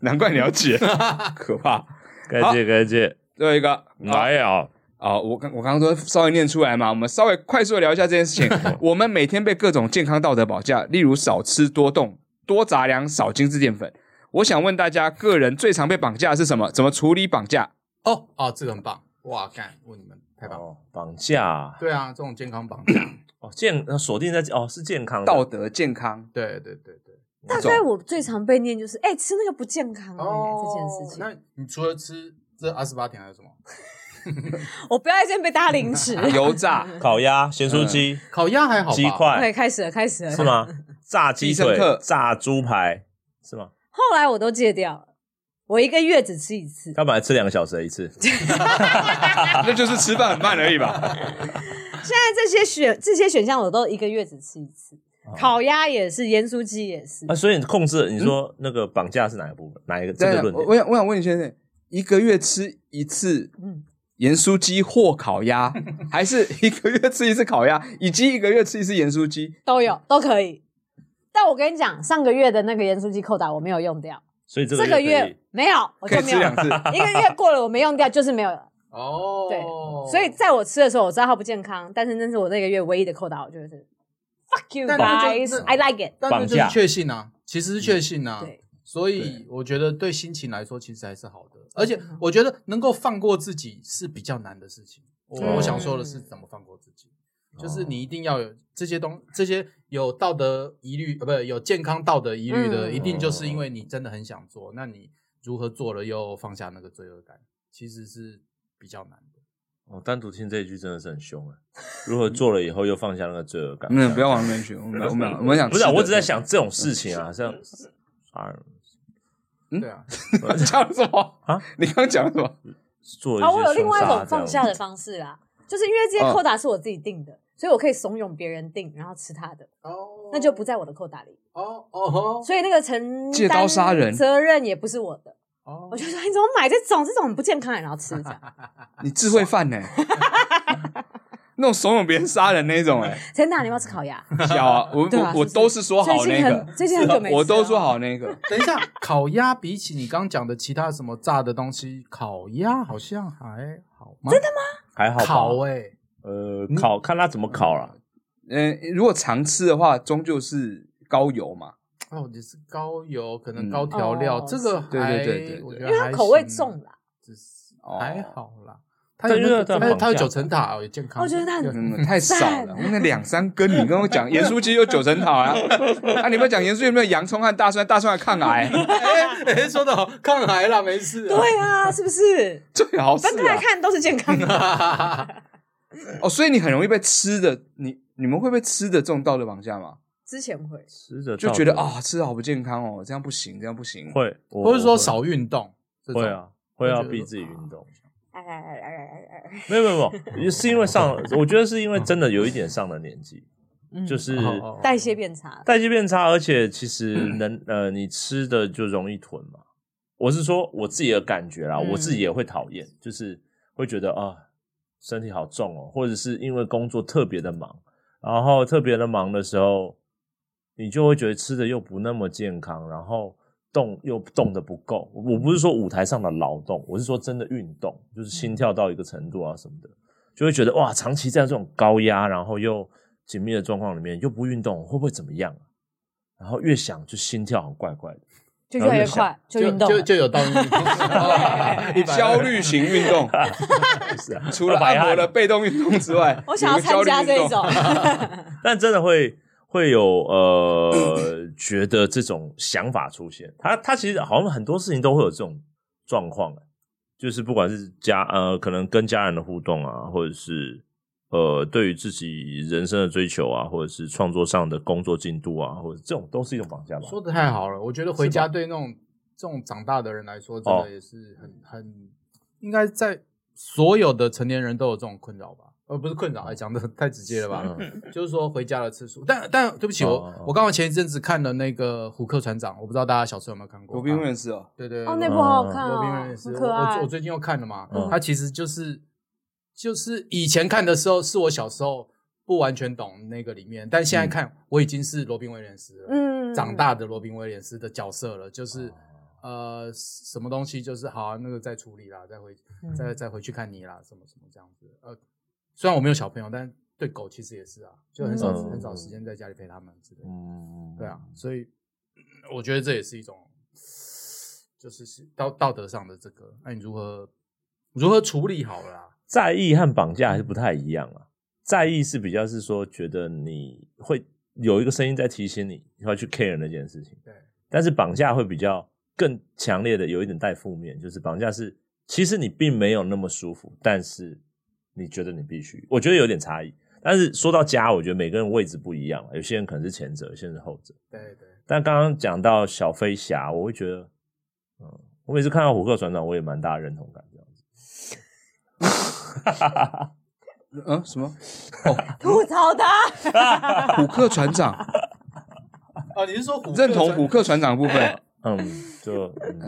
Speaker 1: 难怪你要
Speaker 4: [LAUGHS]
Speaker 1: 戒，可怕。
Speaker 3: 该戒该戒，
Speaker 1: 最后一个，
Speaker 3: 来呀！
Speaker 1: 啊、我刚我刚刚说稍微念出来嘛，我们稍微快速地聊一下这件事
Speaker 4: [LAUGHS]
Speaker 1: 情。我们每天被各种健康道德绑架，例如少吃多动、多杂粮、少精致淀粉。我想问大家，个人最常被绑架的是什么？怎么处理绑架？
Speaker 4: [LAUGHS] 哦哦，这个很棒，哇，干，问你们太棒了。
Speaker 3: 哦，绑架
Speaker 4: 对啊，这种健康绑架，
Speaker 3: 哦，健呃锁定在哦是健康的
Speaker 1: 道德、健
Speaker 2: [LAUGHS]
Speaker 1: 康
Speaker 4: 对对对对。
Speaker 2: 大概我最常被念就是，哎、吃那个不健康、欸这件事
Speaker 3: 哦
Speaker 2: 情，
Speaker 4: 哦那你除了吃这阿斯巴甜还有什么？
Speaker 2: 我不要一件被大家凌
Speaker 3: [LAUGHS]
Speaker 2: 迟。
Speaker 1: 油炸、
Speaker 3: 烤鸭、咸酥鸡、
Speaker 4: 烤鸭还好吧？
Speaker 3: 鸡块
Speaker 2: 对，开始了，开始了。
Speaker 3: 是吗？炸鸡
Speaker 1: 必胜
Speaker 3: 腿
Speaker 1: 客、
Speaker 3: 炸猪排是吗？
Speaker 2: 后来我都戒掉了，我一个月只吃一次，
Speaker 3: 他本来吃两个小时啊一次，
Speaker 1: 那就是吃饭很慢而已
Speaker 2: [LAUGHS]
Speaker 1: 吧。
Speaker 2: 现在这些选这些选项我都一个月只吃一次，烤鸭也是，盐酥鸡也是
Speaker 3: 啊，。所以你控制了你说那个绑架是哪个部分？哪一个这
Speaker 1: 对
Speaker 3: 个
Speaker 1: 啊
Speaker 3: 论
Speaker 1: 我
Speaker 3: 点？
Speaker 1: 我想我想问你先生，一个月吃一次
Speaker 2: 嗯，
Speaker 1: 盐酥鸡或烤鸭，还是一个月吃一次烤鸭，以及一个月吃一次盐酥鸡？
Speaker 2: 都有都可以。但我跟你讲，上个月的那个盐酥鸡扣打我没有用掉，
Speaker 3: 所以这
Speaker 2: 这
Speaker 3: 个
Speaker 2: 个
Speaker 3: 月可以
Speaker 2: 月没有，我
Speaker 1: 可
Speaker 2: 就
Speaker 1: 以
Speaker 2: 没
Speaker 1: 吃
Speaker 2: 有
Speaker 1: 两次。[LAUGHS]
Speaker 2: [LAUGHS] 一个月过了，我没用掉就是没有了。
Speaker 4: 哦，
Speaker 2: 对所以在我吃的时候，我知道它不健康，但是那是我那个月唯一的扣打，我觉得是 fuck you
Speaker 4: 但那就
Speaker 2: guys,
Speaker 4: 那
Speaker 2: I like it。
Speaker 4: 但那
Speaker 3: 绑
Speaker 4: 就
Speaker 3: 架嗯
Speaker 4: 是确信啊，其实是确信啊。
Speaker 2: 对，
Speaker 4: 所以我觉得对心情来说，其实还是好的。
Speaker 2: 嗯
Speaker 4: 而且我觉得能够放过自己是比较难的事情。我、
Speaker 3: 嗯
Speaker 4: 我想说的是，怎么放过自己，就是你一定要有这些东，这些有道德疑虑，呃，不有健康道德疑虑的，
Speaker 2: 嗯
Speaker 4: 一定就是
Speaker 3: 哦
Speaker 4: 因为你真的很想做，那你如何做了又放下那个罪恶感，其实是比较难的。
Speaker 3: 哦，单独听这一句真的是很凶啊！如何做了以后又放下那个罪恶感？
Speaker 1: 嗯，不要往那边去，我们我们我们想
Speaker 3: 不是啊，
Speaker 1: 吃的
Speaker 3: 我只
Speaker 1: [LAUGHS]
Speaker 3: 在想这种事情啊，像啊
Speaker 1: 嗯
Speaker 4: 对啊，
Speaker 1: 讲什么
Speaker 3: 啊？
Speaker 1: 你刚讲什么？
Speaker 3: 做一
Speaker 2: 好，
Speaker 3: 些
Speaker 2: 啊我有另外一
Speaker 3: 凶杀
Speaker 2: 种放下的方式啦，就是因为这
Speaker 1: 嗯
Speaker 2: 些扣打是我自己定的，所以我可以怂恿别人定，然后吃他的，
Speaker 4: 哦
Speaker 2: 那就不在我的扣打里，
Speaker 4: 哦哦
Speaker 2: 所以那个承
Speaker 1: 借刀杀人
Speaker 2: 担责任也不是我的。
Speaker 4: 哦
Speaker 2: 我就说你怎么买这种这种很不健康的，然后吃这样，
Speaker 1: 你智慧犯呢、 [LAUGHS] 那种怂恿别人杀人那种哎、
Speaker 2: 陈达你要不要吃烤鸭？
Speaker 1: 小啊，我
Speaker 2: 对啊
Speaker 1: 我我
Speaker 2: 是不是
Speaker 1: 都是说好
Speaker 2: 最
Speaker 1: 那
Speaker 2: 近
Speaker 1: 个啊
Speaker 2: 很，最近很久没吃啊了
Speaker 1: 我都说好那个，
Speaker 4: 等一下，烤鸭比起你刚讲的其他什么炸的东西，烤鸭好像还好吗？真的吗？
Speaker 3: 还好吧
Speaker 4: 烤哎、
Speaker 3: 呃烤看他怎么烤啊啦。
Speaker 1: 嗯、如果常吃的话，终究是高油嘛，
Speaker 4: 哦，你是高油，可能
Speaker 1: 嗯
Speaker 4: 高调料，
Speaker 2: 哦
Speaker 4: 这个
Speaker 1: 对
Speaker 4: 还
Speaker 1: 对对对
Speaker 4: 我觉
Speaker 1: 对
Speaker 2: 因
Speaker 4: 得
Speaker 2: 为
Speaker 4: 还
Speaker 2: 它口味
Speaker 4: 行啊
Speaker 2: 重，
Speaker 1: [LAUGHS]
Speaker 2: 啦。
Speaker 4: 只是
Speaker 1: 哦
Speaker 4: 还好啦。它
Speaker 3: 但
Speaker 4: 有那个
Speaker 3: 是它
Speaker 4: 它它有
Speaker 3: 绑架
Speaker 4: 九层塔哦，有健康的。
Speaker 2: 我觉得它很
Speaker 1: 嗯，
Speaker 4: 对
Speaker 1: 太少
Speaker 2: [LAUGHS]
Speaker 1: 了，那两三根，你跟我讲盐酥鸡有九层塔啊，啊，你们讲盐酥鸡有没有洋葱和大蒜？大蒜还抗癌， [LAUGHS]
Speaker 4: 哎哎， [LAUGHS] 说的好，抗癌啦，没事。 [LAUGHS]
Speaker 2: 对啊，是不是？
Speaker 1: 最好是
Speaker 2: 分开
Speaker 1: 啊
Speaker 2: 来，看都是健康的。
Speaker 1: [LAUGHS] 哦，所以你很容易被吃的，你你们会被吃的这种道德绑架吗？
Speaker 2: 之前会，
Speaker 3: 吃着
Speaker 1: 就觉得
Speaker 3: 到底
Speaker 1: 啊、吃的好不健康哦，这样不行，这样不行，
Speaker 3: 会，我
Speaker 4: 或者说
Speaker 3: 我
Speaker 4: 少运动，这种
Speaker 3: 会，啊，会要
Speaker 4: 我觉得
Speaker 3: 逼自己运动。
Speaker 2: 哎哎哎哎哎哎哎
Speaker 3: 没有没有没有，是因为上，我觉得是因为真的有一点上了年纪，
Speaker 2: 嗯
Speaker 3: 就是
Speaker 4: 哦哦哦
Speaker 2: 代谢变差，
Speaker 3: 代谢变差，而且其实能呃，你吃的就容易囤嘛。我是说我自己的感觉啦，
Speaker 2: 嗯
Speaker 3: 我自己也会讨厌，就是会觉得啊，身体好重哦，或者是因为工作特别的忙，然后特别的忙的时候，你就会觉得吃的又不那么健康，然后动又动的不够。我不是说舞台上的劳动，我是说真的运动，就是心跳到一个程度啊什么的，就会觉得哇，长期在这种高压，然后又紧密的状况里面又不运动，会不会怎么样啊、然后越想就心跳很怪怪的，
Speaker 2: 就越来越
Speaker 3: 然后就想
Speaker 2: 快，就运动了啊
Speaker 4: 就就有道理。
Speaker 2: [LAUGHS]
Speaker 4: [LAUGHS] 一百二
Speaker 1: 焦虑型运动，
Speaker 3: 是
Speaker 1: [LAUGHS]
Speaker 3: 啊，
Speaker 1: 除了按摩的被动运动之外，
Speaker 2: [LAUGHS] 我想要参加这一
Speaker 1: 有个焦
Speaker 2: 种，
Speaker 1: [LAUGHS]
Speaker 3: [LAUGHS] 但真的会会有呃，觉得这种想法出现。他他其实好像很多事情都会有这种状况，啊就是不管是家呃，可能跟家人的互动啊，或者是呃，对于自己人生的追求啊，或者是创作上的工作进度啊，或者这种都是一种绑架吧。
Speaker 4: 说的太好了，我觉得回
Speaker 3: 是
Speaker 4: 家
Speaker 3: 吧
Speaker 4: 对那种这种长大的人来说，真
Speaker 3: 哦
Speaker 4: 的也是很很应该在所有的成年人都有这种困扰吧？呃，不是困扰，哎讲的太直接了吧？
Speaker 3: 嗯
Speaker 4: 就是说回家的次数，但但对不起，
Speaker 3: 哦
Speaker 4: 我、
Speaker 3: 哦哦
Speaker 4: 我刚好前一阵子看了那个《虎克船长》，我不知道大家小时候有没有看过？
Speaker 1: 罗宾
Speaker 4: 啊
Speaker 1: 威廉斯哦，
Speaker 4: 对对对
Speaker 2: 哦，
Speaker 4: 对
Speaker 2: 那部
Speaker 3: 嗯
Speaker 2: 好好看
Speaker 4: 罗
Speaker 2: 哦
Speaker 4: 宾威廉，斯，
Speaker 2: 很
Speaker 4: 我
Speaker 2: 可
Speaker 4: 我
Speaker 2: 爱
Speaker 4: 我。最近又看了嘛
Speaker 3: 嗯，
Speaker 4: 它其实就是就是以前看的时候是我小时候不完全懂那个里面，但
Speaker 3: 嗯
Speaker 4: 现在看我已经是罗宾威廉斯了，
Speaker 2: 嗯
Speaker 4: 长大的罗宾威廉斯的角色了，就是。呃，什么东西就是好、啊，那个再处理啦，再回
Speaker 2: 嗯
Speaker 4: 再再回去看你啦，什么什么这样子。呃，虽然我没有小朋友，但对狗其实也是啊，就很少、
Speaker 3: 嗯
Speaker 4: 很少时间在家里陪他们之类的。
Speaker 3: 嗯
Speaker 4: 对啊，所以我觉得这也是一种，就是是道道德上的这个，那、你如何如何处理好了啦？
Speaker 3: 在意和绑架还是不太一样啊。在意是比较是说，觉得你会有一个声音在提醒你，你要去 care 那件事情。
Speaker 4: 对，
Speaker 3: 但是绑架会比较更强烈的，有一点带负面，就是绑架是其实你并没有那么舒服，但是你觉得你必须，我觉得有点差异。但是说到家，我觉得每个人位置不一样，啊有些人可能是前者，有些人是后者。
Speaker 4: 对对，
Speaker 3: 但刚刚讲到小飞侠，我会觉得，嗯，我每次看到虎克船长，我也蛮大认同感这样子。
Speaker 1: 嗯，什么？
Speaker 2: 吐槽他，
Speaker 1: 虎克船长
Speaker 4: 哦，你是说虎克
Speaker 1: 认同
Speaker 4: 传
Speaker 1: 虎克船长的 [LAUGHS] 啊部分，
Speaker 3: 嗯，就嗯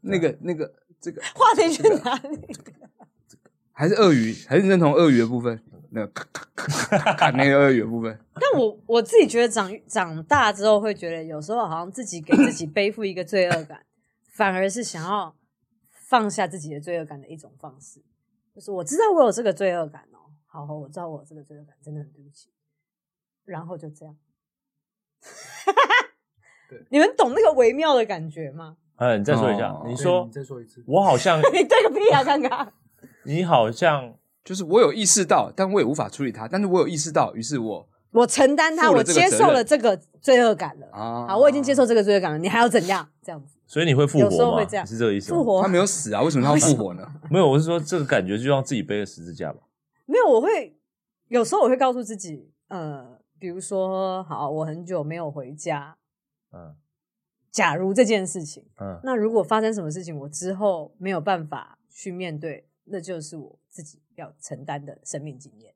Speaker 1: 那个那个这个
Speaker 2: 话题去哪里？
Speaker 1: 还是鳄鱼，还是认同鳄鱼的部分，那个咔咔咔咔 [LAUGHS] 咔那个鳄鱼的部分，
Speaker 2: [LAUGHS] 但我我自己觉得长长大之后会觉得，有时候好像自己给自己背负一个罪恶感，反而是想要放下自己的罪恶感的一种方式。就是我知道我有这个罪恶感哦，好，我知道我有这个罪恶感，真的很对不 [LAUGHS] 起。然后就这样
Speaker 4: 对。
Speaker 2: 你们懂那个微妙的感觉吗？
Speaker 3: 哎，你再说一下，
Speaker 1: 哦
Speaker 3: 你
Speaker 4: 对
Speaker 3: 说
Speaker 4: 你再说一次，
Speaker 3: 我好
Speaker 4: [LAUGHS]
Speaker 3: 像，
Speaker 2: [LAUGHS] 你对个屁啊，刚刚！
Speaker 3: 你好像，
Speaker 1: 就是我有意识到，但我也无法处理它，但是我有意识到，于是我
Speaker 2: 我承担它，
Speaker 1: 负
Speaker 2: 我
Speaker 1: 了这个责
Speaker 2: 接
Speaker 1: 任
Speaker 2: 受了这个罪恶感了。
Speaker 1: 啊，
Speaker 2: 好，我已经接受这个罪恶感了，你还要怎样？这样子
Speaker 3: 所以你会复活吗？
Speaker 2: 有时候会这样
Speaker 3: 你是这个意思吗？
Speaker 2: 复活
Speaker 1: 他没有死啊，为什么他要复活呢？
Speaker 3: 没有，我是说这个感觉就像自己背个十字架吧。
Speaker 2: 没有，我会有时候我会告诉自己，呃，比如说，好，我很久没有回家。
Speaker 3: 嗯
Speaker 2: 假如这件事情，
Speaker 3: 嗯
Speaker 2: 那如果发生什么事情，我之后没有办法去面对，那就是我自己要承担的生命经验。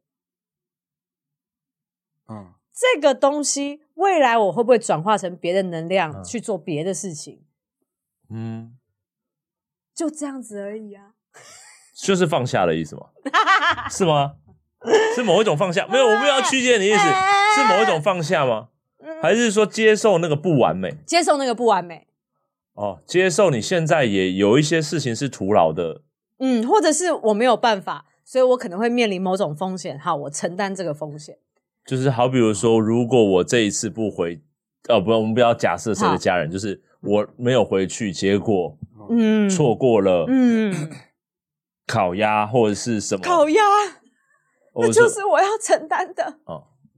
Speaker 1: 嗯，
Speaker 2: 这个东西，未来我会不会转化成别的能量、
Speaker 3: 嗯
Speaker 2: 去做别的事情？
Speaker 3: 嗯，
Speaker 2: 就这样子而已啊。
Speaker 3: 就是放下的
Speaker 2: [LAUGHS]
Speaker 3: 意思吗？是吗？是某一种放下？没有，我没有要曲解你的意思，是某一种放下吗？
Speaker 2: 嗯
Speaker 3: 还是说接受那个不完美？
Speaker 2: 接受那个不完美，
Speaker 3: 哦，接受你现在也有一些事情是徒劳的。
Speaker 2: 嗯，或者是我没有办法，所以我可能会面临某种风险。好，我承担这个风险。
Speaker 3: 就是好，比如说，如果我这一次不回，呃，不，我们不要假设谁的家人，就是我没有回去，结果
Speaker 2: 嗯，，
Speaker 3: 哦错过了
Speaker 2: 嗯，
Speaker 3: 烤鸭或者是什么，
Speaker 2: 烤鸭，
Speaker 3: 或
Speaker 2: 那
Speaker 3: 者
Speaker 2: 就是我要承担的。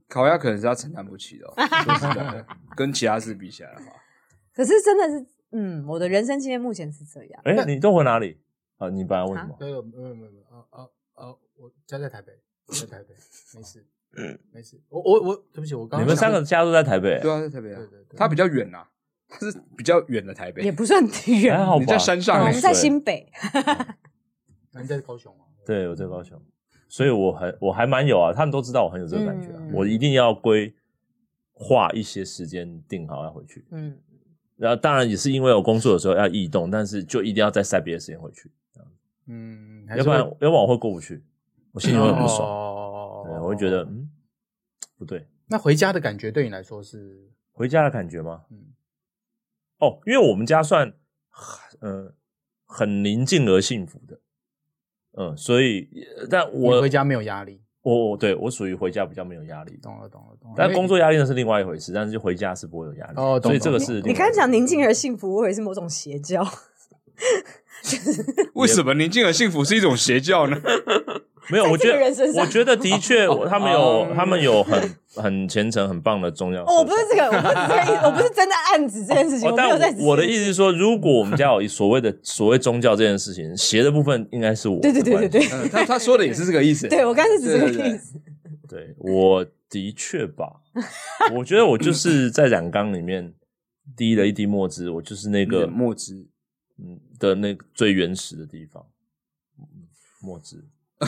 Speaker 1: 烤鸭可能是他承担不
Speaker 2: [LAUGHS]
Speaker 1: 起的哦、说实在的跟其他事比起来的话，
Speaker 2: 可是真的是，嗯，我的人生经验目前是这样。
Speaker 3: 哎，你都回哪里啊？你本来问什么？
Speaker 4: 对对，没有没有没有，呃呃呃，我家在台北，在台北，没事，没事。我我我，对不起，我刚
Speaker 3: 你
Speaker 4: 刚
Speaker 3: 们三
Speaker 4: 想
Speaker 3: 个家都在台北，
Speaker 1: 对啊，在台北啊
Speaker 4: 对对对，
Speaker 1: 他比较远啊，他是比较远的台
Speaker 2: 也
Speaker 1: 北，
Speaker 2: 不算挺远嗯
Speaker 3: 还，好吧？
Speaker 1: 你在山上
Speaker 2: 我
Speaker 1: 欸
Speaker 2: 们哦在新北，
Speaker 4: 那你在高雄吗？
Speaker 3: 对，我在高雄，所以我很我还蛮有啊，他们都知道我很有这个感觉啊、
Speaker 2: 嗯
Speaker 3: 我一定要规划一些时间定好要回去，
Speaker 2: 嗯，
Speaker 3: 然后当然也是因为我工作的时候要异动，但是就一定要再塞别的时间回去，
Speaker 4: 嗯，还
Speaker 3: 要
Speaker 4: 是
Speaker 3: 不
Speaker 4: 会
Speaker 3: 然要不然我会过不去，我心里会很不爽，
Speaker 4: 哦
Speaker 3: 对，我会觉得嗯不对，
Speaker 4: 那回家的感觉对你来说是，
Speaker 3: 回家的感觉吗？
Speaker 4: 嗯
Speaker 3: 哦，因为我们家算嗯、呃、很宁静而幸福的，嗯、所以呃但
Speaker 4: 你
Speaker 3: 我
Speaker 4: 回家没有压力，哦
Speaker 3: 我我对我属于回家比较没有压力，
Speaker 5: 懂了懂了懂了。
Speaker 3: 但工作压力那是另外一回事，但是就回家是不会有压力。
Speaker 5: 哦懂
Speaker 3: 所以这个
Speaker 5: 懂
Speaker 3: 是
Speaker 2: 你刚才讲宁静而幸福，我以为是某种邪
Speaker 1: [LAUGHS]
Speaker 2: 教，
Speaker 3: 呃
Speaker 1: 为什么宁静而幸福是一种邪教呢？
Speaker 3: 没有，我觉
Speaker 2: 这个人身
Speaker 3: 得
Speaker 2: 上
Speaker 3: 我觉得的确，我他们有
Speaker 1: 嗯
Speaker 3: 他们有很很虔诚很棒的宗教。
Speaker 2: 哦我不是这个，我不是这个意思，我不是真的暗指这件事情，
Speaker 3: 哦，
Speaker 2: 我没
Speaker 3: 但
Speaker 2: 有在指
Speaker 3: 我我的意思是说，如果我们家有所谓的所谓宗教这件事情，邪的部分应该是我的
Speaker 2: 对
Speaker 3: 关
Speaker 2: 对
Speaker 3: 系。
Speaker 2: 对对对，
Speaker 1: [LAUGHS] 嗯他他说的也是这个意思。
Speaker 2: 对我刚才是指这个
Speaker 1: 对对对
Speaker 2: 意思，
Speaker 3: 对，我的确吧，我觉得我就是在染缸里面滴了一滴墨汁，我就是那
Speaker 1: 个
Speaker 3: 个
Speaker 1: 墨汁，
Speaker 3: 嗯的那个最原始的地方，嗯墨汁。没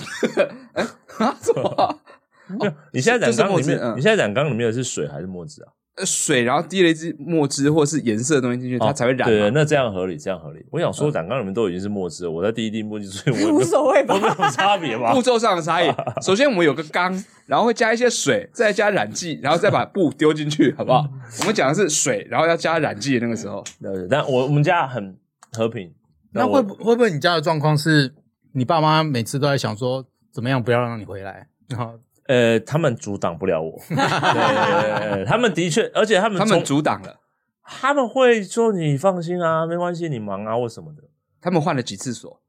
Speaker 3: 有你现在染缸里
Speaker 1: 这是墨汁，
Speaker 3: 面
Speaker 1: 嗯
Speaker 3: 你现在染缸里面的是水还是墨汁啊？
Speaker 1: 呃 [LAUGHS] 水，然后滴了一支墨汁或是颜色的东西进去，它才会染嘛。
Speaker 3: 哦
Speaker 1: 嗯
Speaker 3: 对，那这样合理，这样合理。我想说，染缸里面都已经是墨汁了，我在第一滴墨汁，所以
Speaker 1: [LAUGHS]
Speaker 3: 我
Speaker 2: [LAUGHS] 无所谓
Speaker 3: 我没
Speaker 2: 吧？
Speaker 3: 有差别吧
Speaker 1: 步？骤上的差异。
Speaker 3: 啊
Speaker 1: 首先，我们有个缸，然后会加一些水，再加染剂，然后再把布丢进去，好不好？
Speaker 3: 嗯
Speaker 1: 我们讲的是水，然后要加染剂。那个时候，
Speaker 3: 了解但我我们家很和平，
Speaker 5: 那
Speaker 3: 我
Speaker 5: 会不会不会你家的状况是你爸妈每次都在想说怎么样不要让你回来，然后
Speaker 3: 呃，他们阻挡不
Speaker 1: [LAUGHS]
Speaker 3: 了我。对对，对他们的确，而且他们
Speaker 1: 他们
Speaker 3: 从
Speaker 1: 阻挡了，
Speaker 3: 他们会说你放心啊，没关系，你忙啊或什么的。
Speaker 2: [LAUGHS]
Speaker 1: 他们换了几次
Speaker 3: [LAUGHS]
Speaker 1: 锁，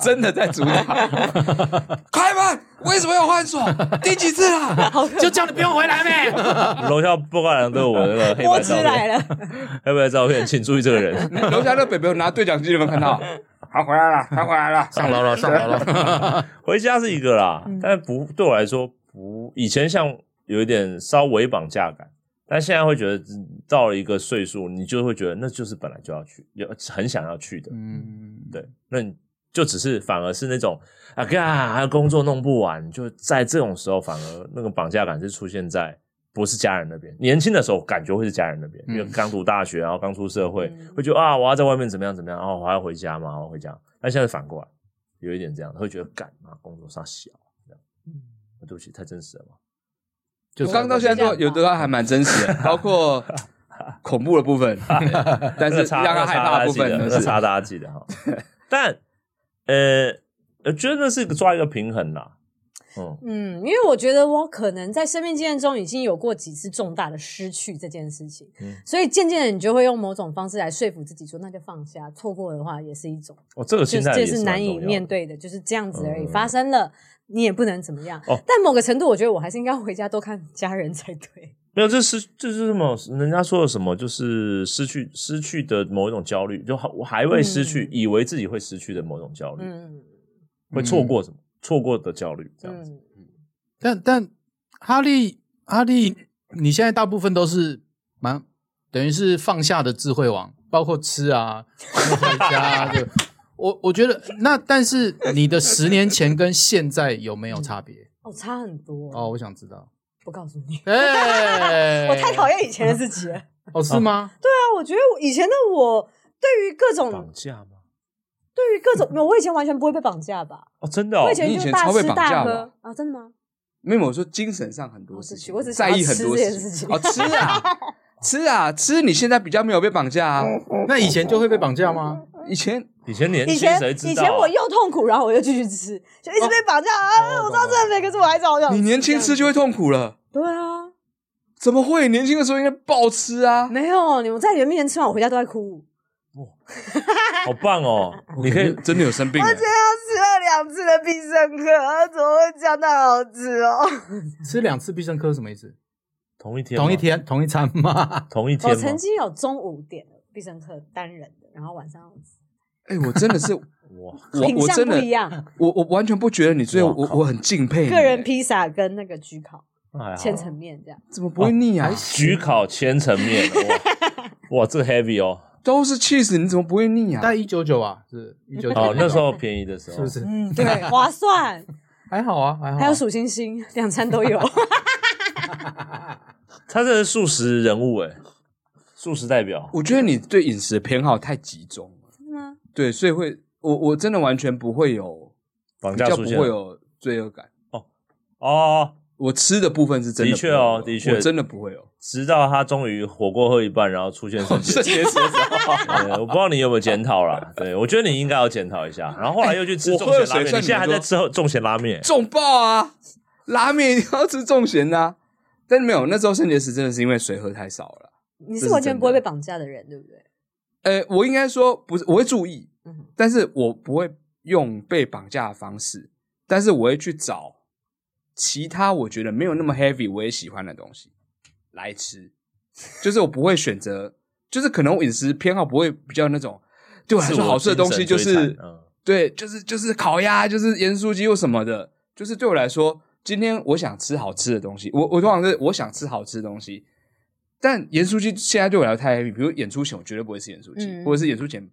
Speaker 1: 真的在阻挡。开门，为什么要换锁？第几次啊了？
Speaker 5: 就叫你不用回来呗。
Speaker 3: 楼下报告栏都有我那
Speaker 2: [LAUGHS]
Speaker 3: 个黑
Speaker 2: 墨
Speaker 3: 白
Speaker 2: 汁
Speaker 3: 照
Speaker 2: 来
Speaker 3: 片，
Speaker 2: 了，
Speaker 3: 黑白照片，请注意这个人。
Speaker 1: 楼下那北北有拿对讲机，有没有看到？他回来了，他回来了。
Speaker 5: [LAUGHS] 上楼了，上楼了。
Speaker 3: [LAUGHS] 回家是一个啦，
Speaker 2: 嗯
Speaker 3: 但不对我来说不，以前像有一点稍微绑架感，但现在会觉得嗯到了一个岁数，你就会觉得那就是本来就要去，有很想要去的，
Speaker 5: 嗯，
Speaker 3: 对，那你就只是反而是那种啊，干还有工作弄不完，就在这种时候反而那个绑架感是出现在。不是家人那边，年轻的时候感觉会是家人那边，因为
Speaker 1: 嗯
Speaker 3: 刚读大学，然后刚出社会，会觉得啊，我要在外面怎么样怎么样，哦，我还要回家嘛，我要回家。但现在反过来，有一点这样，会觉得干嘛工作上小这样，
Speaker 1: 嗯
Speaker 3: 对不起，太真实了嘛。
Speaker 1: 我刚到现在都有的都还蛮真实
Speaker 3: [LAUGHS]
Speaker 1: 的，包括恐怖的部分，对但是
Speaker 3: 那差
Speaker 1: 让他害怕的部分
Speaker 3: 那
Speaker 1: 都
Speaker 3: 个
Speaker 1: 是。
Speaker 3: 差大家记得哈。 [LAUGHS] 但呃，我觉得那是一个抓一个平衡啦。嗯，
Speaker 2: 嗯，因为我觉得我可能在生命经验中已经有过几次重大的失去这件事情，
Speaker 3: 嗯
Speaker 2: 所以渐渐的你就会用某种方式来说服自己说，那就放下，错过的话也是一种，
Speaker 3: 哦，这个
Speaker 2: 就
Speaker 3: 心
Speaker 2: 是
Speaker 3: 态
Speaker 2: 这
Speaker 3: 也
Speaker 2: 是
Speaker 3: 蛮
Speaker 2: 难以
Speaker 3: 重要的
Speaker 2: 面。对的，就是这样子而已，
Speaker 3: 嗯
Speaker 2: 发生了你也不能怎么样。
Speaker 3: 哦
Speaker 2: 但某个程度，我觉得我还是应该回家多看家人才对。
Speaker 3: 没有，这是这是什么？人家说的什么？就是失去失去的某一种焦虑，就还还未失去，以为自己会失去的某种焦虑，
Speaker 2: 嗯
Speaker 3: 会错过什么？错过的焦虑，这样子。
Speaker 2: 嗯，
Speaker 5: 但但哈利哈利，
Speaker 2: 嗯
Speaker 5: 你现在大部分都是蛮等于是放下的智慧王，包括吃啊、回家啊。就我我觉得那但是你的十年前跟现在有没有差别？
Speaker 2: 哦，差很多
Speaker 5: 哦，
Speaker 2: 哦，
Speaker 5: 我想知
Speaker 2: [LAUGHS]
Speaker 5: 道。
Speaker 2: 不告诉你。
Speaker 5: 哎
Speaker 2: 我太讨厌以前的自己了。 [LAUGHS] 对
Speaker 5: 哦，是吗？
Speaker 2: 啊，我觉得我以前的我对于各种
Speaker 3: 绑架吗？
Speaker 2: 对于各种，没有，我以前完全不会被绑架吧？
Speaker 3: 哦，真的哦
Speaker 2: 我以。前
Speaker 1: 你以
Speaker 2: 就
Speaker 1: 前
Speaker 2: 大
Speaker 1: 超被
Speaker 2: 吃
Speaker 1: 绑架
Speaker 2: 大
Speaker 1: 吧
Speaker 2: 喝啊，真的吗？
Speaker 1: 没有，我说精神上很多
Speaker 2: 哦
Speaker 1: 事
Speaker 2: 对不
Speaker 1: 情，
Speaker 2: 起我只
Speaker 1: 在
Speaker 2: 想
Speaker 1: 意
Speaker 2: 要
Speaker 1: 很
Speaker 2: 吃
Speaker 1: 多
Speaker 2: 这件
Speaker 1: 情
Speaker 2: 事情
Speaker 1: 哦，吃
Speaker 2: [LAUGHS]
Speaker 1: 啊，吃啊，吃！你现在比较没有被绑架啊，
Speaker 2: 嗯哦
Speaker 5: 那以前就会被绑架吗？
Speaker 1: 以前
Speaker 3: 以前年
Speaker 2: 以
Speaker 3: 轻
Speaker 2: 前
Speaker 3: 谁知道啊？
Speaker 2: 以前我又痛苦，然后我又继续吃，就一直被绑架啊！
Speaker 3: 哦
Speaker 2: 我知道这很美，可是我还是好想。
Speaker 1: 你年轻吃就会痛苦了，
Speaker 2: 对啊，
Speaker 1: 怎么会？年轻的时候应该暴吃啊！
Speaker 2: 没有，你们在你们面前吃完，我回家都在哭。
Speaker 3: 好
Speaker 2: [LAUGHS]
Speaker 3: 棒哦！你可以
Speaker 1: 真的有生病欸，
Speaker 2: 吃了两次的必胜客，怎么会这样？那好吃哦！
Speaker 5: 吃两次必胜客什么意思？
Speaker 3: 同一天吗，
Speaker 5: 同一天同一餐吗？
Speaker 3: 同一天
Speaker 2: 我
Speaker 3: 吗，
Speaker 2: 曾经有中午点了必胜客单人的，然后晚上
Speaker 1: 哎，我真的
Speaker 2: [LAUGHS]
Speaker 1: 是，
Speaker 3: 哇，
Speaker 1: 我
Speaker 2: 品
Speaker 1: 我
Speaker 2: 相
Speaker 1: 真
Speaker 2: 不
Speaker 1: 的
Speaker 2: 一，样，
Speaker 1: 我我完全不觉得你最，
Speaker 3: 哇
Speaker 1: 我
Speaker 3: 靠
Speaker 1: 我很敬佩你欸。
Speaker 2: 个人披萨跟那个焗烤
Speaker 3: 那还好
Speaker 2: 千层面这样。
Speaker 1: 怎么不会腻
Speaker 2: 哦
Speaker 1: 啊？
Speaker 3: 焗烤千层面，
Speaker 2: [LAUGHS]
Speaker 3: 哇，哇，这 heavy 哦！
Speaker 1: 都是 cheese，你怎么不会腻啊
Speaker 5: 大？概一九九啊，是一九九
Speaker 3: 哦，那时候便宜的时候，
Speaker 5: 是不是？
Speaker 2: 嗯，对，划算，
Speaker 5: 还好啊，还好啊。
Speaker 2: 还
Speaker 4: 哦
Speaker 2: 有数星星，两餐都有。
Speaker 3: 他这是素食人物哎，素食代表。
Speaker 1: 我觉得你对饮食的偏好太集中了，
Speaker 2: 真的吗？
Speaker 1: 对，所以会，我我真的完全不会有
Speaker 3: 绑
Speaker 1: 比
Speaker 3: 架
Speaker 1: 较
Speaker 3: 出
Speaker 1: 不
Speaker 3: 现
Speaker 1: 会有罪恶感。
Speaker 3: 哦，
Speaker 1: 我吃的部分是真的
Speaker 3: 的
Speaker 1: 不会
Speaker 3: 确
Speaker 1: 有，
Speaker 3: 哦的确
Speaker 1: 我真的不会
Speaker 3: [LAUGHS]
Speaker 1: 有。
Speaker 3: 直到他终于火锅喝一半，然后出现肾结
Speaker 1: [LAUGHS] 肾
Speaker 3: 石。
Speaker 1: 结石的时候，
Speaker 3: 对我不知道你有没有检讨
Speaker 1: [LAUGHS]
Speaker 3: 啦，对我觉得你应该要检讨一下。然后后来又去吃
Speaker 1: 我
Speaker 3: 重
Speaker 1: 喝了
Speaker 3: 咸拉
Speaker 1: 水
Speaker 3: 面，你
Speaker 1: 算
Speaker 3: 现在还
Speaker 1: 你们
Speaker 3: 在吃重咸拉面，
Speaker 1: 重爆啊！拉面一定要吃重咸的、啊，但是没有，那时候肾结石真的是因为水喝太少了。
Speaker 2: 你
Speaker 1: 这
Speaker 2: 是
Speaker 1: 是
Speaker 2: 完全
Speaker 1: 真
Speaker 2: 不会
Speaker 1: 的
Speaker 2: 被绑架的人，对不对？
Speaker 1: 呃，我应该说不是，我会注意，
Speaker 2: 嗯
Speaker 1: 但是我不会用被绑架的方式，但是我会去找其他我觉得没有那么 heavy 我也喜欢的东西来吃，就是我不会选择，就是可能我饮食偏好不会比较那种对我来说好吃的东西就
Speaker 3: 自
Speaker 1: 是
Speaker 3: 我精神摧残嗯
Speaker 1: 对，就是就是烤鸭，就是盐酥鸡或什么的，就是对我来说，今天我想吃好吃的东西，我我通常是我想吃好吃的东西，但盐酥鸡现在对我来说太 heavy，比如演出前我绝对不会吃盐酥鸡，
Speaker 2: 嗯
Speaker 1: 或者是演出前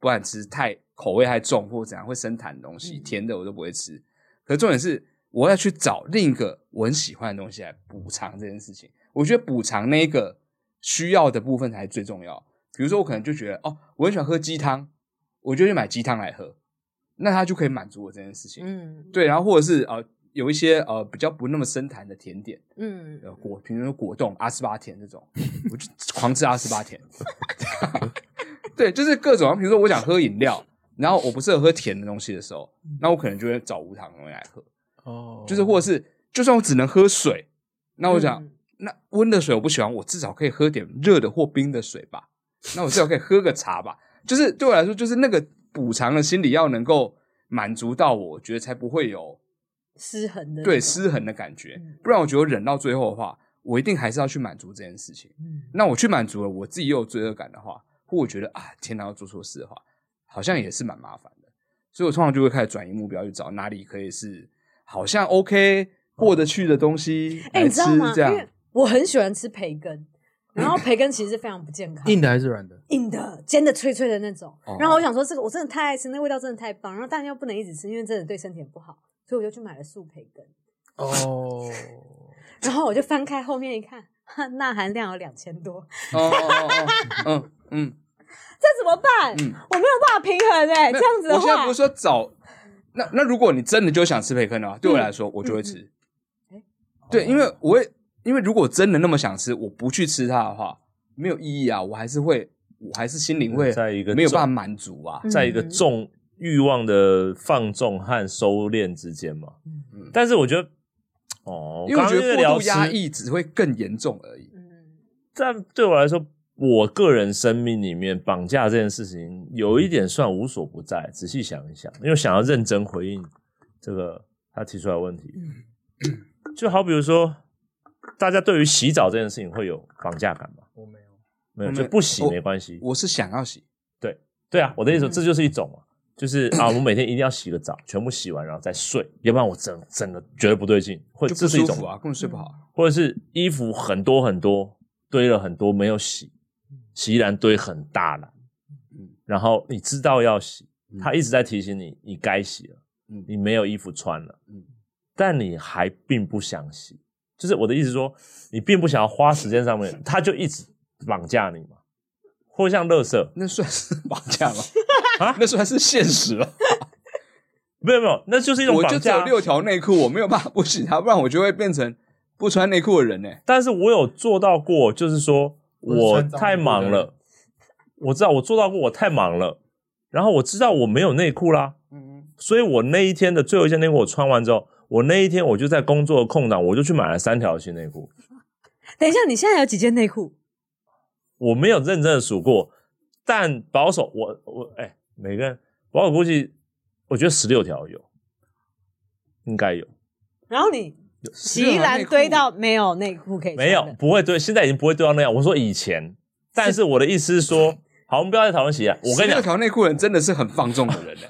Speaker 1: 不敢吃太口味太重或怎样会生痰的东西，
Speaker 2: 嗯
Speaker 1: 甜的我都不会吃。可是重点是，我要去找另一个我很喜欢的东西来补偿这件事情。我觉得补偿那一个需要的部分才是最重要。比如说，我可能就觉得哦，我很喜欢喝鸡汤，我就去买鸡汤来喝，那它就可以满足我这件事情。
Speaker 2: 嗯
Speaker 1: 对，然后或者是呃，有一些呃比较不那么生痰的甜点，
Speaker 2: 嗯，
Speaker 1: 呃果，比如说果冻、阿斯巴甜这种，我
Speaker 2: [LAUGHS]
Speaker 1: 就狂吃阿斯巴甜。 [LAUGHS] 对，就是各种，比如说我想喝饮料，然后我不适合喝甜的东西的时候，
Speaker 2: 嗯
Speaker 1: 那我可能就会找无糖的东西来喝，
Speaker 5: 哦，
Speaker 1: 就是或者是就算我只能喝水，那我想、
Speaker 2: 嗯
Speaker 1: 那温的水我不喜欢，我至少可以喝点热的或冰的水吧，那我至少可以喝个茶吧，就是对我来说，就是那个补偿的心理要能够满足到我，我觉得才不会有
Speaker 2: 失衡的那
Speaker 1: 对
Speaker 2: 种
Speaker 1: 失衡的感觉
Speaker 2: 嗯。
Speaker 1: 不然我觉得忍到最后的话，我一定还是要去满足这件事情。
Speaker 2: 嗯
Speaker 1: 那我去满足了，我自己又有罪恶感的话，或我觉得啊，天哪，要做错事的话，好像也是蛮麻烦的。所以我通常就会开始转移目标，去找哪里可以是好像 OK 过得去的东西
Speaker 2: 哦哎、
Speaker 1: 来
Speaker 2: 你知
Speaker 1: 吃
Speaker 2: 道吗？，
Speaker 1: 这
Speaker 2: 因
Speaker 1: 样
Speaker 2: 为。我很喜欢吃培根，然后培根其实是非常不健康的，
Speaker 5: 硬的还是软的？
Speaker 2: 硬的、煎的、脆脆的那种
Speaker 1: 哦。
Speaker 2: 然后我想说，这个我真的太爱吃，那味道真的太棒。然后但又不能一直吃，因为真的对身体很不好，所以我就去买了素培根。
Speaker 5: 哦，
Speaker 2: 然后我就翻开后面一看，哈钠含量有两千多，
Speaker 1: 哦哦哦哦， [LAUGHS] 嗯嗯
Speaker 2: 这怎么办？
Speaker 1: 嗯，
Speaker 2: 我没有办法平衡哎、
Speaker 1: 没有
Speaker 2: 这样子的
Speaker 1: 我现在
Speaker 2: 话
Speaker 1: 不是，说找那那如果你真的就想吃培根的话，对我来说我就会吃。
Speaker 2: 嗯
Speaker 1: 对，因为我会，因为如果真的那么想吃，我不去吃它的话，没有意义啊，我还是会，我还是心灵会
Speaker 3: 在嗯一个
Speaker 1: 没有办法
Speaker 3: 重
Speaker 1: 满足啊。
Speaker 2: 嗯
Speaker 3: 在一个重欲望的放纵和收敛之间嘛。
Speaker 2: 嗯
Speaker 3: 但是我觉得，哦，
Speaker 1: 因为我觉
Speaker 3: 刚刚在
Speaker 1: 得
Speaker 3: 聊
Speaker 1: 过度压
Speaker 3: 吃，
Speaker 1: 抑只会更严重而已。
Speaker 2: 嗯
Speaker 3: 但对我来说，我个人生命里面绑架这件事情有一点算无所不在。仔细想一想，因为想要认真回应这个他提出来的问题，
Speaker 1: 嗯
Speaker 3: [CLEARS THROAT] 就好比如说，大家对于洗澡这件事情会有绑架感吗？
Speaker 5: 我没有。
Speaker 4: [LAUGHS]
Speaker 3: 没有，
Speaker 1: 我
Speaker 3: 就
Speaker 1: 没
Speaker 3: 不洗
Speaker 1: 我
Speaker 3: 没关系。
Speaker 1: 我是想要洗，
Speaker 3: 对啊，我的意思说，
Speaker 2: 嗯
Speaker 3: 这就是一种嘛，就是啊，我每天一定要洗个澡，全部洗完然后再睡，要不然我整整个觉得不对劲，或
Speaker 1: 就不
Speaker 3: 者这是一
Speaker 1: 舒
Speaker 3: 种
Speaker 1: 服，啊，根本睡不好。
Speaker 3: 或者是衣服很多很多堆了很多没有洗，洗衣篮堆很大篮，
Speaker 1: 嗯
Speaker 3: 然后你知道要洗
Speaker 1: 嗯，
Speaker 3: 他一直在提醒你，你该洗了，
Speaker 1: 嗯
Speaker 3: 你没有衣服穿了，
Speaker 1: 嗯
Speaker 3: 但你还并不想洗，就是我的意思说，你并不想要花时间上面，他就一直绑架你嘛，或像垃圾。
Speaker 1: 啊那算是绑架吗？
Speaker 3: 嗯啊
Speaker 1: [LAUGHS] 那算是现实了。
Speaker 3: 没有没有，那 [LAUGHS] 就是一种
Speaker 1: 我就
Speaker 3: 绑
Speaker 1: 只
Speaker 3: 架啊。
Speaker 1: 有六条内裤，我没有办法不洗它，不然我就会变成不穿内裤的人呢、
Speaker 3: 但是我有做到过，就是说我太忙了，我知道我做到过，我太忙了，然后我知道我没有内裤啦，
Speaker 1: 嗯，
Speaker 3: 所以我那一天的最后一件内裤我穿完之后，我那一天我就在工作的空档，我就去买了三条新内裤，
Speaker 2: 等一下，你现在有几件内裤？
Speaker 3: 我没有认真的数过，但保守我我哎、每个人保守估计，我觉得十六条有，应该有，
Speaker 2: 然后你洗衣篮堆到没有内裤可以穿的
Speaker 3: 没有，不会对，现在已经不会对到那样。我说以前，但是我的意思是说，好，我们不要再讨论洗啊。我跟你
Speaker 1: 六
Speaker 3: 讲，
Speaker 1: 条内裤的人真的是很放纵的人呢、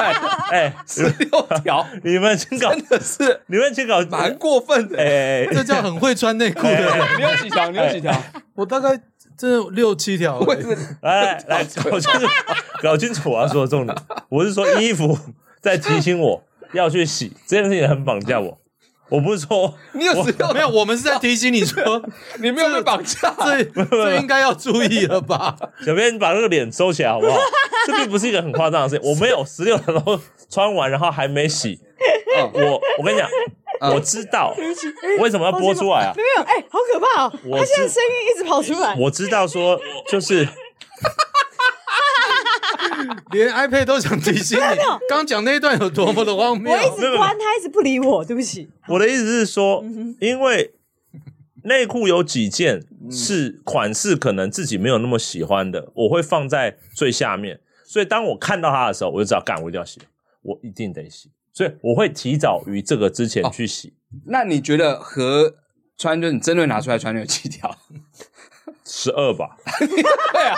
Speaker 1: [LAUGHS]
Speaker 3: 哎、
Speaker 1: 十六条
Speaker 3: 你们先搞，
Speaker 1: 真的是
Speaker 3: 你们先搞，哎
Speaker 1: 蛮过分的、
Speaker 3: 哎、哎
Speaker 5: 这叫很会穿内裤的人。
Speaker 1: 你有几条？你有几条？
Speaker 5: 我大概真的六七条而
Speaker 1: 我
Speaker 5: 已，
Speaker 1: 是
Speaker 3: 来哎来来，搞清
Speaker 1: [LAUGHS]
Speaker 3: 楚，搞清楚我要说的重点。我是说衣服 [LAUGHS] 在提醒我要去洗，这件事情很绑架我。我不是说
Speaker 1: 你有十
Speaker 4: [LAUGHS]
Speaker 1: 六，
Speaker 5: 没有，我们是在提醒你说，
Speaker 1: [LAUGHS] 你没有被绑架。
Speaker 5: 这这应该要注意了
Speaker 1: [LAUGHS]
Speaker 5: 吧？
Speaker 3: 小编，你把那个脸收起来好不好？这并不是一个很夸张的事情。我没有十六条都穿完，然后还没洗。
Speaker 1: 嗯
Speaker 3: 我我跟你讲，
Speaker 1: 呃
Speaker 3: 我知道
Speaker 1: 哎
Speaker 3: 为什么要播出来啊？
Speaker 2: 没有，哎、好可怕哦！
Speaker 3: 我
Speaker 2: 他现在
Speaker 3: 知
Speaker 2: 声音一直跑出来，
Speaker 3: 我知道说就是
Speaker 4: 连 iPad 都想提
Speaker 2: [LAUGHS]
Speaker 4: 醒你，刚讲那一段有多么的荒谬
Speaker 2: 哦我。一直关他，一直不理我，对不起。
Speaker 3: 我的意思是说，因为内裤有几件
Speaker 1: 嗯
Speaker 3: 是款式可能自己没有那么喜欢的，我会放在最下面，所以当我看到它的时候，我就知道，干，我一定要洗，我一定得洗，所以我会提早于这个之
Speaker 1: 哦
Speaker 3: 前去洗。
Speaker 1: 那你觉得和穿就是你真的拿出来穿的有几条？
Speaker 3: 十
Speaker 1: [LAUGHS]
Speaker 3: 二吧，
Speaker 1: 对啊，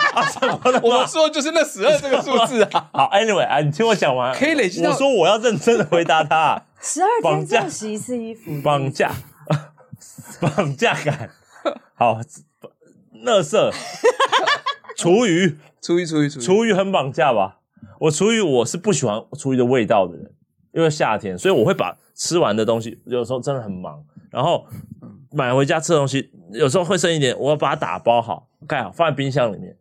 Speaker 1: 我说就是那十二这个数字啊。
Speaker 3: 好，Anyway 啊，你听我讲完，
Speaker 1: 可以累积到
Speaker 3: 我说我要认真的回答他、
Speaker 2: 十二
Speaker 3: 绑
Speaker 2: 天只
Speaker 3: 架
Speaker 2: 有洗一次衣服，
Speaker 3: 绑架， [LAUGHS] 绑架感，好，垃圾，厨余，
Speaker 1: 初一初一初一，
Speaker 3: 厨余很绑架吧？我厨余我是不喜欢厨余的味道的人，因为夏天，所以我会把吃完的东西，有时候真的很忙，然后买回家吃的东西，有时候会剩一点，我要把它打包好，盖好，放在冰箱里面。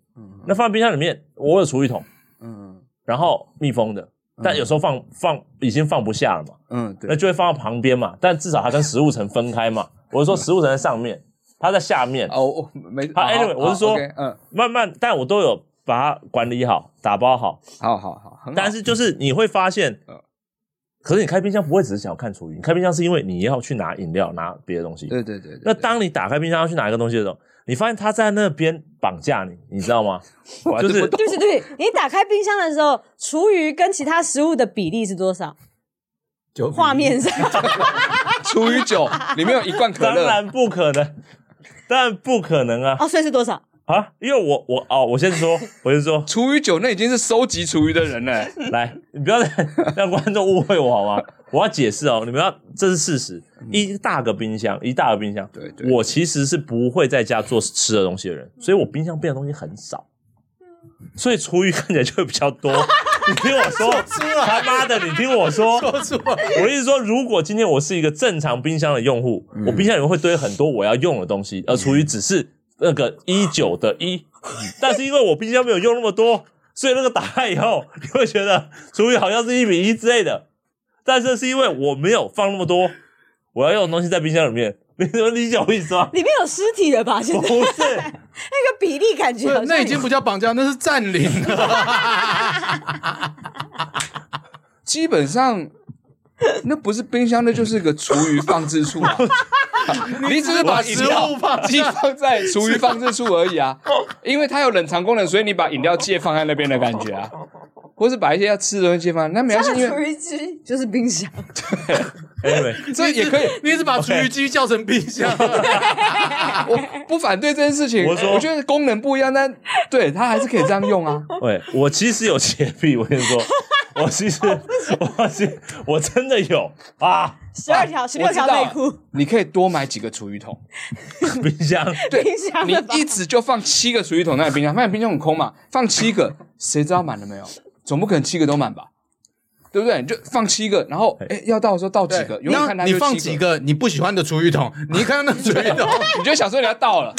Speaker 3: 那放在冰箱里面，我有厨余桶，
Speaker 1: 嗯
Speaker 3: 然后密封的，但有时候放放已经放不下了嘛，
Speaker 1: 嗯，
Speaker 3: 那
Speaker 1: 对，
Speaker 3: 就会放到旁边嘛，但至少它跟食物层分开
Speaker 1: [LAUGHS]
Speaker 3: 嘛。我是说食物层在上面，它在下面，
Speaker 1: 哦，我没。
Speaker 3: 好，anyway，我是说
Speaker 1: OK，嗯，
Speaker 3: 慢慢，但我都有把它管理好，打包好。
Speaker 1: 好好好，很好
Speaker 3: 但是就是你会发现
Speaker 1: 嗯，
Speaker 3: 可是你开冰箱不会只是想要看厨余，你开冰箱是因为你要去拿饮料、拿别的东西。
Speaker 1: 对对对，对
Speaker 3: 那当你打开冰箱要去拿一个东西的时候，你发现它在那边绑架你，你知道吗？
Speaker 1: [LAUGHS] 我
Speaker 3: 就是
Speaker 1: 不懂
Speaker 2: 对不起，对不起，你打开冰箱的时候，厨余跟其他食物的比例是多少？
Speaker 4: 就
Speaker 2: 画面上
Speaker 1: 除以九，里面有一罐可
Speaker 3: 当
Speaker 1: 乐，
Speaker 3: 然不可能，当然不可能啊
Speaker 1: [LAUGHS]
Speaker 2: 哦，所以是多少？
Speaker 3: 啊！因为我我哦，我先说，我先说，
Speaker 1: 除以九，那已经是收集厨余的人了。
Speaker 3: 来，你不要再让观众误会我好吗？我要解释哦，你们要，这是事实。一大个冰箱，一大个冰箱，
Speaker 1: 对对
Speaker 3: 我其实是不会在家做吃的东西的人，所以我冰箱变的东西很少，所以厨余看起来就会比较多。你听我说，他妈的，你听我说，
Speaker 4: 说出来，
Speaker 3: [LAUGHS] 我的意思说，如果今天我是一个正常冰箱的用户，我冰箱里面会堆很多我要用的东西，而厨余只是那个一九的一，但是因为我冰箱没有用那么多，所以那个打开以后，你会觉得厨余好像是一比一之类的，但是是因为我没有放那么多我要用的东西在冰箱里面， [LAUGHS] 你能理解我意思吗？
Speaker 2: 里面有尸体了
Speaker 3: [LAUGHS]
Speaker 2: 吧？现在
Speaker 3: 不是，
Speaker 2: 那个比例感觉 [LAUGHS] 好像
Speaker 4: 那已经不叫绑架，那是占
Speaker 1: [LAUGHS]
Speaker 4: 领了。
Speaker 1: 基本上，那不是冰箱，那就是个厨余放置 [LAUGHS] 处啊。你只是把饮料
Speaker 4: 食物放
Speaker 1: 寄放在厨余放置处而已啊，因为它有冷藏功能，所以你把饮料戒放在那边的感觉啊，或是把一些要吃的东西戒放。那没关
Speaker 2: 它
Speaker 1: 系，
Speaker 2: 的
Speaker 1: 因
Speaker 2: 厨
Speaker 1: 为
Speaker 2: 余机就是冰箱，
Speaker 3: anyway，
Speaker 1: 这也 [LAUGHS] 可以，
Speaker 4: [LAUGHS] 你是把厨余机叫成冰
Speaker 1: [LAUGHS]
Speaker 4: 箱，
Speaker 1: 我不反对这件事情。
Speaker 3: 我说
Speaker 1: 我觉得功能不一样，但对它还是可以这样用
Speaker 2: [LAUGHS]
Speaker 1: 啊。
Speaker 3: 喂，我其实有洁癖，我跟你说，我其实我其实我真的有啊，
Speaker 2: 十二条、十六条内
Speaker 1: 我知
Speaker 2: 裤
Speaker 1: 道，你可以多买几个厨余桶。
Speaker 3: 冰箱。
Speaker 1: 对
Speaker 2: 冰箱
Speaker 1: 你
Speaker 2: 的吧
Speaker 1: 一直就放七个厨余桶在你冰箱，发现冰箱很空嘛，放七个，谁知道满了没有？总不可能七个都满吧，对不对？你就放七个，然后哎，要到的时候倒几个，永远看
Speaker 4: 那
Speaker 1: 它
Speaker 4: 你
Speaker 1: 就
Speaker 4: 放
Speaker 1: 七
Speaker 4: 几，个你不喜欢的厨余桶，你一看到那厨余
Speaker 1: [LAUGHS]
Speaker 4: 桶，
Speaker 1: 你就想说你要倒
Speaker 4: [LAUGHS]
Speaker 1: 了，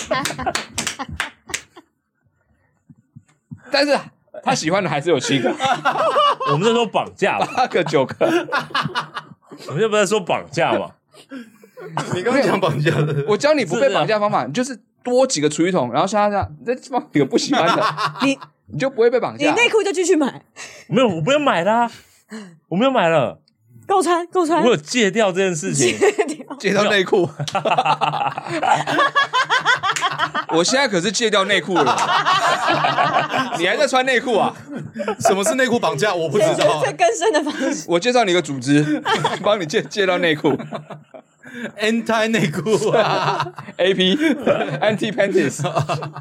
Speaker 1: 但是他喜欢的还是有七个、
Speaker 3: 我们在说绑架嘛，
Speaker 1: 八个、九个。
Speaker 3: 我们就不在说绑架嘛。
Speaker 4: 你刚刚讲绑架的，
Speaker 1: 我教你不被绑架的方法，你就是多几个厨余桶，然后像他这样，你再放几个不喜欢
Speaker 4: [LAUGHS]
Speaker 1: 的，
Speaker 2: 你
Speaker 1: 你就不会被绑 [LAUGHS]
Speaker 2: 你
Speaker 1: 架。
Speaker 2: 内裤就继续买，
Speaker 3: 没有，我不要买啦、我没有买了，
Speaker 2: 够穿够穿
Speaker 3: 我。
Speaker 2: [LAUGHS]
Speaker 3: 有戒掉这件事情。
Speaker 4: 接到内裤，
Speaker 1: 我现在可是戒掉内
Speaker 4: [LAUGHS]
Speaker 1: 裤了，你还在穿内裤啊？
Speaker 4: 什么是内裤绑架？我不知 [LAUGHS]
Speaker 2: 这就是
Speaker 4: 道。
Speaker 2: 最根深的方
Speaker 3: [LAUGHS]
Speaker 2: 式。
Speaker 1: 我介绍你一个组织，帮你借借到内裤
Speaker 4: anti 内裤 [LAUGHS] 啊，
Speaker 1: A P Anti Panties，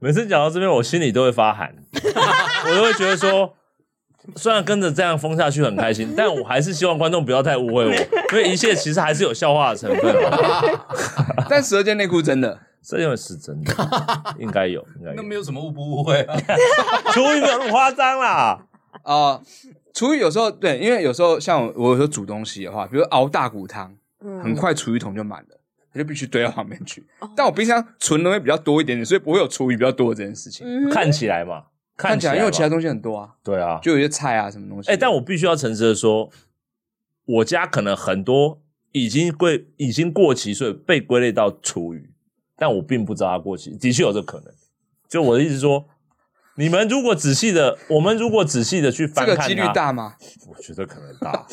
Speaker 3: 每次讲到这边，我心里都会发寒，我都会觉得说，虽然跟着这样疯下去很开心，但我还是希望观众不要太误会我，因为一切其实还是有笑话的成分嘛。
Speaker 1: 但十二件内裤真的
Speaker 3: 这因为是真的，应该有，应该
Speaker 4: [LAUGHS]
Speaker 3: 有。
Speaker 4: 有什么误不误会啊？
Speaker 3: 厨余没有那么夸张啦，
Speaker 1: 啊，厨余有时候对，因为有时候像我，我有时候煮东西的话，比如熬大骨汤，很快厨余桶就满了，我就必须堆到旁边去。但我冰箱存的会比较多一点点，所以不会有厨余比较多的这件事情。
Speaker 2: 嗯，
Speaker 3: 看起来嘛，
Speaker 1: 看
Speaker 3: 看
Speaker 1: 起
Speaker 3: 起
Speaker 1: 来
Speaker 3: 来
Speaker 1: 因
Speaker 3: 嘛，
Speaker 1: 为我其他东西很多啊，
Speaker 3: 对啊，
Speaker 1: 就有一些菜啊什么东西。
Speaker 3: 哎、但我必须要诚实的说，我家可能很多已经归已经过期，所以被归类到厨余，但我并不知道它过期，的确有这可能。就我的意思说，你们如果仔细的，我们如果仔细的去
Speaker 1: 这
Speaker 3: 翻
Speaker 1: 个
Speaker 3: 看
Speaker 1: 几率
Speaker 3: 它，
Speaker 1: 大吗？
Speaker 3: 我觉得可能大。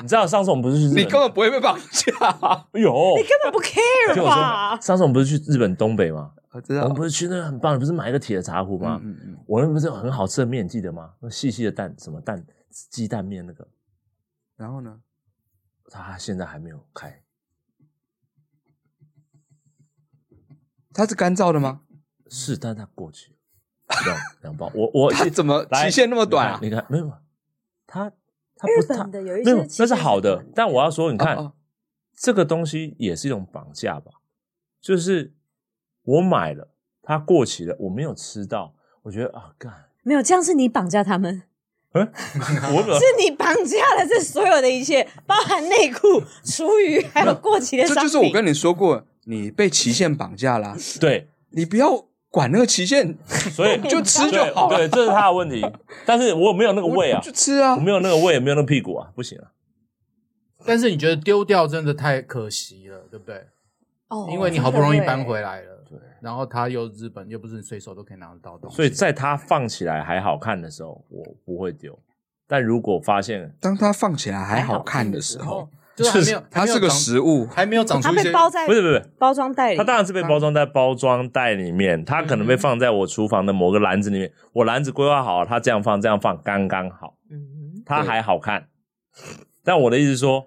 Speaker 3: 你知道上次我们不是去日
Speaker 1: 你
Speaker 3: 本
Speaker 1: 根本不会被绑架。
Speaker 3: 有，
Speaker 2: 你根本不 care
Speaker 3: 听我说
Speaker 1: 啊
Speaker 2: 吧，？
Speaker 3: 上次我们不是去日本东北吗？
Speaker 1: 我知
Speaker 3: 我们不是去那个很棒，不是买一个铁的茶壶吗？
Speaker 1: 嗯嗯
Speaker 3: 我那不是有很好吃的面，你记得吗？那细细的蛋，什么蛋，鸡蛋面那个，
Speaker 1: 然后呢？
Speaker 3: 它现在还没有开，
Speaker 1: 它是干燥的吗？
Speaker 3: 是，但它过期了，两两包，我我
Speaker 1: 它嗯怎么
Speaker 3: 来
Speaker 1: 期限那么短啊？
Speaker 3: 你看你看没有，它它
Speaker 2: 日
Speaker 3: 啊不它
Speaker 2: 本的有一
Speaker 3: 没
Speaker 2: 些
Speaker 3: 有，那
Speaker 2: 企业
Speaker 3: 是好的
Speaker 2: 管。
Speaker 3: 但我要说，你看、
Speaker 1: 哦哦
Speaker 3: 这个东西也是一种绑架吧，就是我买了，它过期了，我没有吃到，我觉得啊，干，
Speaker 2: 没有这样是你绑架他们，
Speaker 3: 我
Speaker 2: 是你绑架了这所有的一切，包含内裤、 [LAUGHS] 厨余，还有过
Speaker 4: 哎
Speaker 2: 期的
Speaker 1: 这
Speaker 2: 商品。
Speaker 1: 就是我跟你说过，你被期限绑架啦、
Speaker 3: 对，
Speaker 1: 你不要管那个期限，
Speaker 3: 所以
Speaker 1: 就吃就好了
Speaker 3: 对，对这是他的问题，但是我没有那个胃啊
Speaker 1: 就，吃啊
Speaker 3: 我。没有那个胃，没有那个屁股啊，不行啊。
Speaker 4: 但是你觉得丢掉真的太可惜了，对不对？
Speaker 2: 哦
Speaker 4: 因为你好不容易搬
Speaker 2: 来。
Speaker 4: 回来了，对，然后它又日本又不是你随手都可以拿得到的东西，
Speaker 3: 所以在它放起来还好看的时候，我不会丢。但如果发现
Speaker 1: 当它放起来还好看的时候，
Speaker 4: 哦就是啊还没有，还
Speaker 1: 它
Speaker 4: 没有
Speaker 1: 是个
Speaker 4: 长，
Speaker 1: 食物，
Speaker 4: 还没有长
Speaker 2: 它
Speaker 4: 出一些
Speaker 2: 被包
Speaker 1: 哎
Speaker 2: 在
Speaker 3: 不是不是，
Speaker 2: 包装袋里，
Speaker 3: 它当然是
Speaker 1: 嗯
Speaker 3: 被包装在包装袋里面，它可能被放在我厨房的某个篮子里面。我篮子规划好，它这样放这样放刚刚好，
Speaker 2: 嗯
Speaker 3: 它还好看。但我的意思是说，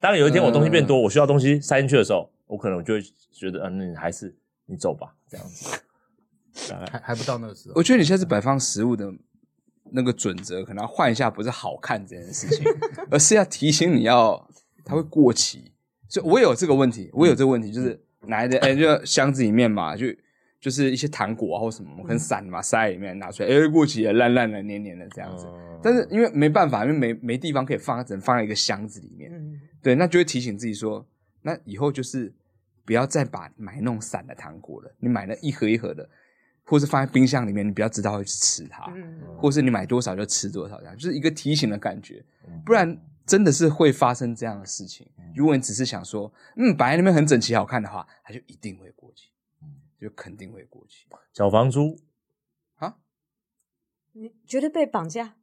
Speaker 3: 当有一天我东西变
Speaker 1: 嗯
Speaker 3: 多，我需要东西塞进去的时候，我可能就会觉得，嗯、你还是你走吧，这样子。大概
Speaker 4: 还还不到那个时候
Speaker 1: 我。觉得你下次摆放食物的那个准则，可能要换一下，不是好看这件
Speaker 4: [LAUGHS]
Speaker 1: 事情，而是要提醒你要它会过期。所以我有这个问题，
Speaker 4: 嗯
Speaker 1: 我有这个问题，就是拿来的，哎、就箱子里面嘛，就就是一些糖果啊或什么，我可
Speaker 4: 嗯
Speaker 1: 能散嘛，塞在里面拿出来，哎、过期了，烂烂的，黏黏的这样子。哦但是因为没办法，因为没没地方可以放，它只能放在一个箱子里面。
Speaker 2: 嗯，
Speaker 1: 对，那就会提醒自己说，那以后就是不要再把买那种散的糖果了，你买那一盒一盒的，或是放在冰箱里面，你不要知道会去吃它，
Speaker 2: 嗯
Speaker 1: 或是你买多少就吃多少，这样就是一个提醒的感觉，不然真的是会发生这样的事情。
Speaker 4: 嗯
Speaker 1: 如果你只是想说，嗯，摆在那边很整齐好看的话，它就一定会过期，
Speaker 4: 嗯
Speaker 1: 就肯定会过期。
Speaker 3: 小房猪
Speaker 2: 你觉得被绑架？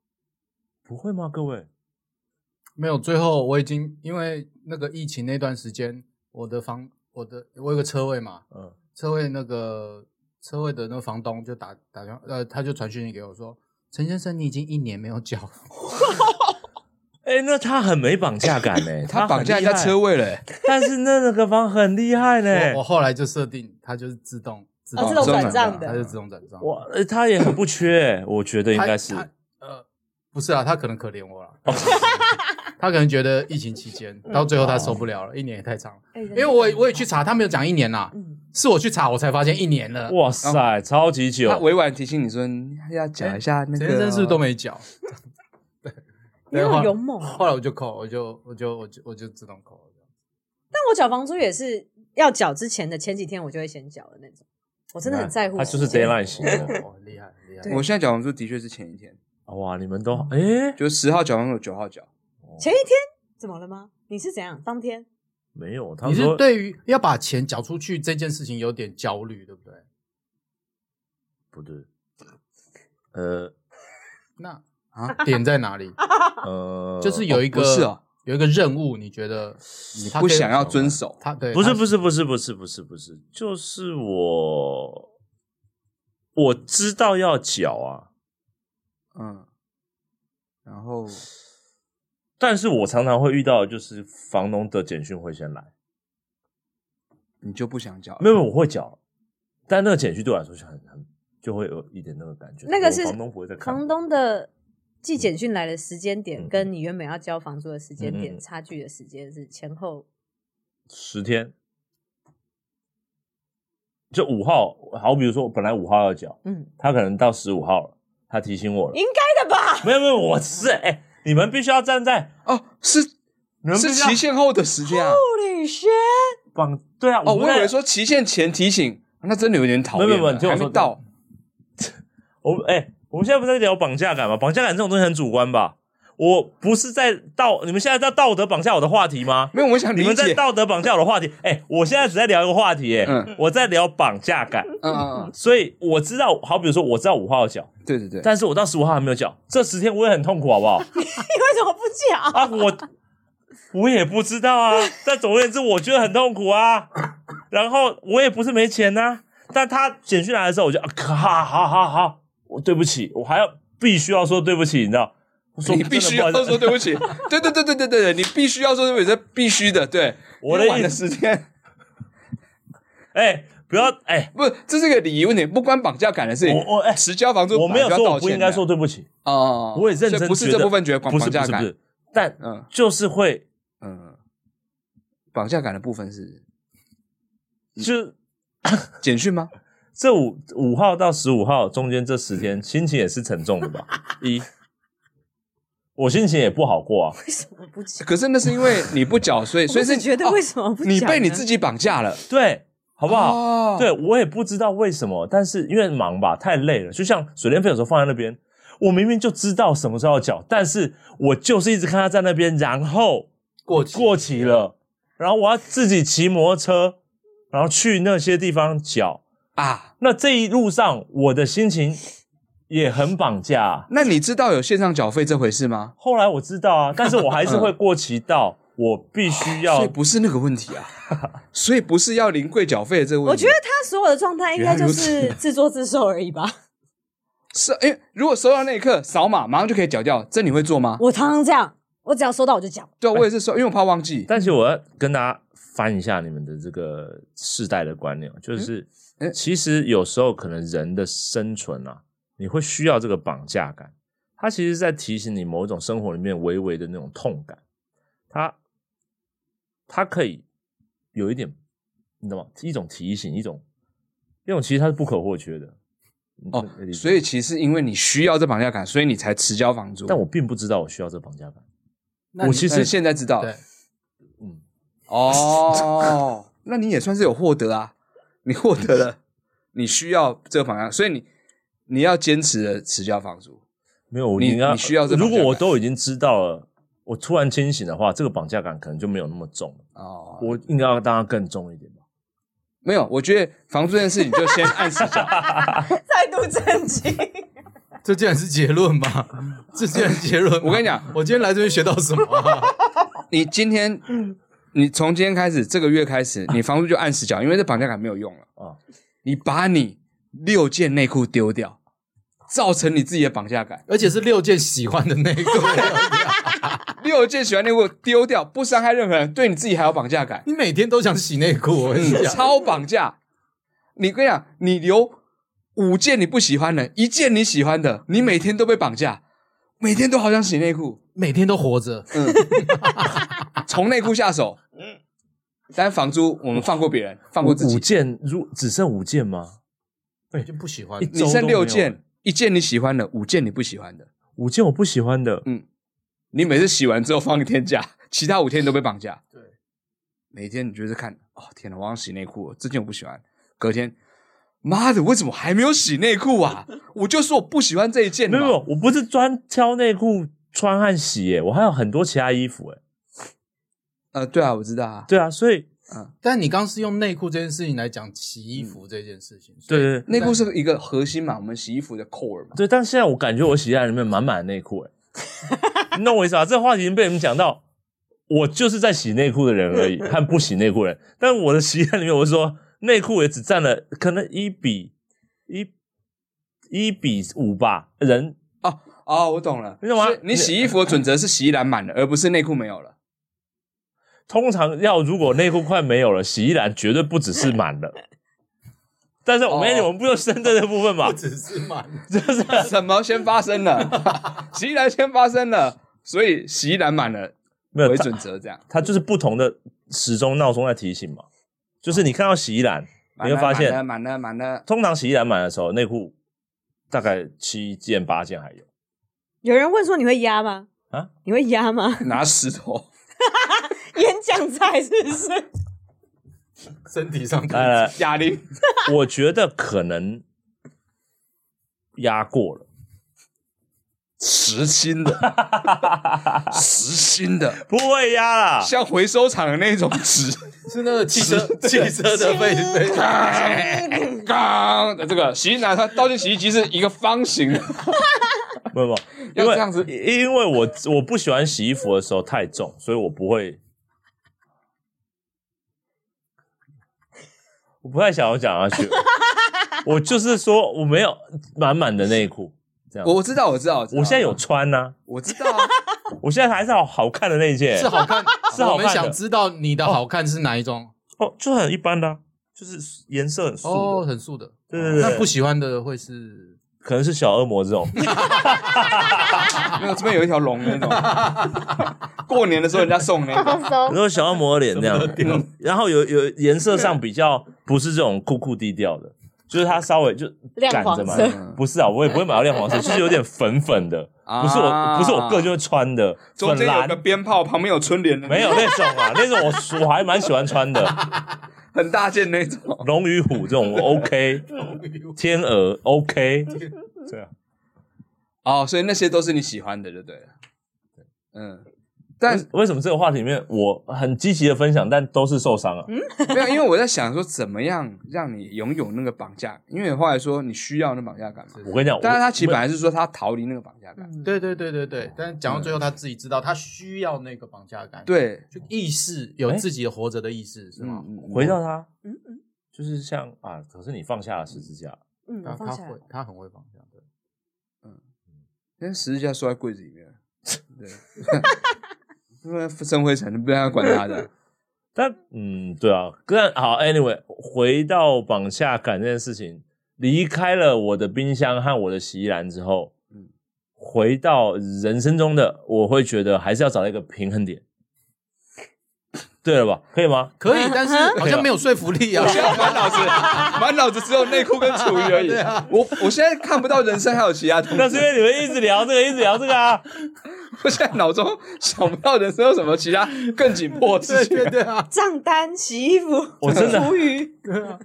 Speaker 3: 不会吗？各位，
Speaker 4: 没有，最后我已经因为那个疫情那段时间，我的房我的我有个车位嘛，
Speaker 3: 嗯，
Speaker 4: 车位那个车位的那个房东就打打电话，呃，他就传讯息给我说，陈先生，你已经一年没有缴了，
Speaker 3: 哎、那他很没绑架感哎、
Speaker 1: [LAUGHS] 他绑架人
Speaker 3: 人家
Speaker 1: 家车，位了、欸，
Speaker 3: 但是那那个方很厉害呢、
Speaker 4: [LAUGHS] 我我后来就设定它就是自动自
Speaker 2: 哦
Speaker 4: 动
Speaker 1: 自动转
Speaker 2: 账的
Speaker 4: 它就自动转账，
Speaker 3: 哇，呃他也很不缺、欸，我觉得应
Speaker 4: 他
Speaker 3: 该是哦
Speaker 4: 他呃不是啊，他可能可怜我了。 [LAUGHS] 他可能觉得疫情期间，
Speaker 2: 嗯
Speaker 4: 到最后他
Speaker 3: 哦
Speaker 4: 受不了了，一年也太长了。
Speaker 2: 哎
Speaker 4: 因为我也我也去查，他没有讲一年啦，
Speaker 2: 嗯，
Speaker 4: 是我去查我才发现一年了。
Speaker 3: 哇塞，超级久
Speaker 1: 他，委婉提醒你说你要讲一下那
Speaker 4: 哎
Speaker 1: 个，
Speaker 4: 陈先生是不是都没缴？
Speaker 2: 你
Speaker 4: 对后
Speaker 2: 有
Speaker 4: 来
Speaker 2: 勇猛
Speaker 4: [LAUGHS]
Speaker 2: 啊。
Speaker 4: 后来我就扣，我就我就我就我就自动扣了。
Speaker 2: 但我缴房租也是要缴之前的前几天，我就会先缴的那种。我真的很在乎
Speaker 3: 他
Speaker 2: 时
Speaker 3: 就
Speaker 2: 间，
Speaker 3: 是 deadline 型的。
Speaker 4: [LAUGHS] 哦，厉害厉害！
Speaker 2: 对
Speaker 1: 我现在讲房租的确是前一天，
Speaker 3: 哇，你们都哎、欸
Speaker 1: 就十号缴房租，九号缴。
Speaker 2: 前一天怎么了吗？你是怎样？当天
Speaker 3: 没有，他
Speaker 4: 你
Speaker 3: 说
Speaker 4: 是对于要把钱缴出去这件事情有点焦虑，对不对？
Speaker 3: 不对？呃
Speaker 4: 那
Speaker 1: 啊
Speaker 4: 点在哪里？
Speaker 3: 呃，
Speaker 4: 就是有一个
Speaker 1: 哦不是哦
Speaker 4: 有一个任务，你觉得
Speaker 1: 你
Speaker 4: 他
Speaker 1: 不
Speaker 4: 跟
Speaker 1: 想要遵守，
Speaker 4: 他对
Speaker 3: 不是
Speaker 4: 他
Speaker 3: 不是不是不是不是不是，就是我我知道要缴啊，
Speaker 1: 嗯，然后
Speaker 3: 但是我常常会遇到的就是房东的简讯会先来。
Speaker 1: 你就不想缴了，
Speaker 3: 没有，没有我会缴，但那个简讯对我来说是很很就会有一点那个感觉。
Speaker 2: 那个是
Speaker 3: 我房东不会再看我
Speaker 2: 房东的寄简讯来的时间点，
Speaker 3: 嗯
Speaker 2: 跟你原本要交房租的时间
Speaker 3: 嗯嗯
Speaker 2: 点
Speaker 3: 嗯
Speaker 2: 差距的时间是前后
Speaker 3: 十天，就五号，好比如说我本来五号要缴，
Speaker 2: 嗯
Speaker 3: 他可能到十五号了，他提醒我了，
Speaker 2: 应该的吧？
Speaker 3: 没有没有，我是哎、你们必须要站在
Speaker 1: 哦，是
Speaker 3: 你们必
Speaker 1: 是
Speaker 3: 须要
Speaker 1: 期限后的时间啊，
Speaker 2: 物理学
Speaker 3: 绑对啊，
Speaker 1: 哦，
Speaker 3: 们
Speaker 1: 我
Speaker 3: 在
Speaker 1: 以为说期限前提醒，那真的有点讨厌
Speaker 3: 没有没有
Speaker 1: 了，
Speaker 3: 你听我
Speaker 1: 还
Speaker 3: 说
Speaker 1: 没到，
Speaker 3: 我哎、我们现在不是在聊绑架感吗？绑架感这种东西很主观吧？我不是在道，你们现在在道德绑架我的话题吗？
Speaker 1: 没有，我想
Speaker 3: 你
Speaker 1: 理
Speaker 3: 们在
Speaker 1: 解。
Speaker 3: 道德绑架我的话题，哎、我现在只在聊一个话题、哎、
Speaker 1: 嗯
Speaker 3: 我在聊绑架感，
Speaker 1: 嗯嗯，
Speaker 3: [LAUGHS]
Speaker 1: 嗯，
Speaker 3: 所以我知道，好比如说我知道五号要缴，
Speaker 1: 对对对，
Speaker 3: 但是我到十五号还没有缴，这十天我也很痛苦，好
Speaker 1: [LAUGHS]
Speaker 3: 不好？
Speaker 2: 为什么不讲？
Speaker 3: 啊，我我也不知道啊，但总而言之，我觉得很痛苦啊。然后我也不是没钱呐、但他简讯来的时候，我就啊，好好好好，我对不起，我还要必须要说对不起，你知道？我说
Speaker 1: 你必须要
Speaker 3: 真
Speaker 1: 说
Speaker 3: 的不好意思
Speaker 1: 对不起，对对对对对对对，你必须要说对不起，这必须的，对。
Speaker 3: 我的
Speaker 1: 因为晚
Speaker 3: 意
Speaker 1: 的
Speaker 3: 思
Speaker 1: 时间
Speaker 3: [LAUGHS] 哎、不要哎、
Speaker 1: 不，这是个礼仪问题，不关绑架感的事情。
Speaker 3: 我我哎
Speaker 1: 迟交房租
Speaker 3: 我没有
Speaker 1: 本来就
Speaker 3: 说
Speaker 1: 要道歉
Speaker 3: 我不
Speaker 1: 的
Speaker 3: 应该说对不起，
Speaker 1: 哦，
Speaker 3: 我也认真
Speaker 1: 所以
Speaker 3: 觉得，
Speaker 1: 不是这部分觉得绑
Speaker 3: 不是
Speaker 1: 绑
Speaker 3: 不
Speaker 1: 架
Speaker 3: 是不
Speaker 1: 感，
Speaker 3: 是，但
Speaker 1: 嗯
Speaker 3: 就是会
Speaker 1: 嗯，绑架感的部分是嗯
Speaker 3: 就
Speaker 1: 简讯吗？
Speaker 3: 这五五号到十五号中间这十天，心情也是沉重的吧？一，我心情也不好过啊。
Speaker 2: [LAUGHS] 为什么不讲？
Speaker 1: 可是那是因为你不缴， [LAUGHS] 所以所以
Speaker 2: [LAUGHS] 我
Speaker 1: 是
Speaker 2: 只觉得
Speaker 1: 哦
Speaker 2: 为什么不讲呢
Speaker 1: 你被你自己绑架了，
Speaker 3: 对，好不好？
Speaker 1: 哦
Speaker 3: 对我也不知道为什么，但是因为忙吧，太累了。就像水电费有时候放在那边，我明明就知道什么时候要缴，但是我就是一直看他在那边，然后
Speaker 5: 过期
Speaker 3: 过期了，然后我要自己骑摩托车，然后去那些地方缴。
Speaker 1: 啊？
Speaker 3: 那这一路上我的心情也很绑架啊、
Speaker 1: 那你知道有线上缴费这回事吗？
Speaker 3: 后来我知道啊，但是我还是会过期到，我必须
Speaker 1: 所 [LAUGHS]
Speaker 3: 要
Speaker 1: 以不是那个问题啊，所以不是要临柜缴费的这个问题。
Speaker 2: 我觉得他所有的状态应该就
Speaker 1: 原来
Speaker 2: 是自作自受而已吧。
Speaker 1: 是，因为如果收到那一刻扫码，马上就可以缴掉，这你会做吗？
Speaker 2: 我常常这样，我只要收到我就讲。
Speaker 1: 对啊，我也是收，因为我怕忘记。
Speaker 3: 但是我要跟大家翻一下你们的这个世代的观念，哦就是、
Speaker 1: 嗯诶
Speaker 3: 其实有时候可能人的生存啊，你会需要这个绑架感，它其实在提醒你某种生活里面微微的那种痛感，它它可以有一点，你懂吗？一种提醒，一种一种其实它是不可或缺的。嗯
Speaker 1: 哦
Speaker 3: 你，
Speaker 1: 所以其实因为你需要这绑架感，所以你才迟交房租。
Speaker 3: 但我并不知道我需要这个绑架感，
Speaker 5: 那
Speaker 3: 我
Speaker 5: 你哎
Speaker 3: 其
Speaker 1: 但是
Speaker 3: 实
Speaker 1: 现在知道了
Speaker 5: 对，
Speaker 3: 嗯，
Speaker 1: 哦， [LAUGHS] 那你也算是有获得啊，你获得了，你需要这个绑架，所以你你要坚持的迟交房租。
Speaker 3: 没有，
Speaker 1: 你
Speaker 3: 应该
Speaker 1: 你需要这绑架
Speaker 3: 如
Speaker 1: 感
Speaker 3: 果我都已经知道了，我突然清醒的话，这个绑架感可能就没有那么重了。
Speaker 1: 哦，
Speaker 3: 我应该要让它更重一点吧。
Speaker 1: 没有，我觉得房租这件事你就先按时缴。
Speaker 2: 再度震惊，
Speaker 5: 这竟然是结论吗？这竟然是结论吗？
Speaker 1: 我跟你讲
Speaker 5: 我今天来这边学到什么啊、
Speaker 1: 你今天，你从今天开始，这个月开始，你房租就按时缴，因为这绑架感没有用了。
Speaker 3: 啊、
Speaker 1: 你把你六件内裤丢掉，造成你自己的绑架感。
Speaker 5: 而且是六件喜欢的内裤，
Speaker 1: 啊六件喜欢内裤丢掉，不伤害任何人，对你自己还有绑架感，
Speaker 5: 你每天都想洗内裤，
Speaker 4: 嗯
Speaker 5: 我跟你讲，
Speaker 1: 嗯超绑架。你跟你讲，你留五件你不喜欢的，一件你喜欢的，你每天都被绑架，每天都好想洗内裤，
Speaker 5: 每天都活着。
Speaker 1: [LAUGHS] 从内裤下手。但房租我们放过别人，放过自
Speaker 3: 五
Speaker 1: 己
Speaker 3: 五。件，如只剩五件吗？
Speaker 5: 我就不喜欢
Speaker 3: 一
Speaker 1: 你
Speaker 3: 周都
Speaker 1: 剩
Speaker 3: 没
Speaker 1: 六
Speaker 3: 有了
Speaker 1: 件，，一件你喜欢的，五件你不喜欢的。
Speaker 3: 五件我不喜欢
Speaker 1: 嗯
Speaker 3: 的，
Speaker 1: 你每次洗完之后放一天假，其他五天你都被绑架。
Speaker 5: 对，
Speaker 1: 每天你就是看，哦天哪，我想洗内裤了，这件我不喜欢。隔天，妈的，为什么还没有洗内裤啊？我就说我不喜欢这一件
Speaker 3: 没
Speaker 1: 嘛
Speaker 3: 有，没有，我不是专挑内裤穿和洗耶，我还有很多其他衣服耶。
Speaker 1: 呃，对啊，我知道啊。
Speaker 3: 对啊，所以
Speaker 5: 但你刚刚是用内裤这件事情来讲洗衣服这件事情，所
Speaker 3: 对
Speaker 5: 以
Speaker 3: 对对
Speaker 1: 内裤是一个核心嘛，我们洗衣服的 core 嘛。
Speaker 3: 对，但现在我感觉我洗衣篮里面满满的内裤耶，欸你懂我意思啊？这话题已经被你们讲到，我就是在洗内裤的人而已，和不洗内裤的人。但我的洗衣篮里面，我是说内裤也只占了可能一比一一比五吧，人
Speaker 1: 哦哦，我懂了。
Speaker 3: 你懂吗
Speaker 1: 所以你洗衣服的准则是洗衣篮满了，而不是内裤没有了。
Speaker 3: 通常要如果内裤快没有了，洗衣篮绝对不只是满了。但是我们、
Speaker 1: 哦
Speaker 3: 我们不就针对这部分嘛
Speaker 5: 不，只是嘛，
Speaker 3: 就是
Speaker 1: 什么先发生了？洗衣篮先发生了，所以洗衣篮满了
Speaker 3: 没有
Speaker 1: 为
Speaker 3: 它
Speaker 1: 准则这样。
Speaker 3: 它就是不同的时钟闹钟在提醒嘛。就是你看到洗衣篮，你会发现，
Speaker 1: 满了满了满了，
Speaker 3: 通常洗衣篮满的时候，内裤大概七件八件还
Speaker 1: [LAUGHS]
Speaker 3: 有。
Speaker 2: [LAUGHS] 有人问说你会压吗？
Speaker 3: 啊
Speaker 2: 啊，你会压吗？ [LAUGHS]
Speaker 1: 拿石头。
Speaker 2: 演讲才是不是？
Speaker 5: 身体上
Speaker 3: 当然，
Speaker 1: 哑铃，
Speaker 3: 呃我觉得可能压过了，
Speaker 1: 实心的， [LAUGHS] 实心的，
Speaker 3: 不会
Speaker 1: [LAUGHS]
Speaker 3: 压啦，
Speaker 1: 像回收厂的那种纸，
Speaker 4: 是那个汽车汽车的费费，
Speaker 3: 啊
Speaker 2: 嗯
Speaker 1: 刚的这个洗衣拿它倒进洗衣机是一个方形的，
Speaker 3: 没有没有，
Speaker 1: 要
Speaker 3: 因为
Speaker 1: 这样子
Speaker 3: 因为我我不喜欢洗衣服的时候太重，所以我不会， [LAUGHS] 我不太想要
Speaker 1: [LAUGHS]
Speaker 3: 讲下去，我就是说我没有满满的内裤这样，
Speaker 1: 我
Speaker 3: 我
Speaker 1: 我知道，我知道，我知道
Speaker 3: 现在有，穿呐、
Speaker 1: 我知道啊，
Speaker 3: 我现在还是好好看的那一件，
Speaker 4: 是好看，
Speaker 3: 是好看的
Speaker 4: 我们想知道你的好看是哪一种
Speaker 3: 哦，就很一般的啊、就是颜色很素的，
Speaker 4: 哦，很素的。
Speaker 3: 对对对
Speaker 4: 那不喜欢的
Speaker 3: [LAUGHS]
Speaker 4: 会是
Speaker 3: 可能是小恶魔
Speaker 1: [LAUGHS]
Speaker 3: 这种，
Speaker 1: 没有这边有一条龙那种，过年的时候人家送那个，
Speaker 3: 然后小恶魔的脸那样，嗯然后有有颜色上比较不是这种酷酷低调的，就是它稍微就
Speaker 2: 亮
Speaker 3: 赶着
Speaker 2: 黄
Speaker 3: 买
Speaker 2: 色，
Speaker 3: 不是啊，我也不会买到亮黄色，就是有点粉粉的，
Speaker 1: [LAUGHS] 啊
Speaker 3: 不是我不是我个人就会穿的，
Speaker 1: 中
Speaker 3: 粉
Speaker 1: 间有
Speaker 3: 蓝
Speaker 1: 个鞭炮，旁边有春联的，
Speaker 3: 没有那种啊，那种我我还蛮喜欢穿的，
Speaker 1: 很大件那种，
Speaker 3: 龙与虎这种我 OK，天
Speaker 4: 嗯
Speaker 3: 鹅 OK，对啊，
Speaker 1: 哦，所以那些都是你喜欢的，就对了，嗯，但
Speaker 3: 为什么这个话题里面我很积极的分享，但都是受伤啊？
Speaker 1: 没有，因为我在想说，怎么样让你拥有那个绑架？因为后来说你需要那绑架感嘛。
Speaker 3: 我跟你讲，
Speaker 1: 但是他
Speaker 3: 我
Speaker 1: 其实本来是说他逃离那个绑架感，
Speaker 4: 对对对对对，但讲到最后他自己知道他需要那个绑架感，，
Speaker 1: 对，
Speaker 4: 就意识有自己活着的意
Speaker 3: 哎
Speaker 4: 识是吗？
Speaker 1: 嗯
Speaker 3: 回到他，
Speaker 2: 嗯嗯
Speaker 3: 就是像啊，可是你放下了十字架，
Speaker 2: 嗯，
Speaker 4: 他
Speaker 2: 我放
Speaker 4: 啊他
Speaker 2: 下来
Speaker 4: 会。他很会绑架，对，
Speaker 1: 那十字架缩在柜子里面，对， [LAUGHS] 因为生灰尘，不然要管他
Speaker 3: [LAUGHS]
Speaker 1: 的。
Speaker 3: 但嗯，对啊，但好，anyway，回到绑架感这件事情，离开了我的冰箱和我的洗衣篮之后，
Speaker 1: 嗯
Speaker 3: 回到人生中的，我会觉得还是要找到一个平衡点，对了吧？可以吗？ [LAUGHS]
Speaker 4: 可以，但是
Speaker 2: 啊
Speaker 4: 好像没有说服
Speaker 2: [LAUGHS]
Speaker 4: 力啊
Speaker 1: 我。现在满脑子，满脑子只有内裤跟厨余
Speaker 3: [LAUGHS]
Speaker 1: 而已。我我现在看不到人生还有其他东
Speaker 3: 啊那
Speaker 1: 西
Speaker 3: 是，因为你们一直聊这个，一直聊这个啊。
Speaker 1: 我现在脑中想不到人生有什么其他更紧迫的
Speaker 4: [LAUGHS] 对
Speaker 1: 事情
Speaker 4: 对。对啊，
Speaker 2: 账单、洗衣服、
Speaker 3: 我真的
Speaker 2: 厨余，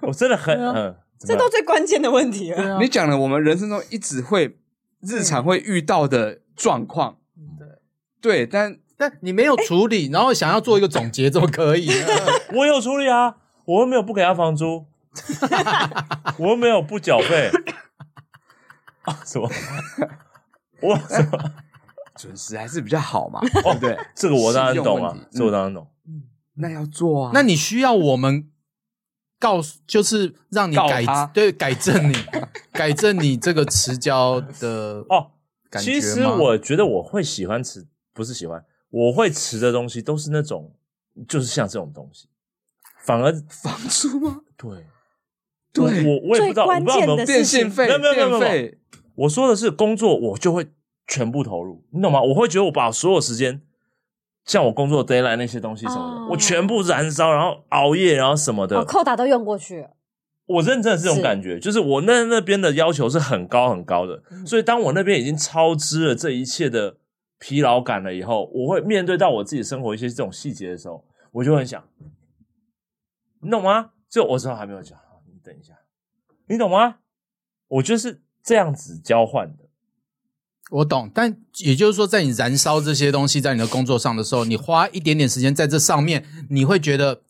Speaker 3: 我真的很嗯，
Speaker 2: 啊这
Speaker 3: 怎么
Speaker 2: 都
Speaker 3: 了
Speaker 2: 最关键的问题
Speaker 1: [LAUGHS]
Speaker 2: 了。
Speaker 1: 你讲了我们人生中一直会日常会遇到的状况，
Speaker 3: 嗯
Speaker 1: 对，但
Speaker 4: 但你没有处
Speaker 2: 哎
Speaker 4: 理，然后想要做一个总结，怎么可
Speaker 2: [LAUGHS]
Speaker 4: 以呢？
Speaker 3: 我有处理啊，我又没有不给他房租，我又没有不缴费，啊什么？我什么？哦
Speaker 1: 准时还是比较好
Speaker 3: [LAUGHS]
Speaker 1: 嘛，对不对？
Speaker 3: 这个我当然懂啊
Speaker 1: 信用问题，嗯
Speaker 3: 这我当然懂。
Speaker 1: 那要做啊，
Speaker 4: 那你需要我们告诉，就是让你
Speaker 1: 告
Speaker 4: 改
Speaker 1: 他
Speaker 4: 对改正你， [LAUGHS] 改正你这个迟交的
Speaker 3: 哦，
Speaker 4: 感觉
Speaker 3: 其
Speaker 4: 吗
Speaker 3: 实我觉得我会喜欢吃，不是喜欢，我会吃的东西都是那种，就是像这种东西，反而
Speaker 1: 房租吗？
Speaker 3: 对，
Speaker 1: 对，
Speaker 3: 我我也不知道，我
Speaker 2: 最
Speaker 3: 不知道有
Speaker 2: 关键
Speaker 3: 没
Speaker 2: 的
Speaker 3: 有。
Speaker 2: 是
Speaker 1: 电信费、
Speaker 3: 没有没有没有
Speaker 1: 电
Speaker 3: 没
Speaker 1: 费，
Speaker 3: 我说的是工作，我就会全部投入，你懂
Speaker 2: 嗯
Speaker 3: 吗？我会觉得我把所有时间，像我工作 d a y l i g h t 那些东西什么的，
Speaker 2: 哦
Speaker 3: 我全部燃烧，然后熬夜，然后什么的，
Speaker 2: 哦，扣打都用过去了，
Speaker 3: 我认真的是这种
Speaker 2: 是
Speaker 3: 感觉，就是我那那边的要求是很高很高的，
Speaker 2: 嗯
Speaker 3: 所以当我那边已经超支了这一切的疲劳感了以后，我会面对到我自己生活一些这种细节的时候，我就会很想，你懂吗？就我知道还没有讲，好你等一下，你懂吗？我就是这样子交换的，
Speaker 4: 我懂，但也就是说，在你燃烧这些东西在你的工作上的时候，你花一点点时间在这上面，你会觉得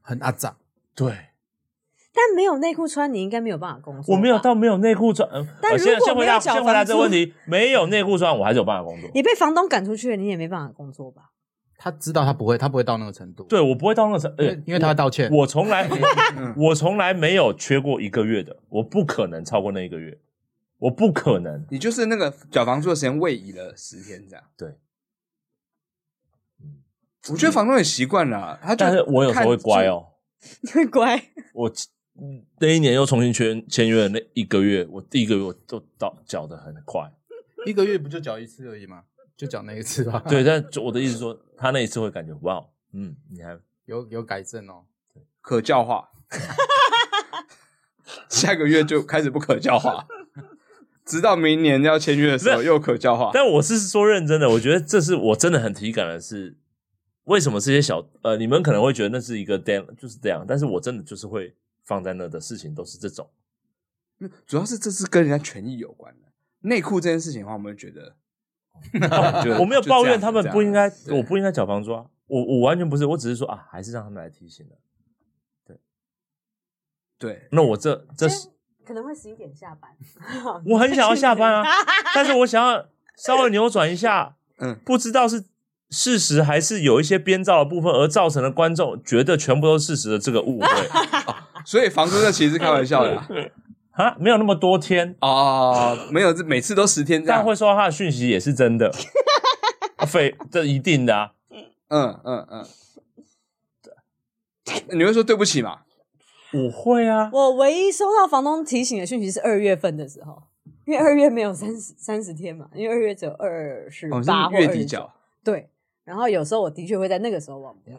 Speaker 4: 很阿杂。
Speaker 3: 对
Speaker 2: 但没有内裤穿，你应该没有办法工作。
Speaker 3: 我没有，到没有内裤穿，呃
Speaker 2: 但
Speaker 3: 呃先
Speaker 2: 如果
Speaker 3: 先回
Speaker 2: 没
Speaker 3: 答
Speaker 2: 有缴
Speaker 3: 先回答
Speaker 2: 房
Speaker 3: 这
Speaker 2: 租
Speaker 3: 个问题，没有内裤穿，我还是有办法工作。
Speaker 2: 你被房东赶出去了，你也没办法工
Speaker 1: [LAUGHS]
Speaker 2: 作吧？
Speaker 4: 他知道他不会，他不会到那个程度。，
Speaker 3: 对我不会到那个程，呃
Speaker 4: 因为他会道歉。
Speaker 3: 我从来
Speaker 1: 嗯
Speaker 3: [LAUGHS] 我从来没有缺过一个月的，我不可能超过那一个月，我不可能。
Speaker 1: 你就是那个缴房租的时间位移了十天这样。嗯
Speaker 3: 对，
Speaker 1: 我觉得房东也习惯了啊，他就
Speaker 3: 但是我有时候会乖哦，
Speaker 2: 你会乖，
Speaker 3: 我嗯那一年又重新签签约的那一个月，我第一个月我都到缴的很快。
Speaker 4: 一个月不就缴一次而已吗？就缴那一次吧。，
Speaker 3: 对，但就我的意思说，他那一次会感觉哇，嗯，你还
Speaker 4: 有有改正哦。
Speaker 1: 可教化， [LAUGHS] 下个月就开始不可教
Speaker 3: [LAUGHS]
Speaker 1: 化，直到明年要签约的时候又可教化。
Speaker 3: 但我是说认真的，我觉得这是我真的很体感的是，为什么这些小呃，你们可能会觉得那是一个 d a n 就是这样，但是我真的就是会放在那的事情都是
Speaker 1: [LAUGHS]
Speaker 3: 这种。
Speaker 1: 主要是这是跟人家权益有关的。内裤这件事情的话，我们会觉得就
Speaker 3: 哦我没有抱怨他们不应，该
Speaker 1: 就这样，对
Speaker 3: 我不应该缴房租啊，我我完全不是，我只是说啊，还是让他们来提醒了。
Speaker 1: 就这样对，
Speaker 3: 那我这这是
Speaker 2: 可能会十一点下班。
Speaker 3: 我很想要下班啊，但是我想要稍微扭转一下，
Speaker 1: [LAUGHS] 嗯
Speaker 3: 不知道是事实还是有一些编造的部分，而造成了观众觉得全部都是事实的这个误会 [LAUGHS]
Speaker 1: 所以房租这其实是开玩笑的啊
Speaker 3: 啊，没有那么多天，
Speaker 1: 哦，没有，这每次都十天这
Speaker 3: 但
Speaker 1: 样
Speaker 3: 会，收到他的讯息也是
Speaker 1: [LAUGHS]
Speaker 3: 真的，啊非这一定的啊，
Speaker 1: 嗯嗯
Speaker 3: [LAUGHS]
Speaker 1: 嗯，你会说对不起嘛？
Speaker 3: 我会啊，
Speaker 2: 我唯一收到房东提醒的讯息是二月份的时候，因为二月没有三十三十天嘛，因为二月只有二
Speaker 4: 嗯
Speaker 2: 十
Speaker 1: 哦，
Speaker 2: 八
Speaker 1: 是
Speaker 2: 或
Speaker 1: 月
Speaker 2: 二
Speaker 1: 底
Speaker 2: 十
Speaker 1: 缴，
Speaker 2: 对，然后有时候我的确会在那个时候忘掉。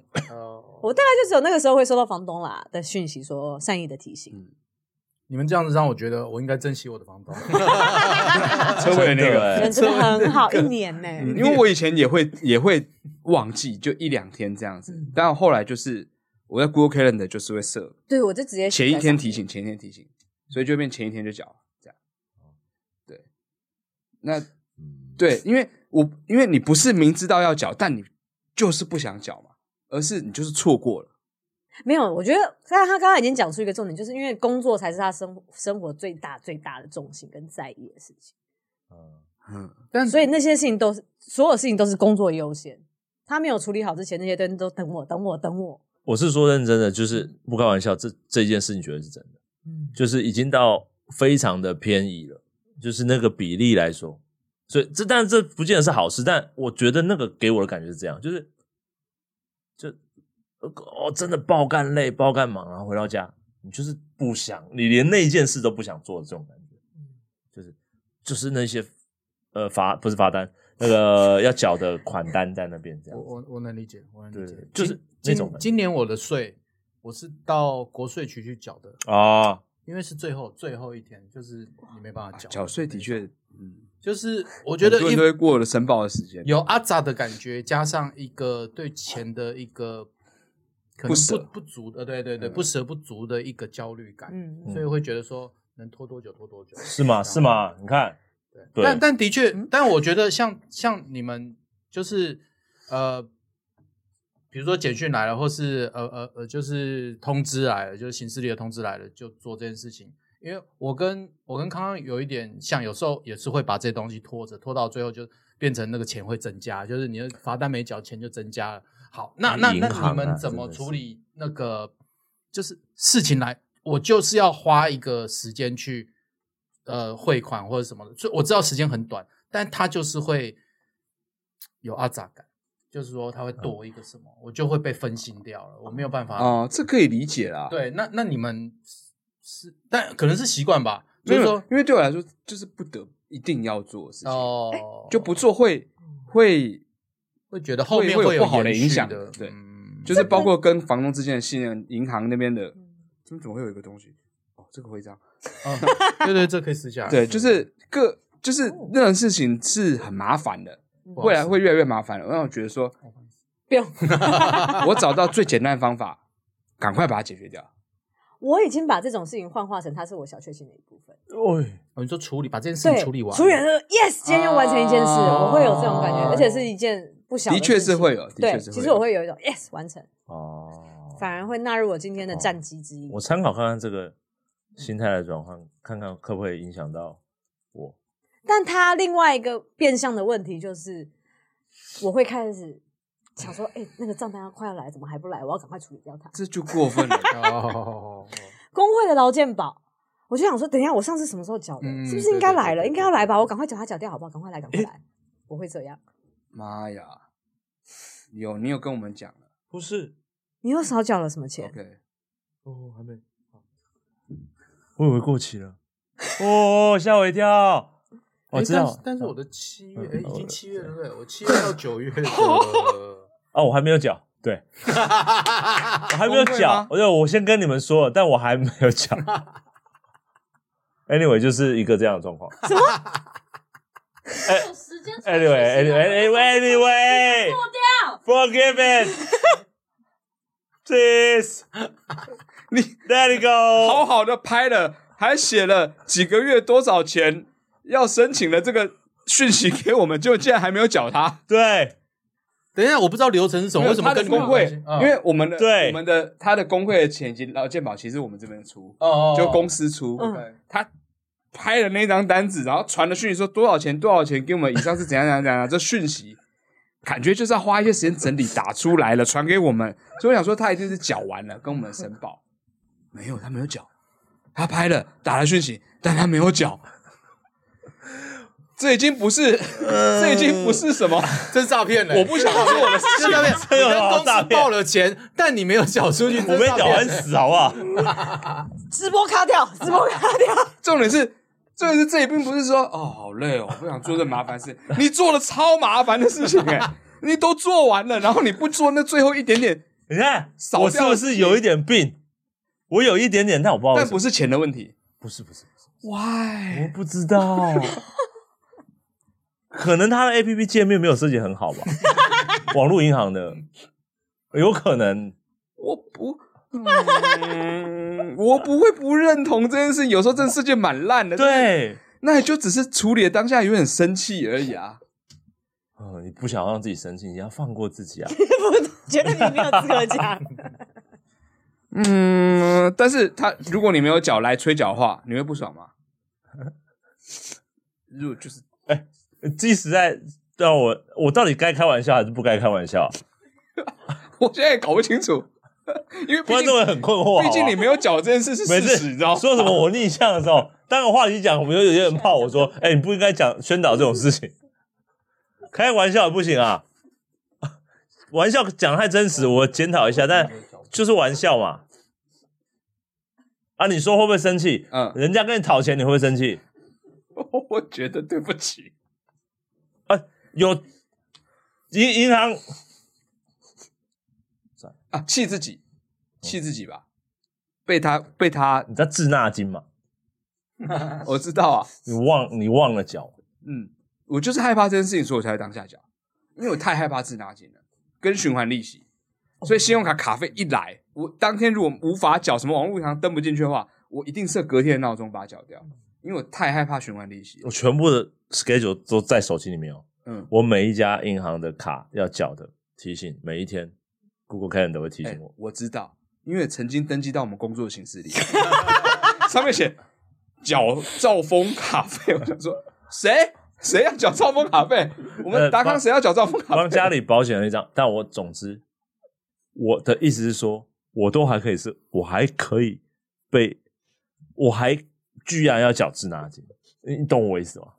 Speaker 2: 我大概就只有那个时候会收到房东啦的讯息，说善意的提醒。
Speaker 4: [LAUGHS]
Speaker 1: 嗯
Speaker 4: 你们这样子让我觉得我应该珍惜我的房
Speaker 3: [LAUGHS]
Speaker 4: 东。
Speaker 1: 啊车位那
Speaker 3: 真
Speaker 1: 个
Speaker 3: 的。欸
Speaker 2: 人真的很好，一年呢、
Speaker 1: 嗯因为我以前也会也会忘记，就一两天这样子。
Speaker 4: 嗯
Speaker 1: 但后来就是我在 Google Calendar 就是会设
Speaker 2: 对我就直接写
Speaker 1: 前一
Speaker 2: 在
Speaker 1: 天
Speaker 2: 上
Speaker 1: 提醒，前一天提醒，
Speaker 4: 嗯
Speaker 1: 所以就变前一天就缴这样。
Speaker 4: 哦
Speaker 1: 对，那
Speaker 4: 嗯
Speaker 1: 对，因为我因为你不是明知道要缴，但你就是不想缴嘛，而是你就是错过了。
Speaker 2: 没有，我觉得，但他刚刚已经讲出一个重点，就是因为工作才是他生活生活最大最大的重心跟在意的事情，
Speaker 1: 嗯，
Speaker 4: 但
Speaker 2: 所以那些事情都是所有事情都是工作优先。他没有处理好之前，那些东西都等我，等我，等我。
Speaker 3: 我是说认真的，就是不开玩笑，这这件事情绝对是真的，
Speaker 2: 嗯，
Speaker 3: 就是已经到非常的偏移了，就是那个比例来说，所以这但是这不见得是好事，但我觉得那个给我的感觉是这样，就是就哦真的爆干累、爆干忙，然后回到家你就是不想，你连那件事都不想做的这种感觉，就是就是那些呃罚不是罚单，那个要缴的款单在那边这样
Speaker 4: 我
Speaker 3: 子，
Speaker 4: 我我能理解，我能理解
Speaker 3: 对，就是
Speaker 4: 今
Speaker 3: 那种
Speaker 4: 今今年我的税我是到国税局去缴的，
Speaker 3: 啊，
Speaker 4: 因为是最后最后一天，就是你没办法缴
Speaker 1: 缴税的，确，嗯，
Speaker 4: 就是我
Speaker 1: 我
Speaker 4: 觉得
Speaker 1: 很多人
Speaker 4: 一
Speaker 1: 都会过了申报的时间。
Speaker 4: 有阿扎的感觉，加上一个对钱的一个可能
Speaker 1: 不舍嗯
Speaker 4: 不不足的，对对对，不舍不足的一个焦虑感，
Speaker 2: 嗯
Speaker 4: 所以会觉得说能拖多久拖多久，
Speaker 3: 是吗？是？吗？你看。对
Speaker 4: 但但的确，但我觉得像像你们就是呃，比如说简讯来了，或是呃呃呃，就是通知来了，就是行事历的通知来了，就做这件事情。因为我跟我跟康康有一点像，有时候也是会把这些东西拖着，拖到最后就变成那个钱会增加，就是你的罚单没缴，钱就增加了。好，那那
Speaker 3: 银
Speaker 4: 那
Speaker 3: 行啊
Speaker 4: 你们怎么
Speaker 3: 真的是
Speaker 4: 处理那个就是事情来？我就是要花一个时间去呃汇款或者什么的，所以我知道时间很短，但他就是会有阿杂感，就是说他会
Speaker 3: 嗯
Speaker 4: 多一个什么，我就会被分心掉了，我没有办法。
Speaker 1: 哦，这可以理解啦。
Speaker 4: 啊对，那那你们是，但可能是习惯吧，就
Speaker 1: 没
Speaker 4: 是
Speaker 1: 有，
Speaker 4: 说
Speaker 1: 因为对我来说就是不得一定要做的事情。
Speaker 4: 哦，
Speaker 1: 哎就不做会会
Speaker 4: 会觉得后面
Speaker 1: 嗯会有
Speaker 4: 有
Speaker 1: 不好的
Speaker 4: 延续
Speaker 1: 影响
Speaker 4: 的，
Speaker 1: 对
Speaker 4: 嗯
Speaker 1: 就是包括跟房东之间的信任，银行嗯那边的，怎么怎么会有一个东西？哦，这个会这样，嗯
Speaker 4: 哦对对，这可以私下
Speaker 1: 对，就是各就是那种事情是很麻烦的，
Speaker 4: 不好
Speaker 1: 未
Speaker 4: 意思
Speaker 1: 来会越来越麻烦的。让我觉得说，
Speaker 2: 不用， [LAUGHS]
Speaker 1: 我找到最简单的方法，赶快把它解决掉。
Speaker 2: 我已经把这种事情幻化成它是我小确幸的一部分。
Speaker 4: 哦你说处理把这件事
Speaker 2: 对，
Speaker 4: 情处理完，
Speaker 2: 处理完之后，yes，今天又完成一件事，
Speaker 1: 哦
Speaker 2: 我会有这种感觉，而且是一件不小的
Speaker 1: 的确
Speaker 2: 事情
Speaker 1: 是会有的确
Speaker 2: 对，
Speaker 1: 是会
Speaker 2: 其实
Speaker 1: 有
Speaker 2: 我会有一种 yes 完成，
Speaker 3: 哦，
Speaker 2: 反而会纳入我今天的战绩之一。
Speaker 3: 我参考看看这个心态的转换，看看可不可以影响到我。
Speaker 2: 但他另外一个变相的问题就是，我会开始想说，哎、那个账单要快要来，怎么还不来？我要赶快处理掉它。
Speaker 1: 这就过分了， [LAUGHS]
Speaker 4: 哦，
Speaker 2: 工会的劳健保，我就想说，等一下我上次什么时候缴的？
Speaker 4: 嗯
Speaker 2: 是不是应该来了？
Speaker 4: 对对对
Speaker 2: 应该要来吧？我赶快缴它缴掉好不好？赶快来，赶快来！我会这样。
Speaker 1: 妈呀！有你有跟我们讲了
Speaker 3: 不是，
Speaker 2: 你又少缴了什么钱？
Speaker 1: ，OK？
Speaker 3: 哦，还没，我以为过期了，哦，吓我一跳。我
Speaker 1: 哎
Speaker 4: 诶
Speaker 3: 知
Speaker 4: 但
Speaker 3: 道
Speaker 4: 是，但是我的七月，哎，
Speaker 3: 嗯
Speaker 4: 已
Speaker 3: 我
Speaker 4: 经七月了，对不对？我七月到九 [LAUGHS] 月的我
Speaker 3: 哦，我还没有缴，对我还没有
Speaker 1: 工会
Speaker 3: 缴
Speaker 1: 吗，
Speaker 3: 我就我先跟你们说了，但我还没有缴。Anyway，就是一个这样的状况。
Speaker 7: 时间
Speaker 2: [LAUGHS]
Speaker 3: Anyway，Anyway，Anyway，Forgive it. Please
Speaker 1: 你
Speaker 3: let it go.
Speaker 1: 好好的拍了，还写了几个月多少钱要申请了这个讯息给我们，就竟然还没有缴他。
Speaker 3: 对
Speaker 5: 等一下，我不知道流程是什么，为什么
Speaker 1: 他的
Speaker 5: 跟你们有
Speaker 1: 工会
Speaker 5: 关系？嗯，
Speaker 1: 因为我们的
Speaker 3: 对
Speaker 1: 我们的他的工会的钱以及劳健保，其实我们这边出，
Speaker 5: 哦哦，哦
Speaker 1: 就公司出。
Speaker 2: 嗯
Speaker 5: 对
Speaker 1: 他拍了那张单子，然后传了讯息说多少钱多少钱，给我们以上是怎样怎样怎样。这讯息感觉就是要花一些时间整理，打出来了传给我们，所以我想说他一定是缴完了跟我们申报，没有他没有缴，他拍了打了讯息，但他没有缴。这已经不是，这已经不是什么，
Speaker 5: 这是诈骗嘞！
Speaker 1: 我不想做
Speaker 4: [LAUGHS]
Speaker 1: 我的事
Speaker 5: 这是诈
Speaker 1: [LAUGHS]
Speaker 5: 骗，
Speaker 3: 这有
Speaker 5: 你跟
Speaker 3: 好
Speaker 5: 公
Speaker 3: 诈
Speaker 5: 司
Speaker 3: 骗
Speaker 5: 报了钱，但你没有缴出去，
Speaker 3: 我啊
Speaker 5: 这
Speaker 3: 被
Speaker 5: 是诈
Speaker 3: 屌
Speaker 5: 骗
Speaker 3: 很。死，好不好？
Speaker 2: [LAUGHS] 直播卡掉，直播卡掉，
Speaker 1: 重点是，重点是这也并不是说哦好累哦，不想做这麻烦
Speaker 3: [LAUGHS]
Speaker 1: 事。你做了超麻烦的事情哎、你都做完了，然后你不做那最后一点点，
Speaker 3: 你看
Speaker 1: 少
Speaker 3: 我是
Speaker 1: 掉
Speaker 3: 不
Speaker 1: 了
Speaker 3: 是有一点病？我有一点点，但我不知道为
Speaker 1: 但
Speaker 3: 哦什么。
Speaker 1: 不是钱的问题。哦嗯
Speaker 3: 不是不是，我
Speaker 1: Why？
Speaker 3: 不知道，可能他的 A P P 界面没有设计很好吧？网络银行的有可能，
Speaker 1: 我不。嗯，我不会不认同这件事情。有时候这世界蛮烂的，，
Speaker 3: 对，
Speaker 1: 那也就只是处理的当下有点生气而已啊。
Speaker 3: 嗯，你不想让自己生气，你要放过自己啊。 [LAUGHS]
Speaker 2: 不，觉得你没有资格讲。
Speaker 1: 嗯，但是他如果你没有脚来吹脚的话，你会不爽
Speaker 3: [LAUGHS]
Speaker 1: 吗？如果就是
Speaker 3: 即使在让我，我到底该开玩笑还是不该开玩笑？
Speaker 1: 我现在也搞不清楚，因为毕
Speaker 3: 观
Speaker 1: 竟
Speaker 3: 众也很困惑。
Speaker 1: 毕竟你
Speaker 3: 好
Speaker 1: 没有缴这件事是
Speaker 3: [LAUGHS] 不好每
Speaker 1: 事
Speaker 3: 次
Speaker 1: 实，你知道吗？
Speaker 3: 说什么我逆向的时候， [LAUGHS] 当个话题讲，我们就有些人怕
Speaker 1: [LAUGHS]
Speaker 3: 我说，哎、你不应该讲宣导这种事情， [LAUGHS] 开玩笑也不行啊。 [LAUGHS] 玩笑讲太真实，我检讨一下，但就是玩笑嘛。啊，你说会不会生气？
Speaker 1: 嗯 [LAUGHS]
Speaker 3: 人家跟你讨钱，你会不会生气？
Speaker 1: 我觉得对不起，
Speaker 3: 有银银行
Speaker 1: 啊，气自己，气自己吧，被他被他，
Speaker 3: 你知道滞纳金嘛？
Speaker 1: 我知道啊，
Speaker 3: 你忘你忘了缴，
Speaker 1: 嗯，我就是害怕这件事情，所以我才会当下缴，因为我太害怕滞纳金了，跟循环利息，所以信用卡卡费一来，我当天如果无法缴，什么网络银行登不进去的话，我一定设隔天的闹钟把它缴掉，因为我太害怕循环利息
Speaker 3: 我。全部的 schedule 都在手机里面哦。
Speaker 1: 嗯，
Speaker 3: 我每一家银行的卡要缴的提醒，每一天 Google Calendar 会提
Speaker 1: 哎
Speaker 3: 醒我。
Speaker 1: 我知道，因为曾经登记到我们工作形式
Speaker 3: [LAUGHS]
Speaker 1: 里，上面写缴兆丰卡费，我想说谁谁要缴兆丰卡费？我们
Speaker 3: 呃
Speaker 1: 达康
Speaker 3: 帮
Speaker 1: 谁要缴兆丰卡
Speaker 3: 帮
Speaker 1: 费？
Speaker 3: 家里保险了一张，但我总之，我的意思是说，我都还可以是，我还可以被，我还居然要缴滞纳金，你你懂我意思吗？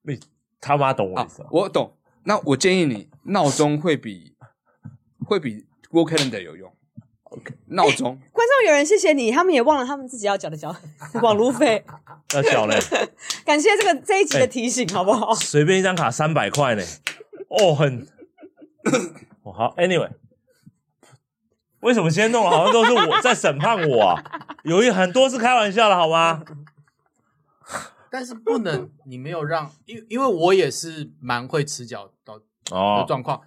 Speaker 3: 你他妈懂我
Speaker 1: 啊
Speaker 3: 意思吗？，
Speaker 1: 我懂。那我建议你闹钟会比会比 Google Calendar 有用。OK，闹 [COUGHS] 钟
Speaker 2: 观众有人谢谢你，他们也忘了他们自己要缴的缴 [LAUGHS] 网路费，
Speaker 3: 要缴嘞，
Speaker 2: 感谢这个这一集
Speaker 4: 哎
Speaker 2: 的提醒，好不好？
Speaker 3: 随便一张卡三百块呢，哦，很，哦好，Anyway，为什么先弄了好像都是我在审判我啊？有一很多是开玩笑的好
Speaker 4: 啊
Speaker 3: 吗？
Speaker 5: 但是不能，你没有让，因因为我也是蛮会迟缴到的
Speaker 3: 哦，
Speaker 5: 状况，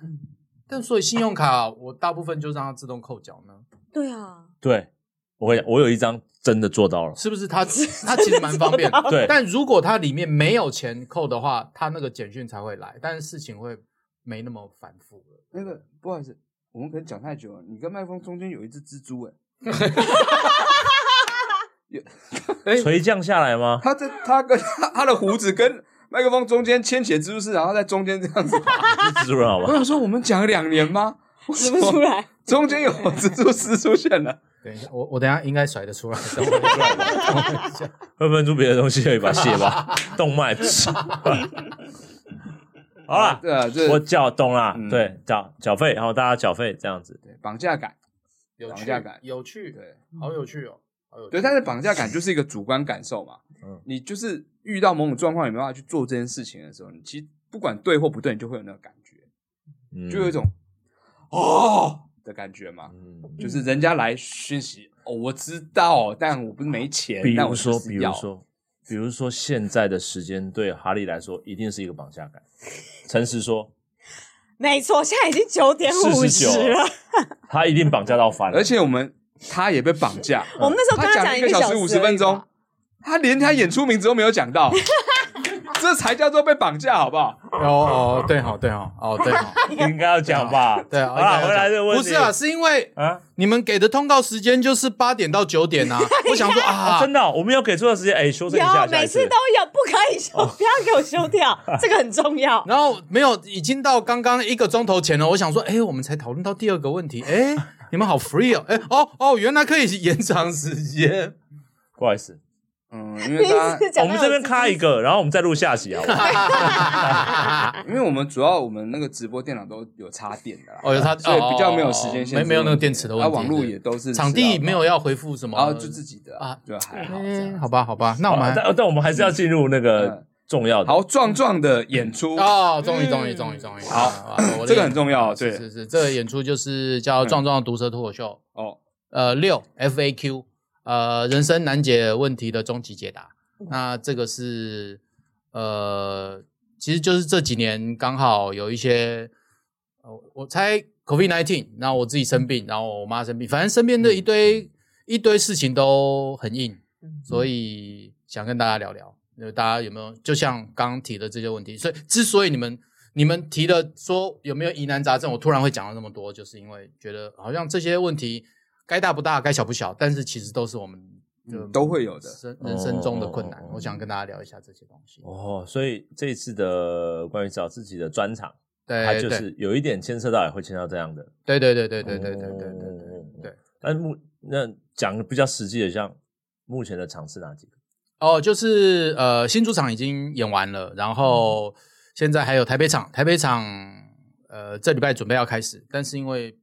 Speaker 5: 但所以信用卡我大部分就让它自动扣缴呢，
Speaker 2: 对
Speaker 4: [LAUGHS]
Speaker 2: 啊，
Speaker 3: 对，我跟你讲，我有一张真的做到了，
Speaker 5: 是不是它？它其实蛮方便的，
Speaker 3: 对
Speaker 5: 但如果它里面没有钱扣的话，它那个简讯才会来，但是事情会没那么反复了。
Speaker 1: 那个不好意思，我们可能讲太久了。你跟麦克风中间有一只蜘蛛哎、哎
Speaker 3: 垂降下来吗？
Speaker 1: 他这他跟 [LAUGHS] 他他的胡子跟麦克风中间牵起的蜘蛛丝，然后在中间这样子爬。
Speaker 3: 蜘蛛人好
Speaker 1: 我
Speaker 3: 吧，
Speaker 1: 想说，我们讲了两年吗？
Speaker 2: 指不出来，
Speaker 1: 中间有蜘蛛丝出现了，
Speaker 5: 等一下，我我等一下应该甩得出来，等我出来吧。
Speaker 3: 会喷出别的东西而已吧，血吧，动脉。 [LAUGHS] 好啦，
Speaker 1: 对啊，这
Speaker 3: 我缴懂啦，
Speaker 1: 嗯
Speaker 3: 对，缴缴费，然后大家缴费这样子。
Speaker 1: 对绑架感，
Speaker 5: 有
Speaker 1: 绑
Speaker 5: 趣
Speaker 1: 架感，
Speaker 5: 有趣，
Speaker 1: 对
Speaker 5: 好有趣哦，好有趣。
Speaker 1: 对，但是绑架感就是一个主观感受嘛。
Speaker 3: 嗯
Speaker 1: 你就是遇到某种状况，你没办法去做这件事情的时候，你其实不管对或不对，你就会有那个感觉，
Speaker 3: 嗯
Speaker 1: 就有一种哦的感觉嘛。
Speaker 3: 嗯
Speaker 1: 就是人家来讯息，哦，我知道，但我不是没钱，
Speaker 3: 比
Speaker 1: 但
Speaker 3: 如
Speaker 1: 我
Speaker 3: 说
Speaker 1: 就，是
Speaker 3: 比如
Speaker 1: 要，
Speaker 3: 说，比如说，现在的时间对哈利来说一定是一个绑架感。诚实说，
Speaker 2: 没错，现在已经九点五十
Speaker 3: 49
Speaker 2: 了。 [LAUGHS]
Speaker 3: 他一定绑架到翻了，
Speaker 1: 而且我们他也被绑架，
Speaker 2: 我们那时候
Speaker 1: 他
Speaker 2: 跟
Speaker 1: 讲
Speaker 2: 讲
Speaker 1: 一
Speaker 2: 个
Speaker 1: 个小
Speaker 2: 时
Speaker 1: 时五十分钟，，他连他演出名字都没有讲到，这才叫做被绑架，好不好？
Speaker 4: 哦哦，对好对好哦对好
Speaker 3: 应该要
Speaker 1: [LAUGHS]
Speaker 3: 讲吧？
Speaker 4: 对啊，
Speaker 3: 好啦，
Speaker 4: 应
Speaker 3: 回
Speaker 4: 该
Speaker 3: 来
Speaker 4: 要
Speaker 3: 这
Speaker 4: 讲
Speaker 3: 个问题
Speaker 4: 不是啊，是因为
Speaker 3: 啊，
Speaker 4: 你们给的通告时间就是八点到九
Speaker 1: [LAUGHS]
Speaker 4: 点啊，我想说啊，
Speaker 3: 真的哦，我们要给出的时间，哎，修正一哦下，
Speaker 2: 有，
Speaker 3: 下
Speaker 2: 每
Speaker 3: 一
Speaker 2: 次都有，不可以修，不要给我修
Speaker 3: [LAUGHS]
Speaker 2: 掉，这个很重要。
Speaker 4: 然后没有，已经到刚刚一个钟头前了。我想说，哎，我们才讨论到第二个问题，
Speaker 1: [LAUGHS]
Speaker 4: 哎，你们好 free 哦，哎，哦哦，原来可以延长
Speaker 1: [LAUGHS]
Speaker 4: 时间，
Speaker 3: 不好意思，
Speaker 1: 嗯，因
Speaker 2: 第
Speaker 1: 为
Speaker 2: 一
Speaker 1: 大家，
Speaker 2: 次讲到
Speaker 3: 我们这边咔一个，然后我们再录下集啊。好不
Speaker 1: [LAUGHS]
Speaker 3: 好
Speaker 1: 因为我们主要我们那个直播电脑都有插电的啦，
Speaker 4: 哦，有它，
Speaker 1: 所以比较没有
Speaker 4: 哦
Speaker 1: 时间限制
Speaker 4: 没没有那个电池的问
Speaker 1: 啊，
Speaker 4: 题，
Speaker 1: 网络也都是
Speaker 4: 场
Speaker 1: 吃
Speaker 4: 地
Speaker 1: 到饱
Speaker 4: 没有，要回复什么，
Speaker 1: 然后就自己的啊
Speaker 4: 啊，
Speaker 1: 就还好。
Speaker 4: 哎，好吧，好吧，那我们
Speaker 3: 但但我们还是要进入那个
Speaker 1: 啊嗯
Speaker 3: 重要的。
Speaker 1: 好，壮壮的演出，
Speaker 4: 哦，终于，终于，终于，终于，
Speaker 1: 好
Speaker 4: 啊，我的
Speaker 1: 这个很重要，对嗯
Speaker 4: 是是是，这个演出就是叫《壮壮的毒舌脱口秀》，
Speaker 1: 哦，
Speaker 4: 呃，六 FAQ，呃，人生难解问题的终极解答。那这个是呃，其实就是这几年刚好有一些，呃，我猜 COVID nineteen，然后我自己生病，然后我妈生病，反正身边的一堆、一堆事情都很硬，所以想跟大家聊聊，就大家有没有就像刚刚提的这些问题，所以之所以你们你们提的说有没有疑难杂症，我突然会讲到那么多，就是因为觉得好像这些问题该大不大，该小不小，但是其实都是我们就
Speaker 1: 嗯都会有的
Speaker 4: 生人生中的困难
Speaker 3: 哦哦哦。
Speaker 4: 我想跟大家聊一下这些东西。
Speaker 3: 哦，所以这一次的关于找自己的专场，它
Speaker 4: 对，
Speaker 3: 就
Speaker 4: 对，
Speaker 3: 是有一点牵涉到，也会牵涉到这样的。
Speaker 4: 对对对对对对对对对对对。
Speaker 3: 对
Speaker 4: 对。
Speaker 3: 但目哦那讲比较实际的，像目前的场是哪几个？
Speaker 4: 哦，就是呃，新主场已经演完了，然后现在还有台北场，台北场呃这礼拜准备要开始，但是因为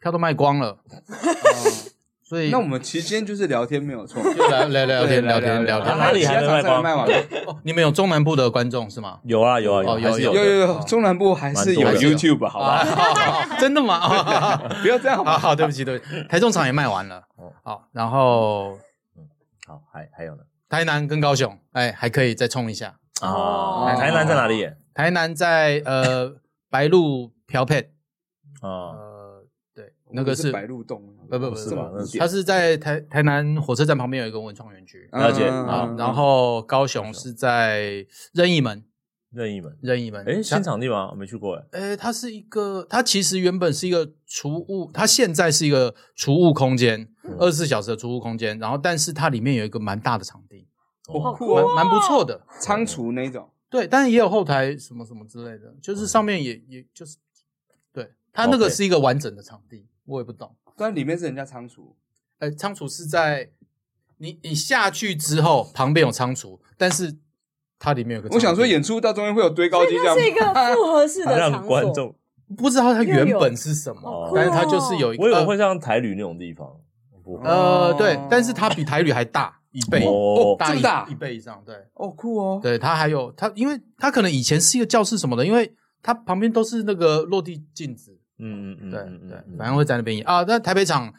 Speaker 4: 票都卖光了，所以
Speaker 1: 那我们期间就是聊天没有错，
Speaker 4: 就聊聊聊
Speaker 1: 对
Speaker 4: 天聊天聊
Speaker 3: 哪
Speaker 4: 天。
Speaker 3: 里还没卖光
Speaker 1: 卖完了？
Speaker 4: 哦你们有中南部的观众是吗？
Speaker 3: 有啊有啊
Speaker 4: 哦
Speaker 3: 还是
Speaker 4: 有
Speaker 1: 有
Speaker 3: 的
Speaker 1: 有有，中南部还是有
Speaker 3: 蛮多
Speaker 4: 的
Speaker 1: YouTube 好吧？
Speaker 4: [LAUGHS] 啊，真的吗？ [LAUGHS] 啊
Speaker 1: 不要这样好
Speaker 4: 好
Speaker 1: 吧？
Speaker 4: 好，对不起对不起，台中场也卖完了
Speaker 3: 哦。
Speaker 4: 好，然后
Speaker 3: 好，还还有呢
Speaker 4: 台南跟高雄，哎，还可以再冲一下。
Speaker 3: 啊，
Speaker 2: 哦
Speaker 3: 台南在哪里演？
Speaker 4: 台南在呃白鹿漂配，
Speaker 3: 啊，
Speaker 4: 呃，对，那个
Speaker 1: 是
Speaker 4: 是
Speaker 1: 白鹿洞，啊
Speaker 4: 不不不
Speaker 3: 是
Speaker 1: 这
Speaker 3: 吧
Speaker 1: 么
Speaker 3: 那是
Speaker 4: 它是在台台南火车站旁边有一个文创园区
Speaker 1: 嗯
Speaker 3: 了解
Speaker 1: 嗯
Speaker 4: 啊
Speaker 3: 好，
Speaker 4: 然后高雄是在任意门，
Speaker 3: 任意门。
Speaker 4: 任意门，
Speaker 3: 哎，新
Speaker 4: 它，
Speaker 3: 场地吗？我没去过哎。
Speaker 4: 呃，它是一个，它其实原本是一个储物，它现在是一个储物空间，二十四小时的储物空间，然后但是它里面有一个蛮大的场地，
Speaker 1: 好酷
Speaker 4: 蛮
Speaker 1: 哦，
Speaker 4: 蛮不错的，
Speaker 1: 仓储那种，
Speaker 4: 对，但也有后台什么什么之类的，就是上面也也就是，对，它那个
Speaker 3: OK
Speaker 4: 是一个完整的场地，我也不懂。
Speaker 1: 但里面是人家仓储，
Speaker 4: 呃，仓储是在你你下去之后，旁边有仓储，但是它里面有个仓储，
Speaker 1: 我想说演出到中间会有堆高
Speaker 2: 所
Speaker 1: 机
Speaker 2: 以
Speaker 1: 这
Speaker 2: 它
Speaker 1: 样
Speaker 2: 是一个复合式
Speaker 3: 它
Speaker 2: 的
Speaker 3: [LAUGHS] 让
Speaker 2: 场
Speaker 3: 观
Speaker 2: 所，
Speaker 3: 众，
Speaker 4: 不知道它原
Speaker 2: 又有
Speaker 4: 本是什么，
Speaker 2: 好
Speaker 3: 哦
Speaker 2: 酷
Speaker 4: 但是它
Speaker 2: 哦
Speaker 4: 就是有一个
Speaker 3: 我以为会像台旅那种地方。不会
Speaker 4: 呃呃对
Speaker 1: 哦，
Speaker 4: 但是它比台旅还大一倍，
Speaker 3: 哦
Speaker 4: 大
Speaker 1: 这么
Speaker 4: 一
Speaker 1: 大
Speaker 4: 一倍以上，对
Speaker 1: 哦，酷哦，
Speaker 4: 对，它还有它，因为它可能以前是一个教室什么的，因为它旁边都是那个落地镜子，
Speaker 3: 嗯嗯嗯，
Speaker 4: 对
Speaker 3: 嗯
Speaker 4: 对
Speaker 3: 嗯，
Speaker 4: 反正会在那边演啊。但台北场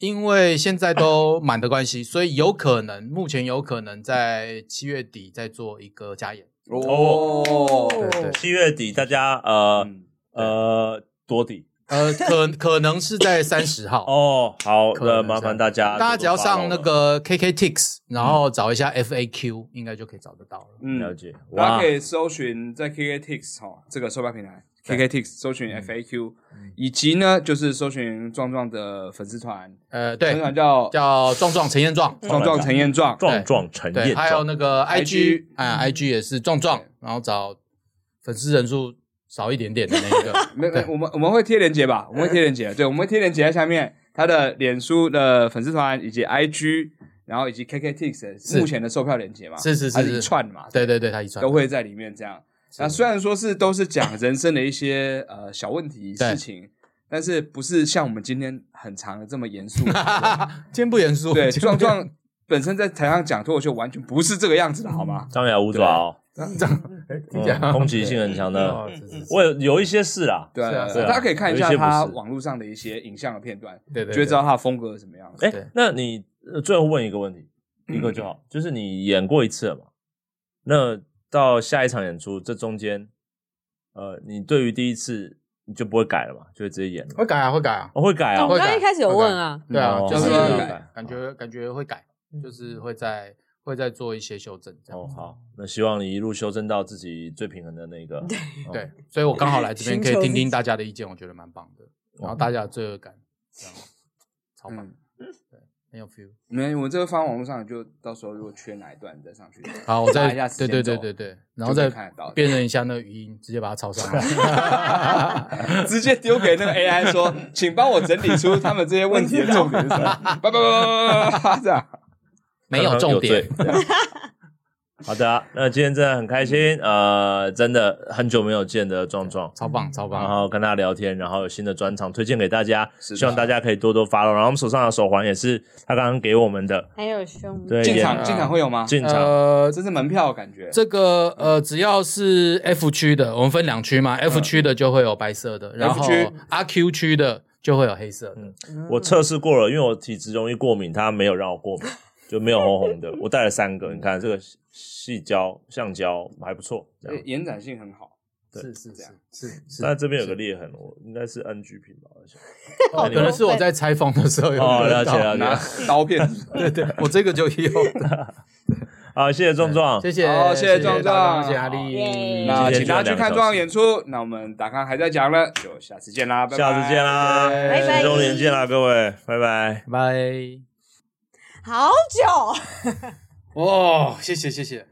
Speaker 4: 因为现在都满的关系，所以有可能目前有可能在七月底再做一个加演。
Speaker 1: 哦，
Speaker 4: 对对
Speaker 3: 七月底大家呃
Speaker 1: 嗯
Speaker 3: 呃多底
Speaker 4: 呃，可可能是在三十号
Speaker 3: 哦，好，
Speaker 4: 可能
Speaker 3: 呃，
Speaker 4: 是
Speaker 3: 麻烦大家，
Speaker 4: 大家只要上
Speaker 3: 哦
Speaker 4: 那个 KKTix，然后找一下 FAQ，应该就可以找得到了。
Speaker 1: 嗯
Speaker 3: 了解，
Speaker 1: 大家
Speaker 3: 哇
Speaker 1: 可，以搜寻在 KKTix 哈、哦这个售票平台 KKTix 搜
Speaker 4: 嗯
Speaker 1: 寻 FAQ，、以及呢就是搜寻壮壮的粉丝团，
Speaker 4: 呃，
Speaker 1: 粉丝
Speaker 4: 对
Speaker 1: 团，叫
Speaker 4: 叫壮壮陈彦壮，
Speaker 1: 壮壮陈彦壮，
Speaker 3: 壮壮陈
Speaker 4: 对，
Speaker 3: 彦
Speaker 4: 还有
Speaker 3: 壮，嗯
Speaker 4: 那个
Speaker 1: IG，
Speaker 4: IG 啊，IG 也是壮壮，然后找粉丝人数少一点点的那个
Speaker 3: [LAUGHS]
Speaker 1: 没没，我们我们会贴链接吧，我们会贴链接，对，我们会贴链接在下面他的脸书的粉丝团以及 IG，然后以及 KKTix 的
Speaker 4: 是
Speaker 1: 目前的售票链接嘛，
Speaker 4: 是是是
Speaker 1: 它一
Speaker 4: 是
Speaker 1: 串嘛，
Speaker 4: 对对对，他一串
Speaker 1: 都会在里面这样。那虽然说是都是讲人生的一些呃小问题
Speaker 4: 对
Speaker 1: 事情，但是不是像我们今天很长的这么严肃？
Speaker 4: [LAUGHS] 今天不严肃，
Speaker 1: 对，
Speaker 4: 今天
Speaker 1: 壮
Speaker 4: 不严
Speaker 1: 壮本身在台上讲脱口秀完全不是这个样子的，好吗？
Speaker 3: 张牙舞爪哦，
Speaker 4: 听起来
Speaker 3: 嗯攻击性很强的
Speaker 4: 哦，是是是
Speaker 3: 我有有一些事啊，
Speaker 1: 对
Speaker 4: 是啊
Speaker 1: 对
Speaker 4: 是
Speaker 1: 对
Speaker 4: 啊
Speaker 1: 大家可以看一
Speaker 3: 有一
Speaker 1: 下
Speaker 3: 些不
Speaker 1: 他
Speaker 3: 是
Speaker 1: 网络上的一些影像的片段，
Speaker 4: 对对
Speaker 1: 就会知道他的风格是什么样子。
Speaker 3: 哎、
Speaker 4: 对嗯
Speaker 3: 那你呃最后问一个问题，一个就好，就是你演过一次了嘛？那到下一场演出，这中间，呃，你对于第一次你就不会改了嘛？就会直接演了
Speaker 4: 会改啊，会改啊，
Speaker 3: 哦，会改啊、
Speaker 2: 我
Speaker 4: 会
Speaker 2: 刚刚一开始有问啊，
Speaker 4: 对啊，
Speaker 3: 嗯哦
Speaker 4: 就是
Speaker 1: 会
Speaker 4: 感
Speaker 1: 改
Speaker 4: 觉感觉会改，就是会在会再做一些修正。这样
Speaker 3: 嗯哦，
Speaker 4: 子
Speaker 3: 好，那希望你一路修正到自己最平衡的那个。
Speaker 2: 对
Speaker 3: 哦
Speaker 4: 对，所以我刚好来这边可
Speaker 2: 寻求
Speaker 4: 以听
Speaker 2: 自己
Speaker 4: 听大家的意见，我觉得蛮棒的。然后大家的罪恶感，这样
Speaker 1: [LAUGHS]
Speaker 4: 超棒，
Speaker 1: 嗯
Speaker 4: 很有 feel。
Speaker 1: 没，我们这个放网络上，就到时候如果缺哪一段，你再上去。 [LAUGHS]
Speaker 4: 好，我
Speaker 1: 打一下
Speaker 4: 再
Speaker 1: 时间
Speaker 4: 对对对
Speaker 1: 轴
Speaker 4: 对对，然后再
Speaker 1: 就可以看得到
Speaker 4: 辨认一下那个语音，直接把它抄
Speaker 1: [LAUGHS]
Speaker 4: 上来。
Speaker 1: 直接丢给那个 AI 说，请帮我整理出他们这些问题的重点是什么。叭叭叭叭叭叭，这样。
Speaker 8: 没有重点，
Speaker 3: 可能有罪。对 [LAUGHS] 好的啊、那今天真的很开心，呃，真的很久没有见的壮壮，
Speaker 4: 超棒，超
Speaker 3: 然
Speaker 4: 棒！
Speaker 3: 后跟他聊天，然后有新的专场推荐给大家，
Speaker 1: 是的
Speaker 3: 希望大家可以多多发 o 然后我们手上的手环也是他刚刚给我们的，
Speaker 2: 还有胸
Speaker 3: 对，
Speaker 1: 进
Speaker 3: 也
Speaker 1: 场进场会有吗？
Speaker 3: 进场、
Speaker 4: 呃，
Speaker 1: 这是门票，感觉
Speaker 4: 这个呃，只要是 F 区的，我们分两区嘛，F 区的就会有白色的，然后
Speaker 1: 嗯区
Speaker 4: RQ 区的就会有黑色的。
Speaker 3: 我测试过了，因为我体质容易过敏，他没有让我过敏，就没有红红的。我带了三个，你看这个细胶、橡胶还不错，这样。
Speaker 1: 延展性很好。
Speaker 3: 对
Speaker 4: 是是
Speaker 1: 这样
Speaker 4: 是是是，
Speaker 3: 但这边有个裂痕，我应该是 NG 品吧？我想
Speaker 4: 哦可能是我在拆封的时候有
Speaker 3: 哦，了
Speaker 4: 看到
Speaker 3: 解了
Speaker 1: 拿
Speaker 3: 解。
Speaker 1: 刀片，
Speaker 4: 对对，我这个
Speaker 1: [LAUGHS]
Speaker 4: 就有的。
Speaker 3: 好，谢谢壮壮，
Speaker 4: 谢谢，
Speaker 1: 好谢谢壮壮
Speaker 4: 谢谢阿力
Speaker 2: 耶。
Speaker 1: 那请大家去看重要演出。那我们打康还在讲了，就下次见啦，拜拜
Speaker 3: 下次见啦，
Speaker 4: 拜
Speaker 2: 拜
Speaker 3: 新周年见啦，各位，拜拜。
Speaker 4: 拜。
Speaker 2: 好久。
Speaker 4: 哦，谢谢谢谢。